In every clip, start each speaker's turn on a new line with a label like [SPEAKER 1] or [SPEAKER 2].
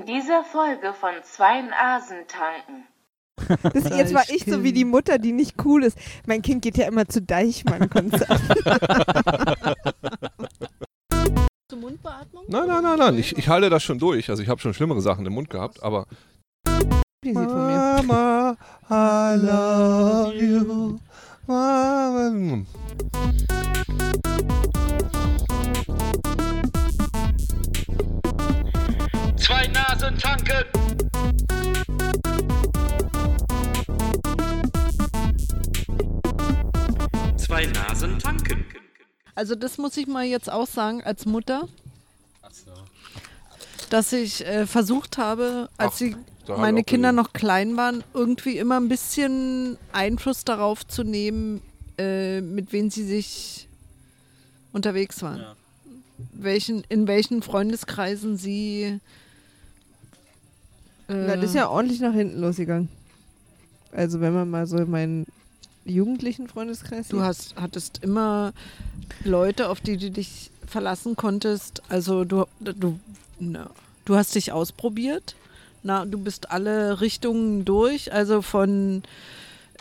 [SPEAKER 1] dieser Folge von Zweien Asen tanken.
[SPEAKER 2] Das jetzt war ich so wie die Mutter, die nicht cool ist. Mein Kind geht ja immer zu Deichmann-Konzerten.
[SPEAKER 3] Zur Mundbeatmung?
[SPEAKER 4] Nein, nein, nein, nein. Ich, ich halte das schon durch. Also ich habe schon schlimmere Sachen im Mund gehabt, aber.
[SPEAKER 2] Die sieht von mir.
[SPEAKER 4] Mama, I love you. Mama.
[SPEAKER 5] Zwei Nasen tanken. Zwei Nasen tanken.
[SPEAKER 3] Also das muss ich mal jetzt auch sagen als Mutter, dass ich äh, versucht habe, als
[SPEAKER 4] Ach,
[SPEAKER 3] die,
[SPEAKER 4] da hab ich
[SPEAKER 3] meine
[SPEAKER 4] auch
[SPEAKER 3] Kinder
[SPEAKER 4] gelesen.
[SPEAKER 3] noch klein waren, irgendwie immer ein bisschen Einfluss darauf zu nehmen, äh, mit wem sie sich unterwegs waren.
[SPEAKER 6] Ja.
[SPEAKER 3] Welchen, in welchen Freundeskreisen sie... äh,
[SPEAKER 2] Na, das ist ja ordentlich nach hinten losgegangen. Also wenn man mal so meinen jugendlichen Freundeskreis
[SPEAKER 3] Du
[SPEAKER 2] sieht.
[SPEAKER 3] hast, hattest immer Leute, auf die du dich verlassen konntest. Also du, du, ne, du hast dich ausprobiert. Na, du bist alle Richtungen durch, also von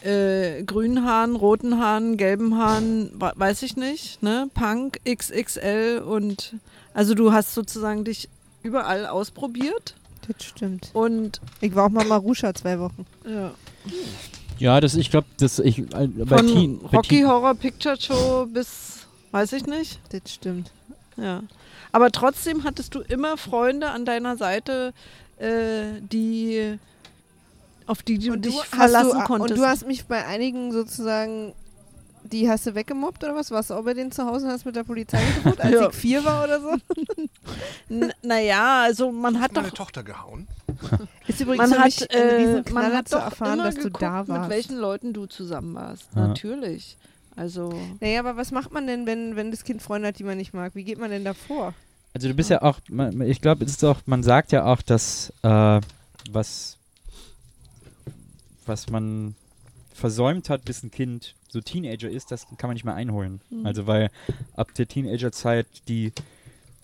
[SPEAKER 3] äh, grünen Haaren, roten Haaren, gelben Haaren, wa- weiß ich nicht, ne? Punk, XXL und also du hast sozusagen dich überall ausprobiert
[SPEAKER 2] Das stimmt.
[SPEAKER 3] und
[SPEAKER 2] Ich war auch mal Marusha zwei Wochen.
[SPEAKER 3] ja.
[SPEAKER 6] Ja, das, ich glaube, das, ich, äh, bei
[SPEAKER 3] von
[SPEAKER 6] Teen, bei
[SPEAKER 3] Rocky
[SPEAKER 6] Teen-
[SPEAKER 3] Horror Picture Show bis, weiß ich nicht.
[SPEAKER 2] Das stimmt.
[SPEAKER 3] Ja. Aber trotzdem hattest du immer Freunde an deiner Seite, äh, die auf die du dich verlassen
[SPEAKER 2] hast du, äh,
[SPEAKER 3] konntest.
[SPEAKER 2] Und du hast mich bei einigen sozusagen, die hast du weggemobbt oder was? Warst du auch bei denen zu Hause und hast mit der Polizei gedroht, als
[SPEAKER 3] Ja.
[SPEAKER 2] ich vier war oder so?
[SPEAKER 3] N naja, also man hat doch
[SPEAKER 4] Meine Tochter gehauen.
[SPEAKER 2] Ist übrigens
[SPEAKER 3] man
[SPEAKER 2] für
[SPEAKER 3] hat,
[SPEAKER 2] mich ein
[SPEAKER 3] äh,
[SPEAKER 2] Riesenknaller
[SPEAKER 3] man hat
[SPEAKER 2] zu
[SPEAKER 3] doch
[SPEAKER 2] erfahren,
[SPEAKER 3] immer
[SPEAKER 2] dass du
[SPEAKER 3] geguckt,
[SPEAKER 2] da warst.
[SPEAKER 3] mit welchen Leuten du zusammen warst.
[SPEAKER 6] Ja.
[SPEAKER 3] Natürlich. Also
[SPEAKER 2] Naja, aber was macht man denn, wenn, wenn das Kind Freunde hat, die man nicht mag? Wie geht man denn da vor?
[SPEAKER 6] Also du bist ja auch, man, ich glaube, es ist auch, man sagt ja auch, dass äh, was, was man versäumt hat, bis ein Kind so Teenager ist, das kann man nicht mehr einholen.
[SPEAKER 3] Mhm.
[SPEAKER 6] Also weil ab der Teenagerzeit die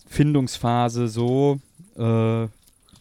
[SPEAKER 6] Findungsphase so äh,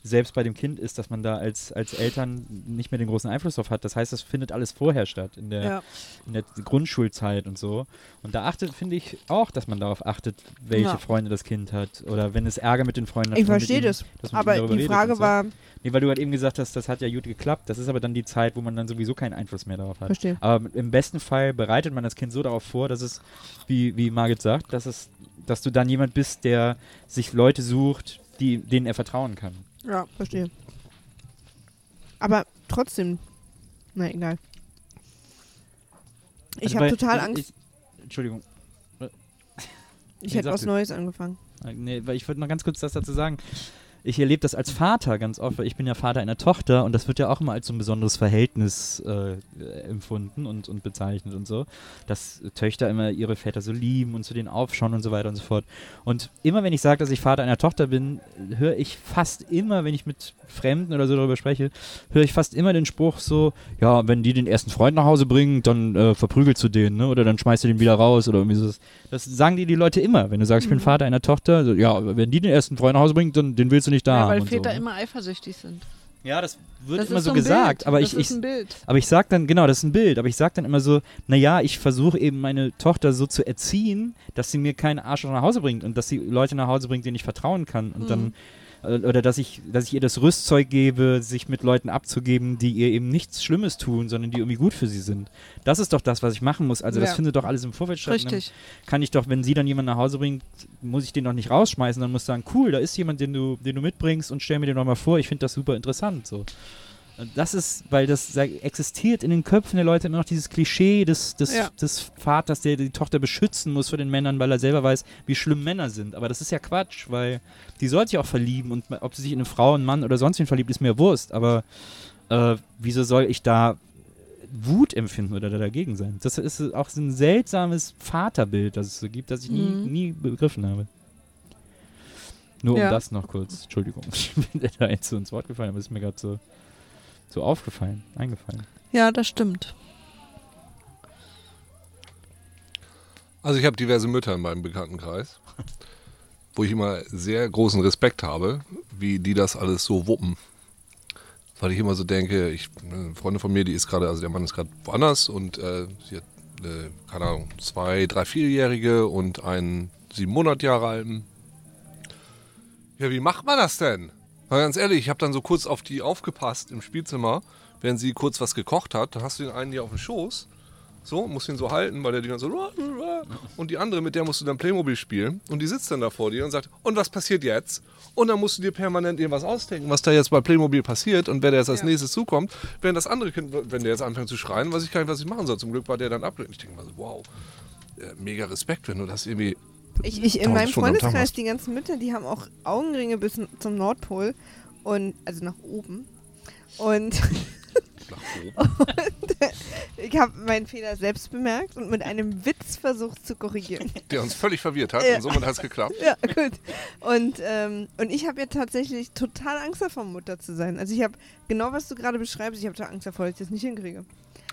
[SPEAKER 6] selbst bei dem Kind ist, dass man da als, als Eltern nicht mehr den großen Einfluss drauf hat. Das heißt, das findet alles vorher statt in der,
[SPEAKER 3] Ja.
[SPEAKER 6] in der Grundschulzeit und so. Und da achtet, finde ich auch, dass man darauf achtet, welche
[SPEAKER 3] Ja.
[SPEAKER 6] Freunde das Kind hat. Oder wenn es Ärger mit den Freunden hat.
[SPEAKER 2] Ich
[SPEAKER 6] dass man mit
[SPEAKER 2] verstehe
[SPEAKER 6] ihnen-
[SPEAKER 2] das.
[SPEAKER 6] dass man mit ihnen
[SPEAKER 2] Aber
[SPEAKER 6] darüber
[SPEAKER 2] die
[SPEAKER 6] redet und
[SPEAKER 2] Frage
[SPEAKER 6] so.
[SPEAKER 2] war,
[SPEAKER 6] Nee, weil du halt eben gesagt hast, das hat ja gut geklappt. Das ist aber dann die Zeit, wo man dann sowieso keinen Einfluss mehr darauf hat.
[SPEAKER 2] Verstehe.
[SPEAKER 6] Aber mit- im besten Fall bereitet man das Kind so darauf vor, dass es, wie, wie Margit sagt, dass, es, dass du dann jemand bist, der sich Leute sucht, die, denen er vertrauen kann.
[SPEAKER 2] ja, verstehe. Aber trotzdem, na egal. Ich
[SPEAKER 6] Also
[SPEAKER 2] habe
[SPEAKER 6] bei-
[SPEAKER 2] total
[SPEAKER 6] ich-
[SPEAKER 2] Angst.
[SPEAKER 6] Ich, Entschuldigung.
[SPEAKER 2] Ich,
[SPEAKER 6] ich
[SPEAKER 2] hätte
[SPEAKER 6] sag
[SPEAKER 2] was
[SPEAKER 6] du.
[SPEAKER 2] Neues angefangen.
[SPEAKER 6] Äh, Nee, weil ich würde noch ganz kurz das dazu sagen. Ich erlebe das als Vater ganz oft, weil ich bin ja Vater einer Tochter und das wird ja auch immer als so ein besonderes Verhältnis äh, äh, empfunden und, und bezeichnet und so, dass Töchter immer ihre Väter so lieben und zu denen aufschauen und so weiter und so fort. Und immer wenn ich sage, dass ich Vater einer Tochter bin, höre ich fast immer, wenn ich mit Fremden oder so darüber spreche, höre ich fast immer den Spruch so, ja, wenn die den ersten Freund nach Hause bringen, dann äh, verprügelst du den, ne? Oder dann schmeißt du den wieder raus oder irgendwie so. Das sagen dir die Leute immer, wenn du sagst, ich
[SPEAKER 3] Mhm.
[SPEAKER 6] bin Vater einer Tochter, so, ja, wenn die den ersten Freund nach Hause bringt, dann den willst du nicht da
[SPEAKER 3] ja,
[SPEAKER 6] haben
[SPEAKER 3] weil
[SPEAKER 6] und
[SPEAKER 3] Väter
[SPEAKER 6] so, ne?
[SPEAKER 3] immer eifersüchtig sind.
[SPEAKER 6] Ja, das wird
[SPEAKER 3] das
[SPEAKER 6] immer
[SPEAKER 3] ist
[SPEAKER 6] so
[SPEAKER 3] ein
[SPEAKER 6] gesagt,
[SPEAKER 3] Bild.
[SPEAKER 6] aber
[SPEAKER 3] das
[SPEAKER 6] ich,
[SPEAKER 3] ist
[SPEAKER 6] ich
[SPEAKER 3] ein Bild.
[SPEAKER 6] aber ich sag dann, genau, das ist ein Bild, aber ich sag dann immer so, naja, ich versuche eben meine Tochter so zu erziehen, dass sie mir keinen Arsch nach Hause bringt und dass sie Leute nach Hause bringt, denen ich vertrauen kann und
[SPEAKER 3] Mhm.
[SPEAKER 6] dann äh, oder dass ich, dass ich ihr das Rüstzeug gebe, sich mit Leuten abzugeben, die ihr eben nichts Schlimmes tun, sondern die irgendwie gut für sie sind. Das ist doch das, was ich machen muss. Also
[SPEAKER 3] Ja.
[SPEAKER 6] das findet doch alles im Vorfeld statt. Und dann
[SPEAKER 3] Richtig.
[SPEAKER 6] Kann ich doch, wenn sie dann jemanden nach Hause bringt, muss ich den doch nicht rausschmeißen, dann muss ich sagen, cool, da ist jemand, den du, den du mitbringst und stell mir den nochmal vor, ich finde das super interessant. So. Und Das ist, weil das sag- existiert in den Köpfen der Leute immer noch dieses Klischee des, des,
[SPEAKER 3] Ja.
[SPEAKER 6] des Vaters, der die Tochter beschützen muss vor den Männern, weil er selber weiß, wie schlimm Männer sind. Aber das ist ja Quatsch, weil die soll sich auch verlieben und ma- ob sie sich in eine Frau, einen Mann oder sonst wen verliebt, ist mir Wurst. Aber äh, wieso soll ich da Wut empfinden oder da dagegen sein? Das ist auch so ein seltsames Vaterbild, das es so gibt, das ich nie,
[SPEAKER 3] Mhm.
[SPEAKER 6] nie begriffen habe. Nur
[SPEAKER 3] Ja.
[SPEAKER 6] um das noch kurz, Entschuldigung, ich bin da jetzt so ins Wort gefallen, aber es ist mir gerade so, so aufgefallen, eingefallen.
[SPEAKER 3] Ja, das stimmt.
[SPEAKER 4] Also ich habe diverse Mütter in meinem Bekanntenkreis, wo ich immer sehr großen Respekt habe, wie die das alles so wuppen. Weil ich immer so denke, ich, eine Freundin von mir, die ist gerade, also der Mann ist gerade woanders und äh, sie hat, äh, keine Ahnung, zwei, drei, vierjährige und einen sieben Monat Jahre alten. Ja, wie macht man das denn? Mal ganz ehrlich, ich habe dann so kurz auf die aufgepasst im Spielzimmer, während sie kurz was gekocht hat. Dann hast du den einen hier auf dem Schoß, so, musst ihn so halten, weil der die dann so. Und die andere, mit der musst du dann Playmobil spielen. Und die sitzt dann da vor dir und sagt: Und was passiert jetzt? Und dann musst du dir permanent irgendwas ausdenken, was da jetzt bei Playmobil passiert und wer da jetzt als nächstes zukommt. Während das andere Kind, wenn der jetzt anfängt zu schreien, weiß ich gar nicht, was ich machen soll. Zum Glück war der dann ab. Ich denke mal so: Wow, äh, mega Respekt, wenn du das irgendwie.
[SPEAKER 2] Ich, ich in
[SPEAKER 4] Tausend
[SPEAKER 2] meinem
[SPEAKER 4] Stunden am Tag
[SPEAKER 2] Freundeskreis,
[SPEAKER 4] machst.
[SPEAKER 2] die ganzen Mütter, die haben auch Augenringe bis n- zum Nordpol und also nach oben. Und
[SPEAKER 4] Nach oben.
[SPEAKER 2] ich habe meinen Fehler selbst bemerkt und mit einem Witz versucht zu korrigieren.
[SPEAKER 4] der uns völlig verwirrt hat.
[SPEAKER 2] Ja.
[SPEAKER 4] Und somit hat es geklappt.
[SPEAKER 2] Ja, gut. Und, ähm, und ich habe ja tatsächlich total Angst davor, Mutter zu sein. Also ich habe genau, was du gerade beschreibst, ich habe da Angst davor, dass ich das nicht hinkriege.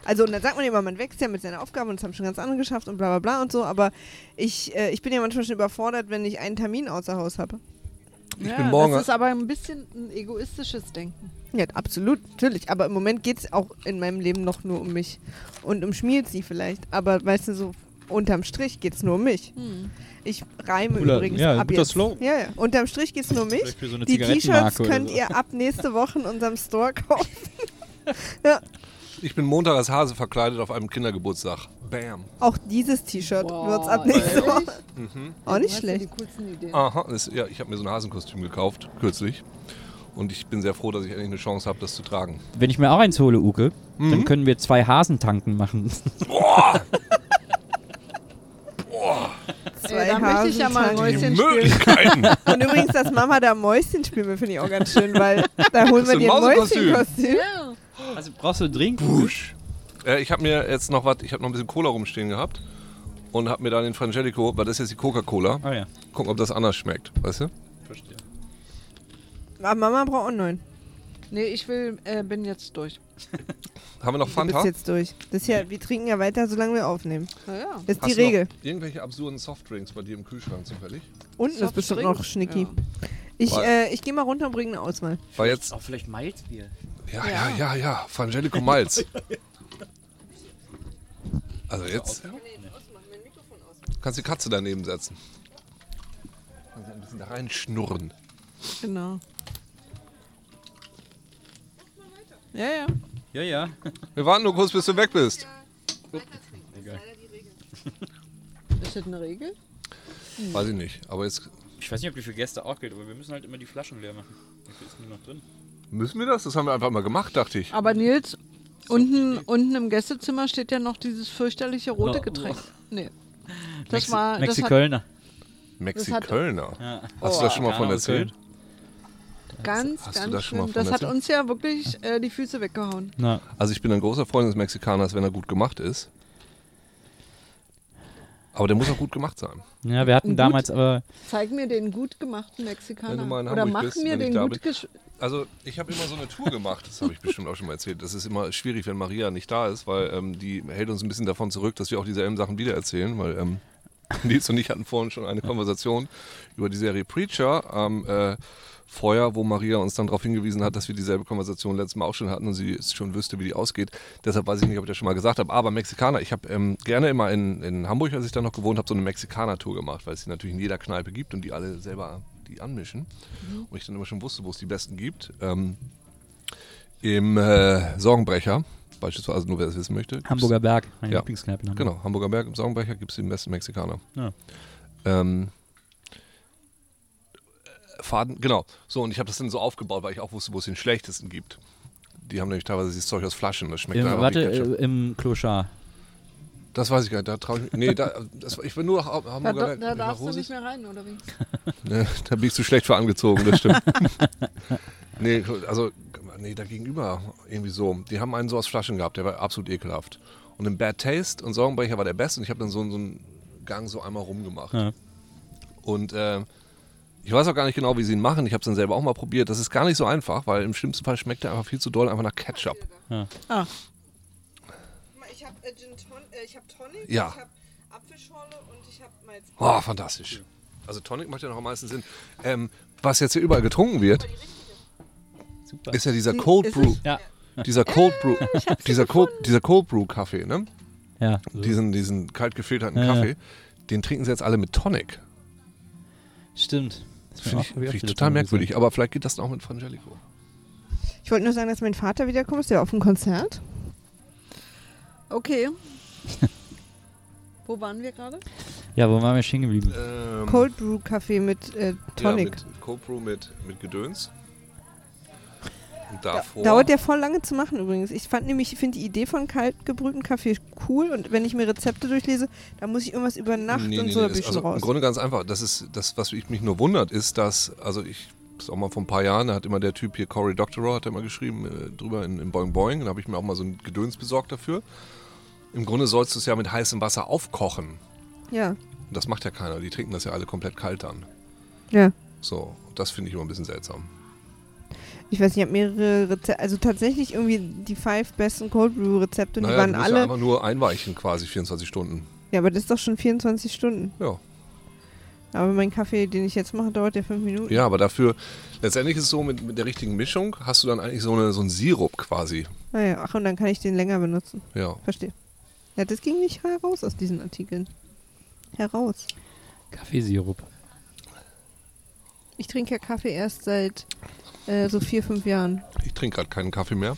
[SPEAKER 2] Also und dann sagt man immer, man wächst ja mit seiner Aufgabe und es haben schon ganz andere geschafft und bla bla bla und so, aber ich, äh, ich bin ja manchmal schon überfordert, wenn ich einen Termin außer Haus habe.
[SPEAKER 3] Ich ja,
[SPEAKER 4] bin morgen-
[SPEAKER 3] Das ist aber ein bisschen ein egoistisches Denken.
[SPEAKER 2] Ja, absolut, natürlich. Aber im Moment geht es auch in meinem Leben noch nur um mich und um Schmielzi vielleicht. Aber weißt du, so unterm Strich geht es nur um mich.
[SPEAKER 3] Hm.
[SPEAKER 2] Ich reime
[SPEAKER 6] Cooler-
[SPEAKER 2] übrigens
[SPEAKER 6] ja,
[SPEAKER 2] ab
[SPEAKER 6] guter
[SPEAKER 2] jetzt.
[SPEAKER 6] Slogan.
[SPEAKER 2] Ja, ja. Unterm Strich geht es nur um mich.
[SPEAKER 6] Vielleicht für so eine
[SPEAKER 2] Die
[SPEAKER 6] Zigarettenmarke
[SPEAKER 2] T-Shirts
[SPEAKER 6] oder
[SPEAKER 2] könnt
[SPEAKER 6] so.
[SPEAKER 2] ihr ab nächste Woche in unserem Store kaufen. ja,
[SPEAKER 4] Ich bin Montag als Hase verkleidet auf einem Kindergeburtstag. Bam.
[SPEAKER 2] auch dieses T-Shirt
[SPEAKER 3] Wow,
[SPEAKER 2] wird es ab nächste
[SPEAKER 3] ehrlich?
[SPEAKER 2] Woche.
[SPEAKER 6] Mhm.
[SPEAKER 2] Auch nicht
[SPEAKER 3] Du hast ja
[SPEAKER 2] schlecht.
[SPEAKER 3] Die coolsten Ideen.
[SPEAKER 4] Aha. Das, ja, ich habe mir so ein Hasenkostüm gekauft, kürzlich. Und ich bin sehr froh, dass ich endlich eine Chance habe, das zu tragen.
[SPEAKER 6] Wenn ich mir auch eins hole, Uke, dann können wir zwei Hasentanken machen.
[SPEAKER 2] Zwei
[SPEAKER 3] Ey, da möchte ich ja mal ein
[SPEAKER 2] Hasentanken.
[SPEAKER 4] Die
[SPEAKER 3] Mäuschen spielen.
[SPEAKER 4] Möglichkeiten.
[SPEAKER 2] Und übrigens, dass Mama da Mäuschen spielen will, finde ich auch ganz schön, weil da holen
[SPEAKER 4] Das
[SPEAKER 2] wir
[SPEAKER 4] ist ein
[SPEAKER 2] dir ein
[SPEAKER 4] Mausekostüm.
[SPEAKER 2] Mäuschenkostüm.
[SPEAKER 6] Also brauchst du einen Drink?
[SPEAKER 4] Busch. Äh, ich habe mir jetzt noch was, ich habe noch ein bisschen Cola rumstehen gehabt. Und habe mir dann den Frangelico, weil das ist jetzt die Coca-Cola,
[SPEAKER 6] Ah ja.
[SPEAKER 4] gucken, ob das anders schmeckt, weißt du?
[SPEAKER 6] Verstehe.
[SPEAKER 2] Aber Mama braucht auch einen neuen.
[SPEAKER 3] Nee, ich will, äh, bin jetzt durch.
[SPEAKER 4] Haben wir
[SPEAKER 2] Du
[SPEAKER 4] noch
[SPEAKER 2] bist
[SPEAKER 4] Fanta?
[SPEAKER 2] jetzt durch. Das ist ja, wir trinken ja weiter, solange wir aufnehmen.
[SPEAKER 3] Na ja.
[SPEAKER 2] Das ist
[SPEAKER 4] Hast
[SPEAKER 2] die
[SPEAKER 4] du noch
[SPEAKER 2] Regel.
[SPEAKER 4] Irgendwelche absurden Softdrinks bei dir im Kühlschrank zufällig?
[SPEAKER 2] Unten ist bestimmt
[SPEAKER 3] Softdrinks.
[SPEAKER 2] noch Schnicki.
[SPEAKER 3] Ja.
[SPEAKER 2] Ich,
[SPEAKER 4] Weil-
[SPEAKER 2] äh, ich gehe mal runter und bringe eine Auswahl.
[SPEAKER 4] War jetzt.
[SPEAKER 6] Auch vielleicht Malzbier.
[SPEAKER 4] Ja, ja, ja, ja. Frangelico Malz. Also jetzt. Kannst die Katze daneben setzen. Kannst ein bisschen da reinschnurren.
[SPEAKER 3] Genau. Ja, ja.
[SPEAKER 6] Ja, ja.
[SPEAKER 4] Wir warten nur kurz, bis du weg bist.
[SPEAKER 3] Ist das eine Regel?
[SPEAKER 4] Weiß ich nicht. Aber jetzt
[SPEAKER 6] Ich weiß nicht, ob die für Gäste auch gilt, aber wir müssen halt immer die Flaschen leer machen. Dafür ist niemand drin.
[SPEAKER 4] müssen wir das? Das haben wir einfach mal gemacht, dachte ich.
[SPEAKER 3] Aber Nils, unten, unten im Gästezimmer steht ja noch dieses fürchterliche rote
[SPEAKER 6] Oh,
[SPEAKER 3] Getränk. Nee. Das
[SPEAKER 6] Mexi
[SPEAKER 3] war. Das hat
[SPEAKER 6] Mexi-Kölner.
[SPEAKER 3] hat-
[SPEAKER 4] Mexi-Kölner.
[SPEAKER 6] Ja.
[SPEAKER 4] Hast du das schon mal von
[SPEAKER 6] Keine Ahnung,
[SPEAKER 4] erzählt?
[SPEAKER 3] ganz,
[SPEAKER 4] Hast du
[SPEAKER 3] ganz
[SPEAKER 4] das schon mal
[SPEAKER 3] schlimm. Das hat
[SPEAKER 4] verletzt?
[SPEAKER 3] uns ja wirklich äh, die Füße weggehauen.
[SPEAKER 6] Na,
[SPEAKER 4] Also ich bin ein großer Freund des Mexikaners, wenn er gut gemacht ist. Aber der muss auch gut gemacht sein.
[SPEAKER 6] ja, wir hatten
[SPEAKER 3] Gut.
[SPEAKER 6] damals äh, aber.
[SPEAKER 3] Zeig mir den gut gemachten
[SPEAKER 4] Wenn
[SPEAKER 3] Mexikaner.
[SPEAKER 4] du mal in
[SPEAKER 3] Oder
[SPEAKER 4] Hamburg
[SPEAKER 3] mach
[SPEAKER 4] bist,
[SPEAKER 3] mir
[SPEAKER 4] wenn ich
[SPEAKER 3] den
[SPEAKER 4] da
[SPEAKER 3] gut
[SPEAKER 4] bin.
[SPEAKER 3] gesch-
[SPEAKER 4] Also ich habe immer so eine Tour gemacht, das habe ich bestimmt auch schon mal erzählt. Das ist immer schwierig, wenn Maria nicht da ist, weil ähm, die hält uns ein bisschen davon zurück, dass wir auch dieselben Sachen wieder erzählen, weil ähm, Nils und ich hatten vorhin schon eine Konversation über die Serie Preacher am äh, Feuer, wo Maria uns dann darauf hingewiesen hat, dass wir dieselbe Konversation letztes Mal auch schon hatten und sie es schon wüsste, wie die ausgeht. Deshalb weiß ich nicht, ob ich das schon mal gesagt habe. Aber Mexikaner, ich habe ähm, gerne immer in, in Hamburg, als ich da noch gewohnt habe, so eine Mexikaner-Tour gemacht, weil es die natürlich in jeder Kneipe gibt und die alle selber die anmischen. Und ich dann immer schon wusste, wo es die besten gibt. Ähm, Im äh, Sorgenbrecher, beispielsweise, also nur wer es wissen möchte. gibt's-
[SPEAKER 6] Hamburger Berg, mein
[SPEAKER 4] Ja.
[SPEAKER 6] Lieblingskneipe. in Hamburg.
[SPEAKER 4] Genau, Hamburger Berg im Sorgenbrecher gibt es den besten Mexikaner.
[SPEAKER 6] Mhm. Ja.
[SPEAKER 4] Ähm, Faden, genau. So, und ich habe das dann so aufgebaut, weil ich auch wusste, wo es den schlechtesten gibt. Die haben nämlich teilweise dieses Zeug aus Flaschen, das schmeckt
[SPEAKER 6] Im,
[SPEAKER 4] dann einfach
[SPEAKER 6] warte,
[SPEAKER 4] wie Ketchup.
[SPEAKER 6] äh, im Kloschar.
[SPEAKER 4] Das weiß ich gar nicht, da traue ich mich. Nee, da, das, ich bin nur nach Ham-
[SPEAKER 3] Da,
[SPEAKER 4] Hamburger
[SPEAKER 3] da,
[SPEAKER 4] Berg.
[SPEAKER 3] da
[SPEAKER 4] nicht nach
[SPEAKER 3] darfst du
[SPEAKER 4] Roses.
[SPEAKER 3] nicht mehr rein, oder wie?
[SPEAKER 4] Ne, da bin ich zu schlecht für angezogen, das stimmt. nee, also, nee, da gegenüber irgendwie so. Die haben einen so aus Flaschen gehabt, der war absolut ekelhaft. Und im Bad Taste und Sorgenbrecher war der beste und ich habe dann so, so einen Gang so einmal rumgemacht.
[SPEAKER 6] Ja.
[SPEAKER 4] Und äh, ich weiß auch gar nicht genau, wie sie ihn machen. Ich habe es dann selber auch mal probiert. Das ist gar nicht so einfach, weil im schlimmsten Fall schmeckt der einfach viel zu doll einfach nach Ketchup.
[SPEAKER 2] Ich äh, habe Tonic,
[SPEAKER 4] Ja. ich hab
[SPEAKER 2] habe Apfelschorle und ich habe Malz.
[SPEAKER 4] Oh, fantastisch. Also Tonic macht ja noch am meisten Sinn. Ähm, was jetzt hier überall getrunken wird.
[SPEAKER 6] super.
[SPEAKER 4] Ist ja dieser
[SPEAKER 2] Die-
[SPEAKER 4] Cold
[SPEAKER 2] ist
[SPEAKER 4] Brew.
[SPEAKER 2] es-
[SPEAKER 6] ja,
[SPEAKER 4] Dieser Cold Brew. Dieser Cold, dieser Cold Brew Kaffee, ne?
[SPEAKER 6] ja. So.
[SPEAKER 4] Diesen, diesen kalt gefilterten
[SPEAKER 6] Ja, ja.
[SPEAKER 4] Kaffee. Den trinken sie jetzt alle mit Tonic.
[SPEAKER 6] Stimmt. Das ist mir
[SPEAKER 4] Finde
[SPEAKER 6] auch
[SPEAKER 4] ich,
[SPEAKER 6] wieder
[SPEAKER 4] find ich
[SPEAKER 6] auf die
[SPEAKER 4] total
[SPEAKER 6] Zunge
[SPEAKER 4] merkwürdig.
[SPEAKER 6] gegangen.
[SPEAKER 4] Aber vielleicht geht das auch mit Frangelico.
[SPEAKER 2] Ich wollte nur sagen, dass mein Vater wiederkommt. Ist der auf dem Konzert?
[SPEAKER 3] Okay. Wo waren wir gerade?
[SPEAKER 6] Ja, wo waren wir stehen geblieben?
[SPEAKER 4] Ähm,
[SPEAKER 2] Cold Brew Kaffee mit äh, Tonic.
[SPEAKER 4] mit Cold Brew mit, mit Gedöns. Und davor.
[SPEAKER 2] Dauert ja voll lange zu machen übrigens. Ich fand nämlich, ich finde die Idee von kalt gebrühtem Kaffee cool und wenn ich mir Rezepte durchlese, da muss ich irgendwas über Nacht
[SPEAKER 4] Nee,
[SPEAKER 2] und
[SPEAKER 4] nee,
[SPEAKER 2] so
[SPEAKER 4] nee,
[SPEAKER 2] ein
[SPEAKER 4] ist-
[SPEAKER 2] bisschen
[SPEAKER 4] also
[SPEAKER 2] raus.
[SPEAKER 4] Im Grunde ganz einfach. Das ist das, was ich mich nur wundert, ist, dass, also ich, das ist auch mal vor ein paar Jahren, da hat immer der Typ hier, Cory Doctorow, hat er immer geschrieben, äh, drüber in, in Boing Boing. Da habe ich mir auch mal so ein Gedöns besorgt dafür. Im Grunde sollst du es ja mit heißem Wasser aufkochen.
[SPEAKER 2] Ja,
[SPEAKER 4] Und das macht ja keiner. Die trinken das ja alle komplett kalt dann.
[SPEAKER 2] ja.
[SPEAKER 4] So, das finde ich immer ein bisschen seltsam.
[SPEAKER 2] Ich weiß, ich habe mehrere Rezepte, also tatsächlich irgendwie die five besten Cold Brew Rezepte und die waren
[SPEAKER 4] du musst ja
[SPEAKER 2] alle.
[SPEAKER 4] einfach nur einweichen quasi 24 Stunden.
[SPEAKER 2] Ja, aber das ist doch schon 24 Stunden.
[SPEAKER 4] Ja.
[SPEAKER 2] Aber mein Kaffee, den ich jetzt mache, dauert ja fünf Minuten.
[SPEAKER 4] Ja, aber dafür, letztendlich ist es so, mit, mit der richtigen Mischung hast du dann eigentlich so, eine, so einen Sirup quasi.
[SPEAKER 2] Naja, Ah ach, und dann kann ich den länger benutzen.
[SPEAKER 4] Ja.
[SPEAKER 2] Verstehe. Ja, das ging nicht heraus aus diesen Artikeln. Heraus.
[SPEAKER 6] Kaffeesirup.
[SPEAKER 2] Ich trinke ja Kaffee erst seit äh, so vier, fünf Jahren.
[SPEAKER 4] Ich trinke gerade keinen Kaffee mehr.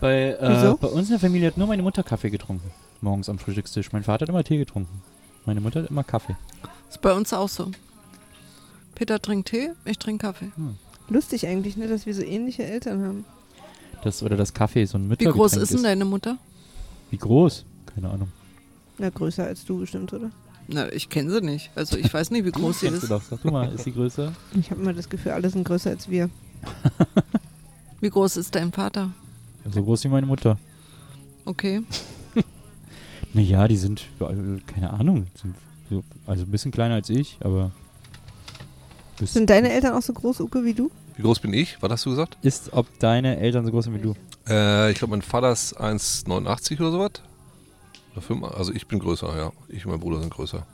[SPEAKER 6] Bei, äh,
[SPEAKER 2] Wieso?
[SPEAKER 6] bei uns in der Familie hat nur meine Mutter Kaffee getrunken. Morgens am Frühstückstisch. Mein Vater hat immer Tee getrunken. Meine Mutter hat immer Kaffee.
[SPEAKER 3] Ist bei uns auch so. Peter trinkt Tee, ich trinke Kaffee.
[SPEAKER 2] Lustig eigentlich, ne, dass wir so ähnliche Eltern haben.
[SPEAKER 6] Das, oder das Kaffee ist so ein
[SPEAKER 3] Wie
[SPEAKER 6] Müttergetränk
[SPEAKER 3] groß ist denn deine Mutter?
[SPEAKER 6] Wie groß? Keine Ahnung.
[SPEAKER 2] Na, größer als du bestimmt, oder?
[SPEAKER 3] Na, ich kenne sie nicht. Also ich weiß nicht, wie groß sie
[SPEAKER 6] Kennst du
[SPEAKER 3] ist.
[SPEAKER 6] doch. Sag du mal, ist sie größer?
[SPEAKER 2] Ich habe immer das Gefühl, alle sind größer als wir.
[SPEAKER 3] Wie groß ist dein Vater?
[SPEAKER 6] So groß wie meine Mutter.
[SPEAKER 3] Okay.
[SPEAKER 6] Naja, die sind, äh, keine Ahnung, sind so, also ein bisschen kleiner als ich, aber. bis-
[SPEAKER 2] Sind deine Eltern auch so groß, Uke, wie du?
[SPEAKER 4] Wie groß bin ich? Was hast du gesagt?
[SPEAKER 6] Ist, ob deine Eltern so groß sind wie du?
[SPEAKER 4] Äh, ich glaube, mein Vater ist 1,89 oder sowas. Oder fünf- Also ich bin größer, ja. Ich und mein Bruder sind größer.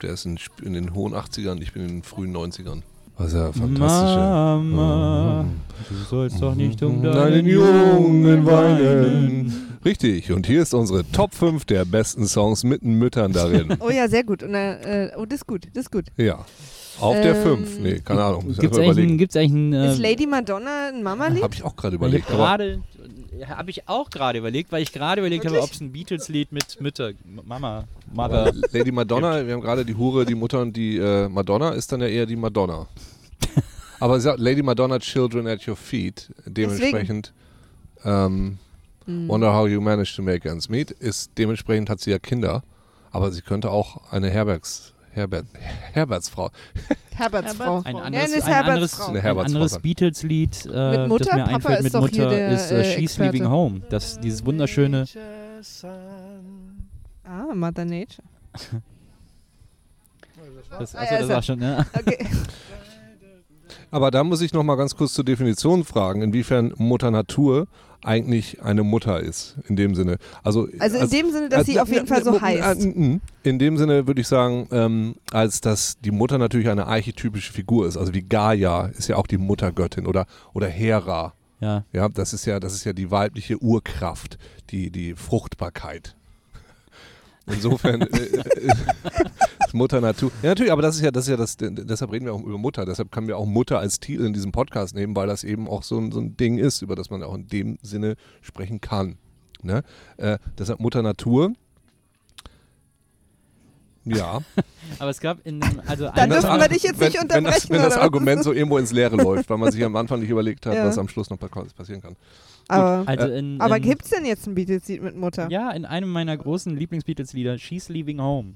[SPEAKER 4] Der ist in, sp- in den hohen 80ern, ich bin in den frühen 90ern. Was ja fantastische. Mhm.
[SPEAKER 6] Mama, du sollst doch nicht um
[SPEAKER 4] Deinen
[SPEAKER 6] deinen
[SPEAKER 4] Jungen weinen.
[SPEAKER 6] Jungen weinen.
[SPEAKER 4] Richtig, und hier ist unsere Top 5 der besten Songs mit den Müttern darin.
[SPEAKER 2] Oh ja, sehr gut. Und, äh, äh, oh, das ist gut, das ist gut.
[SPEAKER 4] ja. Auf der
[SPEAKER 2] Ähm,
[SPEAKER 4] 5. Nee, keine Ahnung. Muss ich
[SPEAKER 6] Gibt's
[SPEAKER 4] erst mal
[SPEAKER 6] eigentlich, ein,
[SPEAKER 4] überlegen.
[SPEAKER 6] gibt's eigentlich ein.
[SPEAKER 4] Ähm,
[SPEAKER 2] ist
[SPEAKER 6] Äh,
[SPEAKER 2] Lady Madonna ein Mama-Lied?
[SPEAKER 4] Habe ich auch gerade
[SPEAKER 6] ich
[SPEAKER 4] überlegt.
[SPEAKER 6] habe
[SPEAKER 4] aber-
[SPEAKER 6] gerade, habe ich auch gerade überlegt, weil ich gerade überlegt habe,
[SPEAKER 2] Wirklich?
[SPEAKER 6] ob es ein Beatles-Lied mit Mütter, M- Mama, Mother.
[SPEAKER 4] Äh, Lady Madonna, wir haben gerade die Hure, die Mutter und die äh, Madonna, ist dann ja eher die Madonna. Aber sie sagt, Lady Madonna, Children at Your Feet, dementsprechend ähm,
[SPEAKER 2] Hm.
[SPEAKER 4] Wonder How You Managed to Make Ends Meet, ist dementsprechend hat sie ja Kinder, aber sie könnte auch eine Herbergs, Herbert, Herbertsfrau.
[SPEAKER 2] Herberts Frau.
[SPEAKER 6] Ein
[SPEAKER 2] Nein,
[SPEAKER 6] anderes,
[SPEAKER 2] das ist
[SPEAKER 6] ein
[SPEAKER 2] Herberts
[SPEAKER 6] anderes,
[SPEAKER 2] Frau.
[SPEAKER 4] Eine
[SPEAKER 6] ein
[SPEAKER 4] Herberts
[SPEAKER 6] anderes
[SPEAKER 4] Frau.
[SPEAKER 6] Beatles-Lied, äh,
[SPEAKER 2] Mutter?
[SPEAKER 6] das mir
[SPEAKER 2] Papa
[SPEAKER 6] einfällt
[SPEAKER 2] ist
[SPEAKER 6] mit
[SPEAKER 2] doch hier
[SPEAKER 6] Mutter,
[SPEAKER 2] der,
[SPEAKER 6] ist äh,
[SPEAKER 2] äh,
[SPEAKER 6] She's
[SPEAKER 2] Experte.
[SPEAKER 6] Leaving Home. Das, dieses wunderschöne,
[SPEAKER 2] Ah, Mother Nature.
[SPEAKER 6] das,
[SPEAKER 2] Ah,
[SPEAKER 6] achso,
[SPEAKER 2] ja,
[SPEAKER 6] das
[SPEAKER 2] ist
[SPEAKER 6] war
[SPEAKER 2] er.
[SPEAKER 6] schon, ne?
[SPEAKER 2] Okay.
[SPEAKER 4] Aber da muss ich nochmal ganz kurz zur Definition fragen, inwiefern Mutter Natur eigentlich eine Mutter ist, in dem Sinne. Also, äh,
[SPEAKER 2] Also in dem Sinne, dass sie auf jeden Fall so heißt.
[SPEAKER 4] In dem Sinne würde ich sagen, ähm, als dass die Mutter natürlich eine archetypische Figur ist. Also wie Gaia ist ja auch die Muttergöttin oder, oder Hera.
[SPEAKER 6] Ja,
[SPEAKER 4] Ja, das ist ja, das ist ja die weibliche Urkraft, die, die Fruchtbarkeit. Insofern äh, äh, ist Mutter Natur. Ja, natürlich, aber das ist ja, das ist ja das, deshalb reden wir auch über Mutter, deshalb können wir auch Mutter als Titel in diesem Podcast nehmen, weil das eben auch so ein, so ein Ding ist, über das man auch in dem Sinne sprechen kann. Ne? Äh, deshalb Mutter Natur. Ja.
[SPEAKER 6] aber es gab in, dem- also
[SPEAKER 2] Dann
[SPEAKER 6] einer-
[SPEAKER 2] dürfen wir dich jetzt
[SPEAKER 4] wenn,
[SPEAKER 2] nicht
[SPEAKER 4] wenn das,
[SPEAKER 2] unterbrechen,
[SPEAKER 4] wenn das
[SPEAKER 2] oder was?
[SPEAKER 4] Argument so irgendwo ins Leere läuft, weil man sich am Anfang nicht überlegt hat,
[SPEAKER 2] Ja.
[SPEAKER 4] was am Schluss noch passieren kann.
[SPEAKER 2] Aber,
[SPEAKER 6] also
[SPEAKER 4] ähm,
[SPEAKER 6] in,
[SPEAKER 2] aber
[SPEAKER 6] in,
[SPEAKER 2] gibt's denn jetzt ein Beatles-Lied mit Mutter?
[SPEAKER 6] Ja, in einem meiner großen Lieblings-Beatles-Lieder, She's Leaving Home.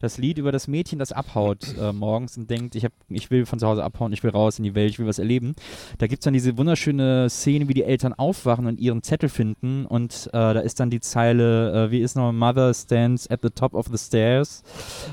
[SPEAKER 6] Das Lied über das Mädchen, das abhaut äh, morgens und denkt, ich, hab, ich will von zu Hause abhauen, ich will raus in die Welt, ich will was erleben. Da gibt es dann diese wunderschöne Szene, wie die Eltern aufwachen und ihren Zettel finden. Und äh, da ist dann die Zeile, äh, wie ist noch, Mother stands at the top of the stairs.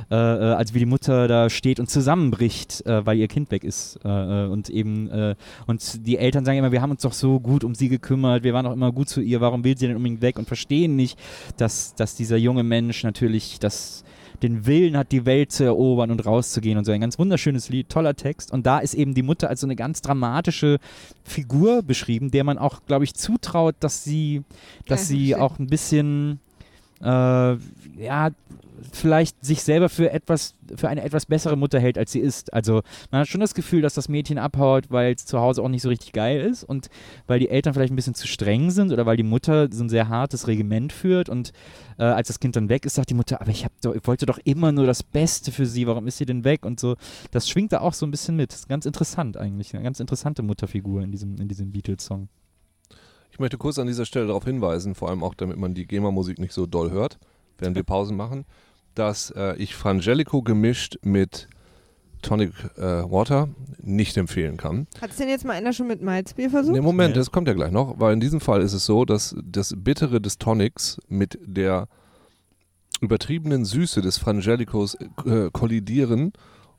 [SPEAKER 6] Äh, äh, also wie die Mutter da steht und zusammenbricht, äh, weil ihr Kind weg ist. Äh, äh, und eben, äh, und die Eltern sagen immer, wir haben uns doch so gut um sie gekümmert, wir waren doch immer gut zu um ihr, warum will sie denn unbedingt weg und verstehen nicht, dass, dass dieser junge Mensch natürlich das den Willen hat, die Welt zu erobern und rauszugehen und so. Ein ganz wunderschönes Lied, toller Text. Und da ist eben die Mutter als so eine ganz dramatische Figur beschrieben, der man auch, glaube ich, zutraut, dass sie, dass
[SPEAKER 2] Ja,
[SPEAKER 6] sie
[SPEAKER 2] stimmt.
[SPEAKER 6] auch ein bisschen, äh, ja, vielleicht sich selber für etwas, für eine etwas bessere Mutter hält, als sie ist. Also man hat schon das Gefühl, dass das Mädchen abhaut, weil es zu Hause auch nicht so richtig geil ist und weil die Eltern vielleicht ein bisschen zu streng sind oder weil die Mutter so ein sehr hartes Regiment führt und äh, als das Kind dann weg ist, sagt die Mutter, aber ich, hab doch, ich wollte doch immer nur das Beste für sie, warum ist sie denn weg und so. Das schwingt da auch so ein bisschen mit. Das ist ganz interessant eigentlich, eine ganz interessante Mutterfigur in diesem, in diesem Beatles-Song.
[SPEAKER 4] Ich möchte kurz an dieser Stelle darauf hinweisen, vor allem auch, damit man die GEMA-Musik nicht so doll hört, während wir Pausen machen, dass äh, ich Frangelico gemischt mit Tonic äh, Water nicht empfehlen kann.
[SPEAKER 2] Hat es denn jetzt mal einer schon mit Malzbier versucht?
[SPEAKER 4] Nee, Moment,
[SPEAKER 6] Nee.
[SPEAKER 4] das kommt ja gleich noch, weil in diesem Fall ist es so, dass das Bittere des Tonics mit der übertriebenen Süße des Frangelicos äh, kollidieren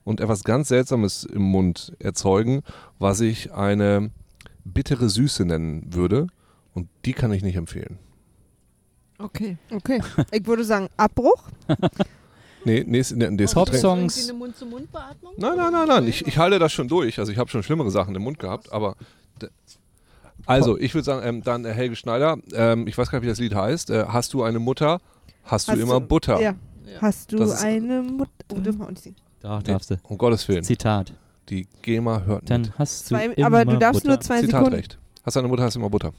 [SPEAKER 4] und etwas ganz Seltsames im Mund erzeugen, was ich eine bittere Süße nennen würde. Und die kann ich nicht empfehlen.
[SPEAKER 3] Okay.
[SPEAKER 2] Okay. Ich würde sagen, Abbruch.
[SPEAKER 4] Nee, nee, ist, nee, nee ist
[SPEAKER 6] Popsong.
[SPEAKER 4] Getränk.
[SPEAKER 6] Songs.
[SPEAKER 3] Eine Mund-zu-Mund-Beatmung?
[SPEAKER 4] Nein, nein, nein, nein. Ich, ich halte das schon durch. Also ich habe schon schlimmere Sachen im Mund gehabt, aber. d- Also, ich würde sagen, ähm, dann äh, Helge Schneider, ähm, ich weiß gar nicht, wie das Lied heißt. Äh, hast du eine Mutter, hast,
[SPEAKER 2] Hast
[SPEAKER 4] du immer Butter.
[SPEAKER 2] Ja. Hast du
[SPEAKER 4] Das ist-
[SPEAKER 2] eine Mutter. Oh, dürfen wir auch nicht singen.
[SPEAKER 6] Da
[SPEAKER 4] Nee,
[SPEAKER 6] darfst du.
[SPEAKER 4] um Gottes Willen.
[SPEAKER 6] Zitat.
[SPEAKER 4] Die GEMA hört
[SPEAKER 6] Dann
[SPEAKER 4] mit.
[SPEAKER 6] hast du
[SPEAKER 2] Zwei,
[SPEAKER 6] immer
[SPEAKER 2] aber du darfst
[SPEAKER 6] Butter.
[SPEAKER 2] nur zwei Sekunden.
[SPEAKER 4] Zitatrecht. Hast du eine Mutter, hast du immer Butter.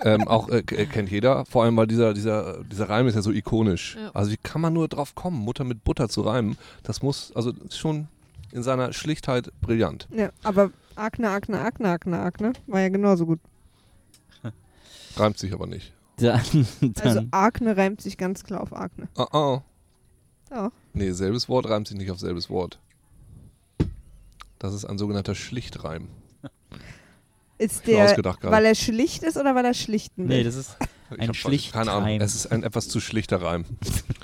[SPEAKER 4] ähm, auch äh, k- äh, kennt jeder, vor allem weil dieser, dieser, dieser Reim ist ja so ikonisch.
[SPEAKER 3] Ja.
[SPEAKER 4] Also wie kann man nur drauf kommen, Mutter mit Butter zu reimen? Das muss, also ist schon in seiner Schlichtheit brillant.
[SPEAKER 2] Ja, aber Akne, Akne, Akne, Akne, Akne war ja genauso gut.
[SPEAKER 4] Reimt sich aber nicht.
[SPEAKER 6] Dann,
[SPEAKER 2] Also
[SPEAKER 6] dann,
[SPEAKER 2] Akne reimt sich ganz klar auf Akne.
[SPEAKER 4] Ah, ah.
[SPEAKER 2] Ja.
[SPEAKER 4] Nee, selbes Wort reimt sich nicht auf selbes Wort. Das ist ein sogenannter Schlichtreim.
[SPEAKER 2] Ist
[SPEAKER 4] Mir
[SPEAKER 2] der,
[SPEAKER 4] ausgedacht gerade.
[SPEAKER 2] weil er schlicht ist oder weil er schlichten will?
[SPEAKER 6] nee, das ist
[SPEAKER 4] Ich
[SPEAKER 6] ein
[SPEAKER 4] hab schon- Keine Ahnung,
[SPEAKER 6] Schlichtreim.
[SPEAKER 4] es ist ein etwas zu schlichter Reim.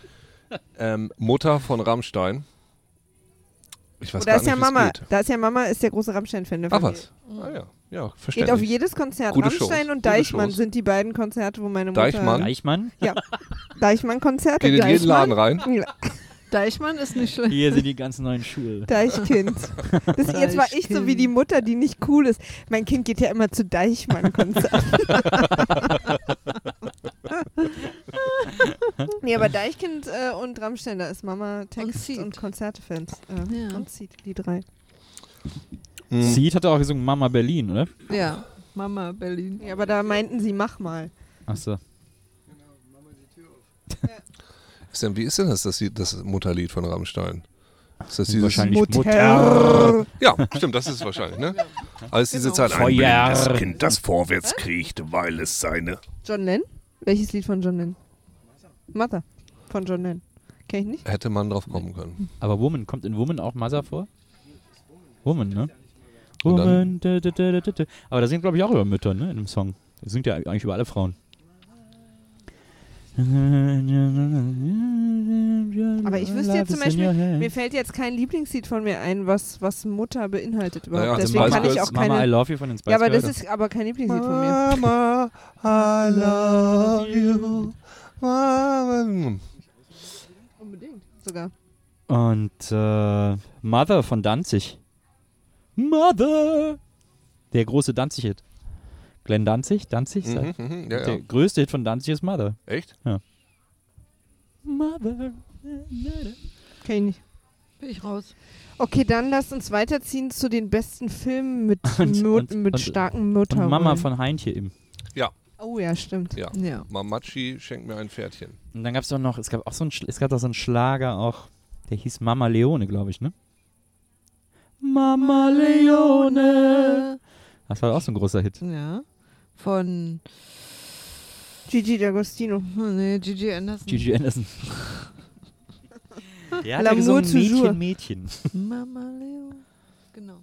[SPEAKER 4] ähm, Mutter von Rammstein. Ich weiß
[SPEAKER 2] Oh, da
[SPEAKER 4] gar
[SPEAKER 2] ist
[SPEAKER 4] nicht,
[SPEAKER 2] ja
[SPEAKER 4] wie's
[SPEAKER 2] Mama,
[SPEAKER 4] geht.
[SPEAKER 2] da ist ja Mama, ist der große Rammstein-Fan. der
[SPEAKER 4] Ah,
[SPEAKER 2] Familie.
[SPEAKER 4] was? Ah, ja. ja,
[SPEAKER 2] Geht auf
[SPEAKER 4] verständlich.
[SPEAKER 2] jedes Konzert.
[SPEAKER 4] Gute
[SPEAKER 2] Rammstein
[SPEAKER 4] Shows,
[SPEAKER 2] und
[SPEAKER 4] gute
[SPEAKER 2] Deichmann
[SPEAKER 4] Shows.
[SPEAKER 2] sind die beiden Konzerte, wo meine Mutter...
[SPEAKER 4] Deichmann?
[SPEAKER 6] Deichmann.
[SPEAKER 2] Deichmann-Konzerte.
[SPEAKER 4] Geht in jeden Laden rein.
[SPEAKER 2] Ja,
[SPEAKER 3] Deichmann ist nicht schlecht.
[SPEAKER 6] Hier sind die ganzen neuen Schuhe.
[SPEAKER 2] Deichkind. Das, jetzt war ich so wie die Mutter, die nicht cool ist. Mein Kind geht ja immer zu Deichmann-Konzerten. nee, aber Deichkind äh, und Rammstein, da ist Mama Text
[SPEAKER 3] Seed.
[SPEAKER 2] und, Konzertefans. Äh,
[SPEAKER 3] Ja.
[SPEAKER 2] Und Seed, die drei.
[SPEAKER 4] Mhm.
[SPEAKER 6] Seed hat auch gesungen Mama Berlin, oder?
[SPEAKER 3] Ja. Mama Berlin.
[SPEAKER 2] Ja, aber da meinten sie, mach mal.
[SPEAKER 6] Achso.
[SPEAKER 4] Ist denn, wie ist denn das, das, Lied- das Mutterlied von Rammstein? Ist das dieses,
[SPEAKER 6] Wahrscheinlich Mutter.
[SPEAKER 4] Ja, stimmt, das ist es wahrscheinlich, ne? Alles diese Zeit.
[SPEAKER 6] Genau. Feuer.
[SPEAKER 7] blindes Kind, das vorwärts kriecht, weil es seine
[SPEAKER 2] John Lennon? Welches Lied von John Lennon? Mother. Von John Lennon. Kenn ich nicht.
[SPEAKER 4] Hätte man drauf kommen können.
[SPEAKER 6] Aber Woman, kommt in Woman auch Mother vor? Woman, ne?
[SPEAKER 4] Und dann-
[SPEAKER 6] Woman. Da, da, da, da, da. Aber da singt, glaube ich, auch über Mütter, ne? In dem Song. Er singt ja eigentlich über alle Frauen.
[SPEAKER 2] Aber
[SPEAKER 6] Aber
[SPEAKER 2] ich wüsste jetzt zum Beispiel, mir fällt jetzt kein Lieblingslied von mir ein, was, was Mutter beinhaltet überhaupt.
[SPEAKER 4] Naja,
[SPEAKER 2] Deswegen
[SPEAKER 4] Spice
[SPEAKER 2] kann ich
[SPEAKER 4] Girls,
[SPEAKER 2] auch
[SPEAKER 6] Mama, I
[SPEAKER 2] keine.
[SPEAKER 6] love you von den Spice
[SPEAKER 2] Ja, aber das
[SPEAKER 6] Girls.
[SPEAKER 2] ist aber kein Lieblingslied von mir.
[SPEAKER 4] Mama, I love you. Mama.
[SPEAKER 2] Unbedingt. Sogar.
[SPEAKER 6] Und äh, Mother von Danzig. Mother! Der große Danzig-Hit. Glenn Danzig, Danzig,
[SPEAKER 4] Mhm,
[SPEAKER 6] sagt-
[SPEAKER 4] mhm, ja,
[SPEAKER 6] der
[SPEAKER 4] ja.
[SPEAKER 6] größte Hit von Danzig ist Mother.
[SPEAKER 4] Echt?
[SPEAKER 6] Mother.
[SPEAKER 2] Kenn ich nicht.
[SPEAKER 3] Bin ich raus.
[SPEAKER 2] Okay, dann lasst uns weiterziehen zu den besten Filmen mit,
[SPEAKER 6] Und-
[SPEAKER 2] Mut,
[SPEAKER 6] und-
[SPEAKER 2] mit
[SPEAKER 6] und-
[SPEAKER 2] starken
[SPEAKER 6] Und
[SPEAKER 2] Müttern.
[SPEAKER 6] Mama von Heintje im.
[SPEAKER 2] Oh ja, stimmt.
[SPEAKER 4] Ja.
[SPEAKER 3] Ja.
[SPEAKER 4] Mamachi schenkt mir ein Pferdchen.
[SPEAKER 6] Und dann gab es doch noch, es gab auch so einen, Sch- es gab doch so einen Schlager auch, der hieß Mama Leone, glaube ich, ne? Mama Leone. Das war auch so ein großer Hit.
[SPEAKER 3] Ja. Von
[SPEAKER 2] Gigi D'Agostino.
[SPEAKER 3] hm, nee, Gigi Anderson.
[SPEAKER 6] Gigi Anderson. Der hat ja
[SPEAKER 2] L'amour
[SPEAKER 6] gesungen
[SPEAKER 2] toujours.
[SPEAKER 6] Mädchen, Mädchen.
[SPEAKER 3] Mama Leo. Genau.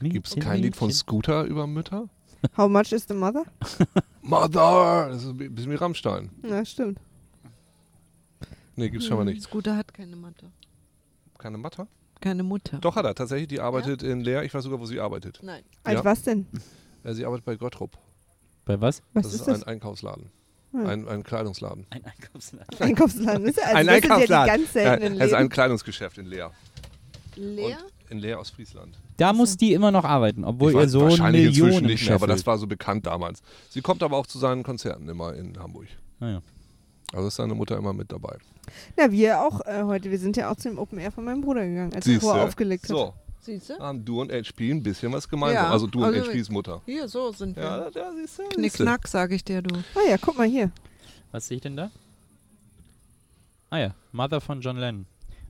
[SPEAKER 4] Gibt es kein Lied von Scooter über Mütter?
[SPEAKER 2] How much is the mother?
[SPEAKER 4] Mother! Das ist ein bisschen wie Rammstein.
[SPEAKER 2] Na, stimmt.
[SPEAKER 4] Nee, gibt's schon mal
[SPEAKER 2] Hm.
[SPEAKER 4] nicht.
[SPEAKER 3] Scooter hat keine Mutter.
[SPEAKER 4] Keine Mutter?
[SPEAKER 3] Keine Mutter.
[SPEAKER 4] Doch hat er tatsächlich. Die arbeitet in Leer. Ich weiß sogar, wo sie arbeitet.
[SPEAKER 3] Nein.
[SPEAKER 2] Als
[SPEAKER 4] Ja.
[SPEAKER 2] was denn?
[SPEAKER 4] Äh, Sie arbeitet bei Gottrop.
[SPEAKER 6] Bei was?
[SPEAKER 2] Was
[SPEAKER 4] das
[SPEAKER 2] ist
[SPEAKER 4] ist
[SPEAKER 2] das?
[SPEAKER 4] ein Einkaufsladen. Ein, ein Kleidungsladen.
[SPEAKER 6] Ein Einkaufsladen.
[SPEAKER 2] Einkaufsladen. Ist ja, also
[SPEAKER 4] ein
[SPEAKER 2] das sind ja die
[SPEAKER 4] Einkaufsladen.
[SPEAKER 2] ganz seltenen
[SPEAKER 4] Ja, also ein
[SPEAKER 2] Läden.
[SPEAKER 4] Kleidungsgeschäft in Leer.
[SPEAKER 3] Leer?
[SPEAKER 4] Und in Leer aus Friesland.
[SPEAKER 6] Da muss die immer noch arbeiten, obwohl
[SPEAKER 4] Ich weiß
[SPEAKER 6] ihr so
[SPEAKER 4] wahrscheinlich inzwischen
[SPEAKER 6] Millionen
[SPEAKER 4] nicht mehr, aber das war so bekannt damals. Sie kommt aber auch zu seinen Konzerten immer in Hamburg.
[SPEAKER 6] naja.
[SPEAKER 4] Also ist seine Mutter immer mit dabei.
[SPEAKER 2] Na, wir auch äh, heute. Wir sind ja auch zu dem Open Air von meinem Bruder gegangen, als er
[SPEAKER 4] Siehste.
[SPEAKER 2] vorher aufgelegt hat.
[SPEAKER 4] So,
[SPEAKER 3] Siehst du?
[SPEAKER 4] haben du und HP ein bisschen was gemeinsam.
[SPEAKER 3] Ja,
[SPEAKER 4] also du und
[SPEAKER 3] also-
[SPEAKER 4] HPs Mutter.
[SPEAKER 3] Hier, so sind
[SPEAKER 4] Ja,
[SPEAKER 3] wir.
[SPEAKER 4] da, da siehst du. siehst
[SPEAKER 3] Knickknack, sag ich dir, du.
[SPEAKER 2] Ah ja, guck mal hier.
[SPEAKER 6] Was sehe ich denn da? Ah ja, Mother von John Lennon.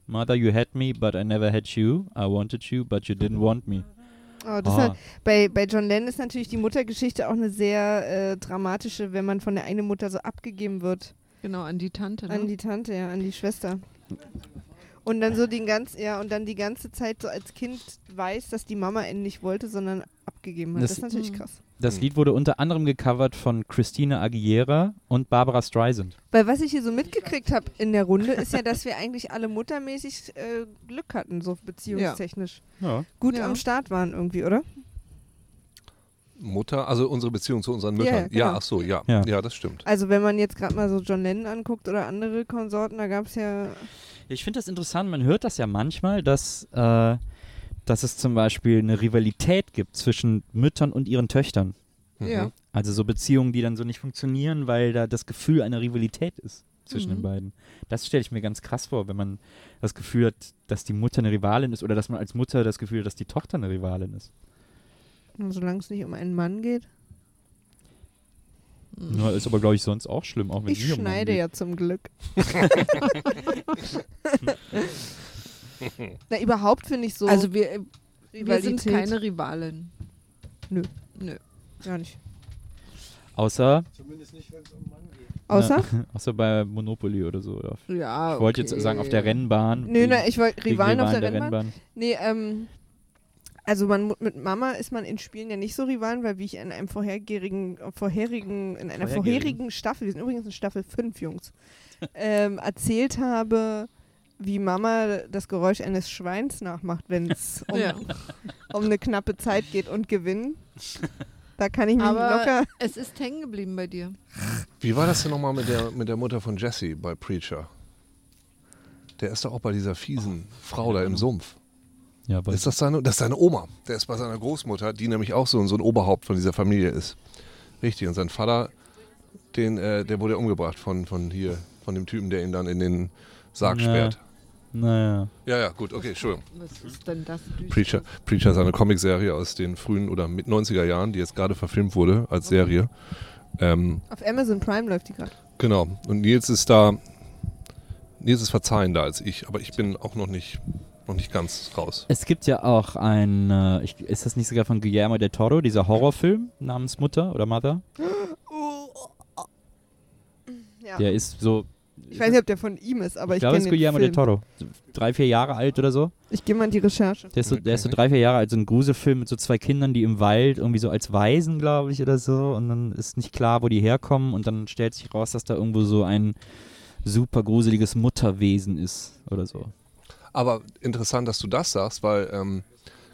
[SPEAKER 6] Mother, you had me, but I never had you. I wanted you, but you didn't want me.
[SPEAKER 2] Oh, das
[SPEAKER 6] Ah.
[SPEAKER 2] hat, bei, bei John Lennon ist natürlich die Muttergeschichte auch eine sehr äh, dramatische, wenn man von der einen Mutter so abgegeben wird.
[SPEAKER 3] Genau, an die Tante. Ne?
[SPEAKER 2] An die Tante, ja, an die Schwester. Und dann so den ganz, ja, und dann die ganze Zeit so als Kind weiß, dass die Mama ihn nicht wollte, sondern abgegeben hat. Das,
[SPEAKER 6] Das-
[SPEAKER 2] ist natürlich
[SPEAKER 3] Mhm.
[SPEAKER 2] krass.
[SPEAKER 6] Das
[SPEAKER 4] Hm.
[SPEAKER 6] Lied wurde unter anderem gecovert von Christina Aguilera und Barbara Streisand.
[SPEAKER 2] Weil was ich hier so mitgekriegt habe in der Runde, ist ja, dass wir eigentlich alle muttermäßig äh, Glück hatten, so beziehungstechnisch.
[SPEAKER 6] Ja.
[SPEAKER 2] Gut
[SPEAKER 3] Ja.
[SPEAKER 2] am Start waren irgendwie, oder?
[SPEAKER 4] Mutter, also unsere Beziehung zu unseren
[SPEAKER 2] Ja,
[SPEAKER 4] Müttern. Ja,
[SPEAKER 2] genau.
[SPEAKER 4] ach so, ja.
[SPEAKER 6] Ja.
[SPEAKER 4] Ja, das stimmt.
[SPEAKER 2] Also wenn man jetzt gerade mal so John Lennon anguckt oder andere Konsorten, da gab es ja
[SPEAKER 6] Ich finde das interessant, man hört das ja manchmal, dass, äh, dass es zum Beispiel eine Rivalität gibt zwischen Müttern und ihren Töchtern.
[SPEAKER 4] Mhm.
[SPEAKER 3] Ja.
[SPEAKER 6] Also so Beziehungen, die dann so nicht funktionieren, weil da das Gefühl einer Rivalität ist zwischen
[SPEAKER 3] Mhm.
[SPEAKER 6] den beiden. Das stelle ich mir ganz krass vor, wenn man das Gefühl hat, dass die Mutter eine Rivalin ist oder dass man als Mutter das Gefühl hat, dass die Tochter eine Rivalin ist.
[SPEAKER 2] Solange es nicht um einen Mann geht.
[SPEAKER 6] Ja, ist aber, glaube ich, sonst auch schlimm, auch wenn
[SPEAKER 2] Mhm. Ich
[SPEAKER 6] sie um Mann
[SPEAKER 2] schneide
[SPEAKER 6] geht.
[SPEAKER 2] ja zum Glück. Na, überhaupt finde ich so.
[SPEAKER 3] Also wir, wir
[SPEAKER 2] Rivalität-
[SPEAKER 3] sind keine Rivalen.
[SPEAKER 2] Nö.
[SPEAKER 3] Nö.
[SPEAKER 2] Gar nicht.
[SPEAKER 6] Außer,
[SPEAKER 2] Außer?
[SPEAKER 6] außer bei Monopoly oder so. Oder auf-
[SPEAKER 3] Ja,
[SPEAKER 6] ich wollte jetzt sagen, auf der Rennbahn.
[SPEAKER 2] Nö,
[SPEAKER 6] gegen-
[SPEAKER 2] na, ich wollte
[SPEAKER 6] gegen
[SPEAKER 2] Rivalen auf
[SPEAKER 6] Rivalen
[SPEAKER 2] der Rennbahn. Nee, ähm. Also man, mu- mit Mama ist man in Spielen ja nicht so Rivalen, weil wie ich in einem vorherigen, vorherigen, in einer
[SPEAKER 6] Vorhergehenden.
[SPEAKER 2] vorherigen Staffel, wir sind übrigens in Staffel 5, Jungs, ähm, erzählt habe, wie Mama das Geräusch eines Schweins nachmacht, wenn es um,
[SPEAKER 3] Ja.
[SPEAKER 2] um eine knappe Zeit geht und gewinnen. Da kann ich mich locker.
[SPEAKER 3] Aber es ist hängen geblieben bei dir.
[SPEAKER 4] Wie war das denn nochmal mit der, mit der Mutter von Jesse bei Preacher? Der ist doch auch bei dieser fiesen Frau da im Sumpf.
[SPEAKER 6] Ja, aber
[SPEAKER 4] Ist das, seine, das ist seine Oma. Der ist bei seiner Großmutter, die nämlich auch so, so ein Oberhaupt von dieser Familie ist. Richtig. Und sein Vater, den, äh, der wurde ja umgebracht von, von hier, von dem Typen, der ihn dann in den Sarg
[SPEAKER 6] Ja.
[SPEAKER 4] sperrt.
[SPEAKER 6] naja.
[SPEAKER 4] Ja, ja, gut, okay, Entschuldigung.
[SPEAKER 3] Was ist denn das?
[SPEAKER 4] Preacher, Preacher ist eine Comicserie aus den frühen oder mit 90er Jahren, die jetzt gerade verfilmt wurde als Serie. Ähm,
[SPEAKER 2] Auf Amazon Prime läuft die gerade.
[SPEAKER 4] genau. Und Nils ist da. Nils ist verzeihender als ich, aber ich bin auch noch nicht, noch nicht ganz raus.
[SPEAKER 6] Es gibt ja auch ein, äh, ich, ist das nicht sogar von Guillermo del Toro, dieser Horrorfilm namens Mutter oder Mother?
[SPEAKER 2] Ja.
[SPEAKER 6] Der ist so,
[SPEAKER 2] Ich weiß nicht, ob der von ihm ist, aber
[SPEAKER 6] ich
[SPEAKER 2] ich,
[SPEAKER 6] glaube,
[SPEAKER 2] kenne
[SPEAKER 6] es ist
[SPEAKER 2] den
[SPEAKER 6] Guillermo del
[SPEAKER 2] Film.
[SPEAKER 6] Toro. So Drei, vier Jahre alt oder so.
[SPEAKER 2] Ich gehe mal in die Recherche.
[SPEAKER 6] Der ist so, der ist so
[SPEAKER 4] Okay.
[SPEAKER 6] drei, vier Jahre alt, so ein Gruselfilm mit so zwei Kindern, die im Wald irgendwie so als Waisen, glaube ich, oder so. Und dann ist nicht klar, wo die herkommen. Und dann stellt sich raus, dass da irgendwo so ein super gruseliges Mutterwesen ist oder so.
[SPEAKER 4] Aber interessant, dass du das sagst, weil ähm,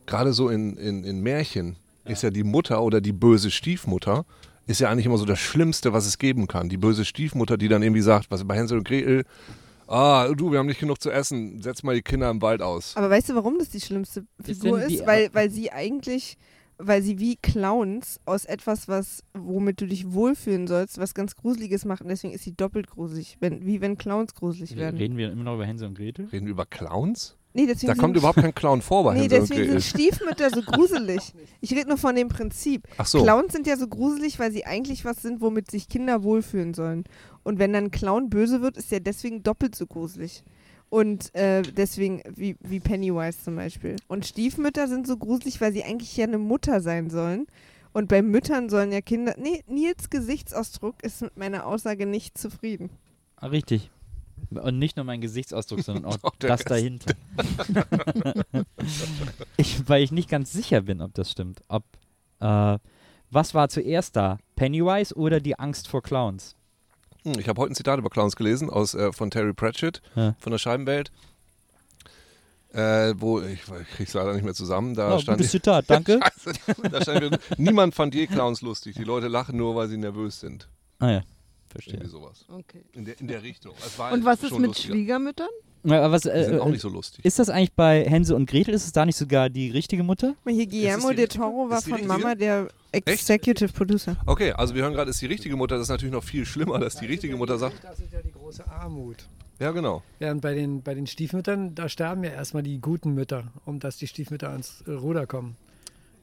[SPEAKER 4] gerade so in, in, in Märchen ist ja die Mutter oder die böse Stiefmutter ist ja eigentlich immer so das Schlimmste, was es geben kann. Die böse Stiefmutter, die dann irgendwie sagt, was bei Hänsel und Gretel, ah, du, wir haben nicht genug zu essen, setz mal die Kinder im Wald aus.
[SPEAKER 2] Aber weißt du, warum das die schlimmste
[SPEAKER 6] Ist
[SPEAKER 2] Figur
[SPEAKER 6] denn
[SPEAKER 2] ist?
[SPEAKER 6] die-
[SPEAKER 2] Weil, weil sie eigentlich, weil sie wie Clowns aus etwas, was, womit du dich wohlfühlen sollst, was ganz Gruseliges macht. Und deswegen ist sie doppelt gruselig, wenn, wie wenn Clowns gruselig werden.
[SPEAKER 6] Reden wir immer noch über Hänsel und Gretel?
[SPEAKER 4] Reden wir über Clowns?
[SPEAKER 2] Nee, deswegen
[SPEAKER 4] Da
[SPEAKER 2] sind,
[SPEAKER 4] kommt überhaupt kein Clown vor bei
[SPEAKER 2] nee,
[SPEAKER 4] Hänsel und
[SPEAKER 2] deswegen
[SPEAKER 4] Gretel.
[SPEAKER 2] sind Stiefmütter so gruselig. Ich rede nur von dem Prinzip.
[SPEAKER 4] Ach so.
[SPEAKER 2] Clowns sind ja so gruselig, weil sie eigentlich was sind, womit sich Kinder wohlfühlen sollen. Und wenn dann ein Clown böse wird, ist er deswegen doppelt so gruselig. Und äh, deswegen, wie, wie Pennywise zum Beispiel. Und Stiefmütter sind so gruselig, weil sie eigentlich ja eine Mutter sein sollen. Und bei Müttern sollen ja Kinder. Nee, Nils Gesichtsausdruck ist mit meiner Aussage nicht zufrieden.
[SPEAKER 6] Ah, richtig. Und nicht nur mein Gesichtsausdruck, sondern auch
[SPEAKER 4] Auch der
[SPEAKER 6] das
[SPEAKER 4] Rest.
[SPEAKER 6] dahinter. ich, weil ich nicht ganz sicher bin, ob das stimmt. Ob, äh, was war zuerst da? Pennywise oder die Angst vor Clowns?
[SPEAKER 4] Hm, Ich habe heute ein Zitat über Clowns gelesen aus, äh, von Terry Pratchett
[SPEAKER 6] Ja.
[SPEAKER 4] von der Scheibenwelt. Äh, wo, ich, ich krieg's leider nicht mehr zusammen, da
[SPEAKER 6] Oh,
[SPEAKER 4] stand
[SPEAKER 6] gutes Zitat, danke.
[SPEAKER 4] Scheiße. Da stand drin, niemand fand je Clowns lustig. Die Leute lachen nur, weil sie nervös sind.
[SPEAKER 6] ah, ja. Verstehe.
[SPEAKER 4] Irgendwie sowas.
[SPEAKER 3] Okay.
[SPEAKER 4] In der, in der Richtung. Es war
[SPEAKER 3] Und was ist
[SPEAKER 4] schon
[SPEAKER 3] mit
[SPEAKER 4] lustiger.
[SPEAKER 3] Schwiegermüttern?
[SPEAKER 6] Ja, aber was,
[SPEAKER 4] Die
[SPEAKER 6] äh,
[SPEAKER 4] sind auch
[SPEAKER 6] äh,
[SPEAKER 4] nicht so lustig.
[SPEAKER 6] ist das eigentlich bei Hänsel und Gretel, ist es da nicht sogar die richtige Mutter?
[SPEAKER 2] Mal Hier Guillermo
[SPEAKER 4] die
[SPEAKER 2] de
[SPEAKER 4] richtige?
[SPEAKER 2] Toro
[SPEAKER 4] Ist
[SPEAKER 2] war
[SPEAKER 4] die
[SPEAKER 2] von
[SPEAKER 4] richtige?
[SPEAKER 2] Mama der Executive Producer.
[SPEAKER 4] Okay, also wir hören gerade, ist die richtige Mutter. Das ist natürlich noch viel schlimmer, dass die richtige Mutter sagt.
[SPEAKER 8] Das ist ja die große Armut.
[SPEAKER 4] Ja, genau.
[SPEAKER 8] Während bei den, bei den Stiefmüttern, da sterben ja erstmal die guten Mütter, um dass die Stiefmütter ans äh, Ruder kommen.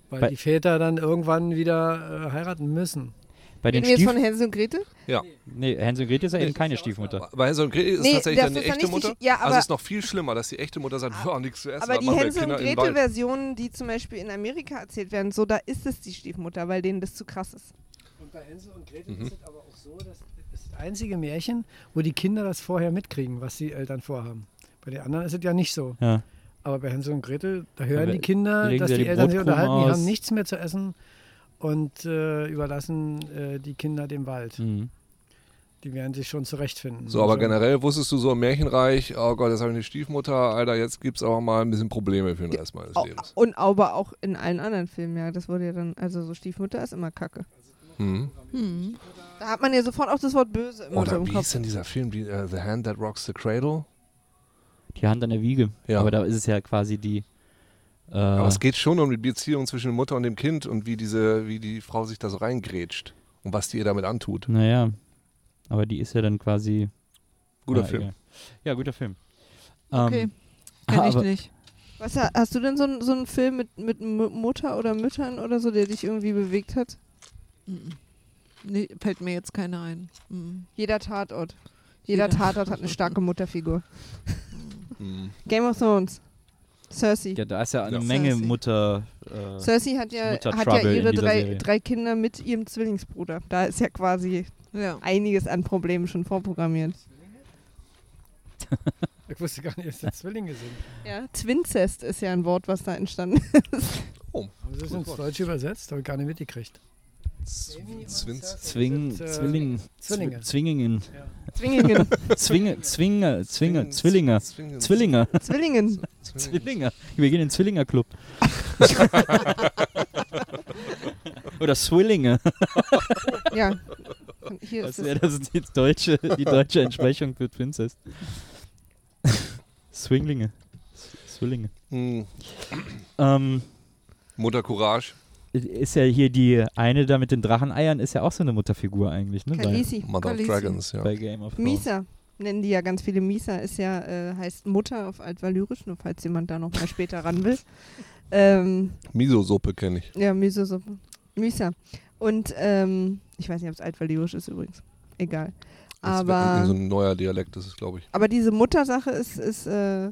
[SPEAKER 8] Weil
[SPEAKER 6] Bei-
[SPEAKER 8] die Väter dann irgendwann wieder äh, heiraten müssen.
[SPEAKER 6] Bei den
[SPEAKER 2] Reden wir jetzt
[SPEAKER 6] Stief
[SPEAKER 2] von Hänsel und Gretel?
[SPEAKER 4] Ja.
[SPEAKER 6] nee, Hänsel und Gretel ist ja eben keine Stiefmutter.
[SPEAKER 4] Bei Hänsel und Gretel ist
[SPEAKER 2] Nee,
[SPEAKER 4] tatsächlich
[SPEAKER 2] das
[SPEAKER 4] dann eine
[SPEAKER 2] ist ja
[SPEAKER 4] echte
[SPEAKER 2] nicht die-
[SPEAKER 4] Mutter.
[SPEAKER 2] ja,
[SPEAKER 4] also
[SPEAKER 2] aber- Ah,
[SPEAKER 4] es ist noch viel schlimmer, dass die echte Mutter sagt, boah, nichts zu essen,
[SPEAKER 2] Aber
[SPEAKER 4] dann
[SPEAKER 2] die
[SPEAKER 4] machen wir
[SPEAKER 2] Hänsel und
[SPEAKER 4] Kinder in den Wald.
[SPEAKER 2] Gretel-Versionen, die zum Beispiel in Amerika erzählt werden, so, da ist es die Stiefmutter, weil denen das zu krass ist.
[SPEAKER 8] Und bei Hänsel und Gretel
[SPEAKER 6] Mhm.
[SPEAKER 8] ist es aber auch so, dass das ist das einzige Märchen, wo die Kinder das vorher mitkriegen, was die Eltern vorhaben. Bei den anderen ist es ja nicht so.
[SPEAKER 6] Ja.
[SPEAKER 8] Aber bei Hänsel und Gretel, da hören
[SPEAKER 6] Aber
[SPEAKER 8] die Kinder,
[SPEAKER 6] legen
[SPEAKER 8] dass
[SPEAKER 6] sie ja
[SPEAKER 8] die
[SPEAKER 6] die
[SPEAKER 8] Eltern sich
[SPEAKER 6] Brotkrumen
[SPEAKER 8] unterhalten, die
[SPEAKER 6] aus.
[SPEAKER 8] haben nichts mehr zu essen und äh, überlassen äh, die Kinder dem Wald.
[SPEAKER 6] Mhm.
[SPEAKER 8] Die werden sich schon zurechtfinden.
[SPEAKER 4] So, aber
[SPEAKER 8] Also-
[SPEAKER 4] generell wusstest du so im Märchenreich, oh Gott, jetzt habe ich eine Stiefmutter, Alter, jetzt gibt's aber mal ein bisschen Probleme für den Rest meines
[SPEAKER 2] Au-
[SPEAKER 4] Lebens.
[SPEAKER 2] Und aber auch in allen anderen Filmen, ja. Das wurde ja dann, also so Stiefmutter ist immer Kacke.
[SPEAKER 4] Mhm.
[SPEAKER 3] Hm.
[SPEAKER 2] Da hat man ja sofort auch das Wort böse Oh. immer so
[SPEAKER 4] Oder
[SPEAKER 2] im
[SPEAKER 4] wie hieß
[SPEAKER 2] Kopf.
[SPEAKER 4] denn dieser Film, die, äh, The Hand That Rocks the Cradle?
[SPEAKER 6] Die Hand an der Wiege.
[SPEAKER 4] Ja.
[SPEAKER 6] Aber da ist es ja quasi die. Äh,
[SPEAKER 4] Aber es geht schon um die Beziehung zwischen Mutter und dem Kind und wie diese, wie die Frau sich da so reingrätscht und was die ihr damit antut.
[SPEAKER 6] naja. Aber die ist ja dann quasi.
[SPEAKER 4] Guter
[SPEAKER 6] ah,
[SPEAKER 4] Film.
[SPEAKER 6] egal. Ja, guter Film.
[SPEAKER 3] Okay.
[SPEAKER 6] Ähm,
[SPEAKER 3] Kenn ich
[SPEAKER 6] aber-
[SPEAKER 3] nicht.
[SPEAKER 2] Was, ha- hast du denn so, einen- so einen Film mit, mit M- Mutter oder Müttern oder so, der dich irgendwie bewegt hat?
[SPEAKER 3] Nee, fällt mir jetzt keiner ein. Mhm.
[SPEAKER 2] Jeder Tatort. Jeder
[SPEAKER 3] Jeder.
[SPEAKER 2] Tatort hat eine starke Mutterfigur.
[SPEAKER 4] Mhm.
[SPEAKER 2] Game of Thrones. Cersei.
[SPEAKER 6] Ja, da ist ja eine
[SPEAKER 4] Ja.
[SPEAKER 6] Menge
[SPEAKER 3] Cersei.
[SPEAKER 6] Mutter. Äh,
[SPEAKER 2] Cersei hat ja,
[SPEAKER 6] Mutter
[SPEAKER 2] hat ja
[SPEAKER 6] Trouble
[SPEAKER 2] ihre
[SPEAKER 6] in dieser
[SPEAKER 2] drei,
[SPEAKER 6] Serie.
[SPEAKER 2] drei Kinder mit ihrem Zwillingsbruder. Da ist ja quasi
[SPEAKER 3] Ja.
[SPEAKER 2] einiges an Problemen schon vorprogrammiert.
[SPEAKER 8] Ich wusste gar nicht, dass das Zwillinge sind.
[SPEAKER 2] Ja, Twincest ist ja ein Wort, was da entstanden ist.
[SPEAKER 8] Haben Sie das ins Deutsche übersetzt? Habe ich gar nicht mitgekriegt.
[SPEAKER 4] Zwins.
[SPEAKER 6] Zwing,
[SPEAKER 8] sind, äh,
[SPEAKER 6] Zwilling,
[SPEAKER 8] Zwillinge.
[SPEAKER 6] Zw- Zwingingen,
[SPEAKER 2] Zwillingen.
[SPEAKER 6] Zwinge, Zwinge, Zwinge, Zwillinge, Zwillinge,
[SPEAKER 2] Zwillingen.
[SPEAKER 4] Zwillinge.
[SPEAKER 6] Zwillinge. Wir gehen in den Zwillinger Club. Oder Swillinge.
[SPEAKER 2] Ja. Hier
[SPEAKER 6] Das
[SPEAKER 2] ist
[SPEAKER 6] wäre
[SPEAKER 2] es.
[SPEAKER 6] das ist die deutsche, die deutsche Entsprechung für Princess. Swinglinge. Swillinge.
[SPEAKER 4] Mhm.
[SPEAKER 6] Ähm,
[SPEAKER 4] Mutter Courage.
[SPEAKER 6] ist ja hier die eine da mit den Dracheneiern, ist ja auch so eine Mutterfigur eigentlich, ne? Bei,
[SPEAKER 2] Khaleesi.
[SPEAKER 4] Mother of
[SPEAKER 3] Khaleesi.
[SPEAKER 4] Dragons, ja.
[SPEAKER 6] bei Game of Thrones.
[SPEAKER 2] Misa nennen die ja ganz viele. Misa ist ja, äh, heißt Mutter auf Altvalyrisch, nur falls jemand da noch mal später ran will. Ähm,
[SPEAKER 4] Miso-Suppe kenne ich.
[SPEAKER 2] ja, Miso-Suppe. Misa. Und ähm, ich weiß nicht, ob es Altvalyrisch ist übrigens. Egal.
[SPEAKER 4] Das ist
[SPEAKER 2] Aber...
[SPEAKER 4] in- in so ein neuer Dialekt ist es, glaube ich.
[SPEAKER 2] Aber diese Muttersache ist, ist, äh,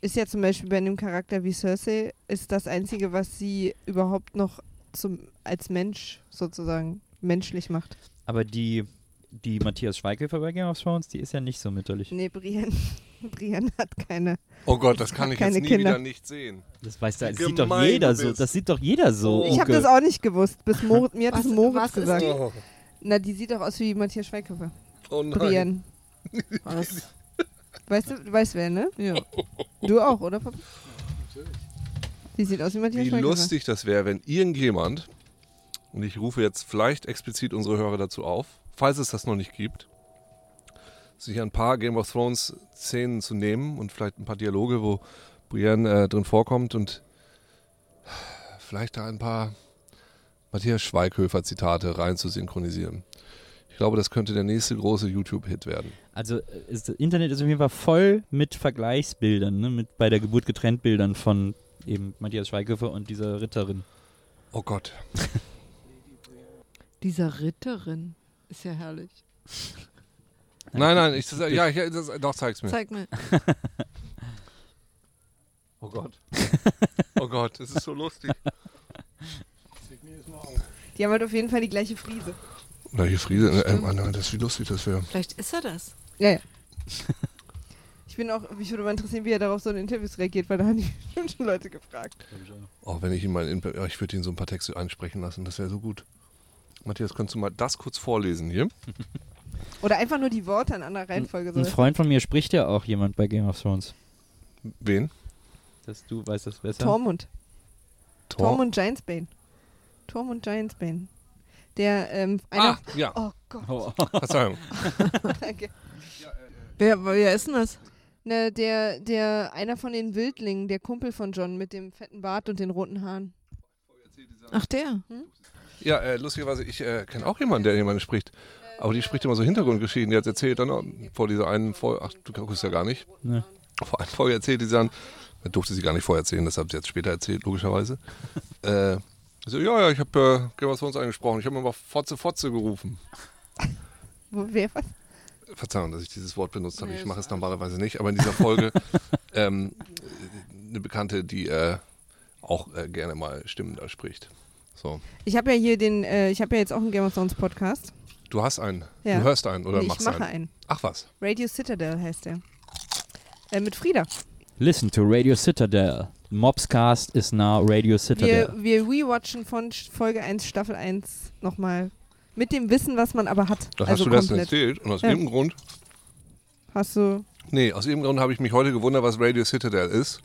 [SPEAKER 2] ist ja zum Beispiel bei einem Charakter wie Cersei, ist das Einzige, was sie überhaupt noch zum, als Mensch sozusagen menschlich macht.
[SPEAKER 6] Aber die, die Matthias Schweighöfer bei Game of Thrones, die ist ja nicht so mütterlich.
[SPEAKER 2] Nee, Brienne, Brienne hat keine.
[SPEAKER 4] Oh Gott, das kann ich jetzt
[SPEAKER 2] Keine
[SPEAKER 4] nie
[SPEAKER 2] Kinder.
[SPEAKER 4] wieder nicht sehen.
[SPEAKER 6] Das weiß da, das
[SPEAKER 4] Wie
[SPEAKER 6] sieht doch
[SPEAKER 4] gemein
[SPEAKER 6] jeder
[SPEAKER 4] du
[SPEAKER 6] so.
[SPEAKER 4] bist.
[SPEAKER 6] Das sieht doch jeder so.
[SPEAKER 2] Ich habe
[SPEAKER 6] Uke.
[SPEAKER 2] das auch nicht gewusst, bis Moritz, mir hat
[SPEAKER 3] Was-
[SPEAKER 2] es Moritz
[SPEAKER 3] was ist
[SPEAKER 2] gesagt.
[SPEAKER 3] die?
[SPEAKER 4] Oh,
[SPEAKER 2] Na, die sieht doch aus wie Matthias Schweighöfer.
[SPEAKER 4] oh nein.
[SPEAKER 2] Brienne.
[SPEAKER 3] Was?
[SPEAKER 2] Weißt du, du weißt wer, ne?
[SPEAKER 3] Ja.
[SPEAKER 2] Du auch, oder? Papa? Die sieht aus wie Matthias
[SPEAKER 4] Wie
[SPEAKER 2] Schweighöfer.
[SPEAKER 4] lustig das wäre, wenn irgendjemand, und ich rufe jetzt vielleicht explizit unsere Hörer dazu auf, falls es das noch nicht gibt, sich ein paar Game of Thrones Szenen zu nehmen und vielleicht ein paar Dialoge, wo Brienne äh, drin vorkommt und vielleicht da ein paar Matthias Schweighöfer Zitate rein zu synchronisieren. Ich glaube, das könnte der nächste große YouTube-Hit werden.
[SPEAKER 6] Also äh, ist, das Internet ist auf jeden Fall voll mit Vergleichsbildern, ne? mit bei der Geburt getrennt Bildern von eben Matthias Schweighöfer und dieser Ritterin.
[SPEAKER 4] Oh Gott.
[SPEAKER 3] Dieser Ritterin ist ja herrlich.
[SPEAKER 4] Nein, nein, ich, das, ja, ich, das, doch, zeig's mir.
[SPEAKER 3] Zeig mir.
[SPEAKER 4] Oh Gott. Oh Gott, das ist so lustig.
[SPEAKER 2] Die haben halt auf jeden Fall die gleiche Friese.
[SPEAKER 4] Na, hier Friese, äh, Mann, das ist wie lustig das wäre.
[SPEAKER 3] Vielleicht ist er das.
[SPEAKER 2] Ja, ja. Ich bin auch, mich würde mal interessieren, wie er darauf so in Interviews reagiert, weil da haben die bestimmt schon Leute gefragt.
[SPEAKER 4] Oh, wenn ich ihm mal, in, ja, ich würde ihn so ein paar Texte einsprechen lassen, das wäre so gut. Matthias, kannst du mal das kurz vorlesen hier?
[SPEAKER 2] Oder einfach nur die Worte in anderer Reihenfolge.
[SPEAKER 6] Ein
[SPEAKER 2] So.
[SPEAKER 6] Freund von mir spricht ja auch jemand bei Game of Thrones.
[SPEAKER 4] Wen?
[SPEAKER 6] Dass du weißt das besser.
[SPEAKER 2] Tormund.
[SPEAKER 4] Tor-
[SPEAKER 2] Tormund Giantsbane. Tormund Giantsbane. Der ähm, einer,
[SPEAKER 4] Ah, ja.
[SPEAKER 2] Oh Gott.
[SPEAKER 6] Oh,
[SPEAKER 4] Verzeihung.
[SPEAKER 2] Danke.
[SPEAKER 3] Wer, wer ist denn das?
[SPEAKER 2] Ne, der, der, einer von den Wildlingen, der Kumpel von John mit dem fetten Bart und den roten Haaren. Hm.
[SPEAKER 3] Ach, der.
[SPEAKER 4] Ja, äh, lustigerweise, ich äh, kenne auch jemanden, der jemanden spricht. Aber die spricht immer so Hintergrundgeschichten. Die hat erzählt dann auch vor dieser einen Folge, ach, du guckst ja gar nicht.
[SPEAKER 6] Ne.
[SPEAKER 4] Vor einer Folge erzählt die dann, das durfte sie gar nicht vorher erzählen, das hat sie jetzt später erzählt, logischerweise. äh, so, ja, ja, ich habe äh, was vor uns angesprochen. Ich habe mal Fotze Fotze gerufen.
[SPEAKER 2] Wo, wer was?
[SPEAKER 4] Verzeihung, dass ich dieses Wort benutzt habe. Ich mache es normalerweise nicht, aber in dieser Folge ähm, eine Bekannte, die äh, auch äh, gerne mal Stimmen da spricht. So,
[SPEAKER 2] Ich habe ja hier den, äh, ich habe ja jetzt auch einen Game of Thrones Podcast.
[SPEAKER 4] du hast einen,
[SPEAKER 2] Ja.
[SPEAKER 4] du hörst einen oder
[SPEAKER 2] Nee, ich
[SPEAKER 4] machst
[SPEAKER 2] mache
[SPEAKER 3] halt.
[SPEAKER 4] einen.
[SPEAKER 2] einen.
[SPEAKER 4] Ach was,
[SPEAKER 2] Radio Citadel heißt der. Äh, mit Frieda.
[SPEAKER 6] Listen to Radio Citadel. Mobscast is now Radio Citadel.
[SPEAKER 2] Wir, wir rewatchen von Sch- Folge 1, Staffel 1 nochmal. Mit dem Wissen, was man aber hat.
[SPEAKER 4] das
[SPEAKER 2] also
[SPEAKER 4] hast du das
[SPEAKER 2] komplett.
[SPEAKER 4] erzählt und aus
[SPEAKER 2] Ja.
[SPEAKER 4] irgendeinem Grund,
[SPEAKER 2] hast du.
[SPEAKER 4] nee, aus irgendeinem Grund habe ich mich heute gewundert, was Radio Citadel ist,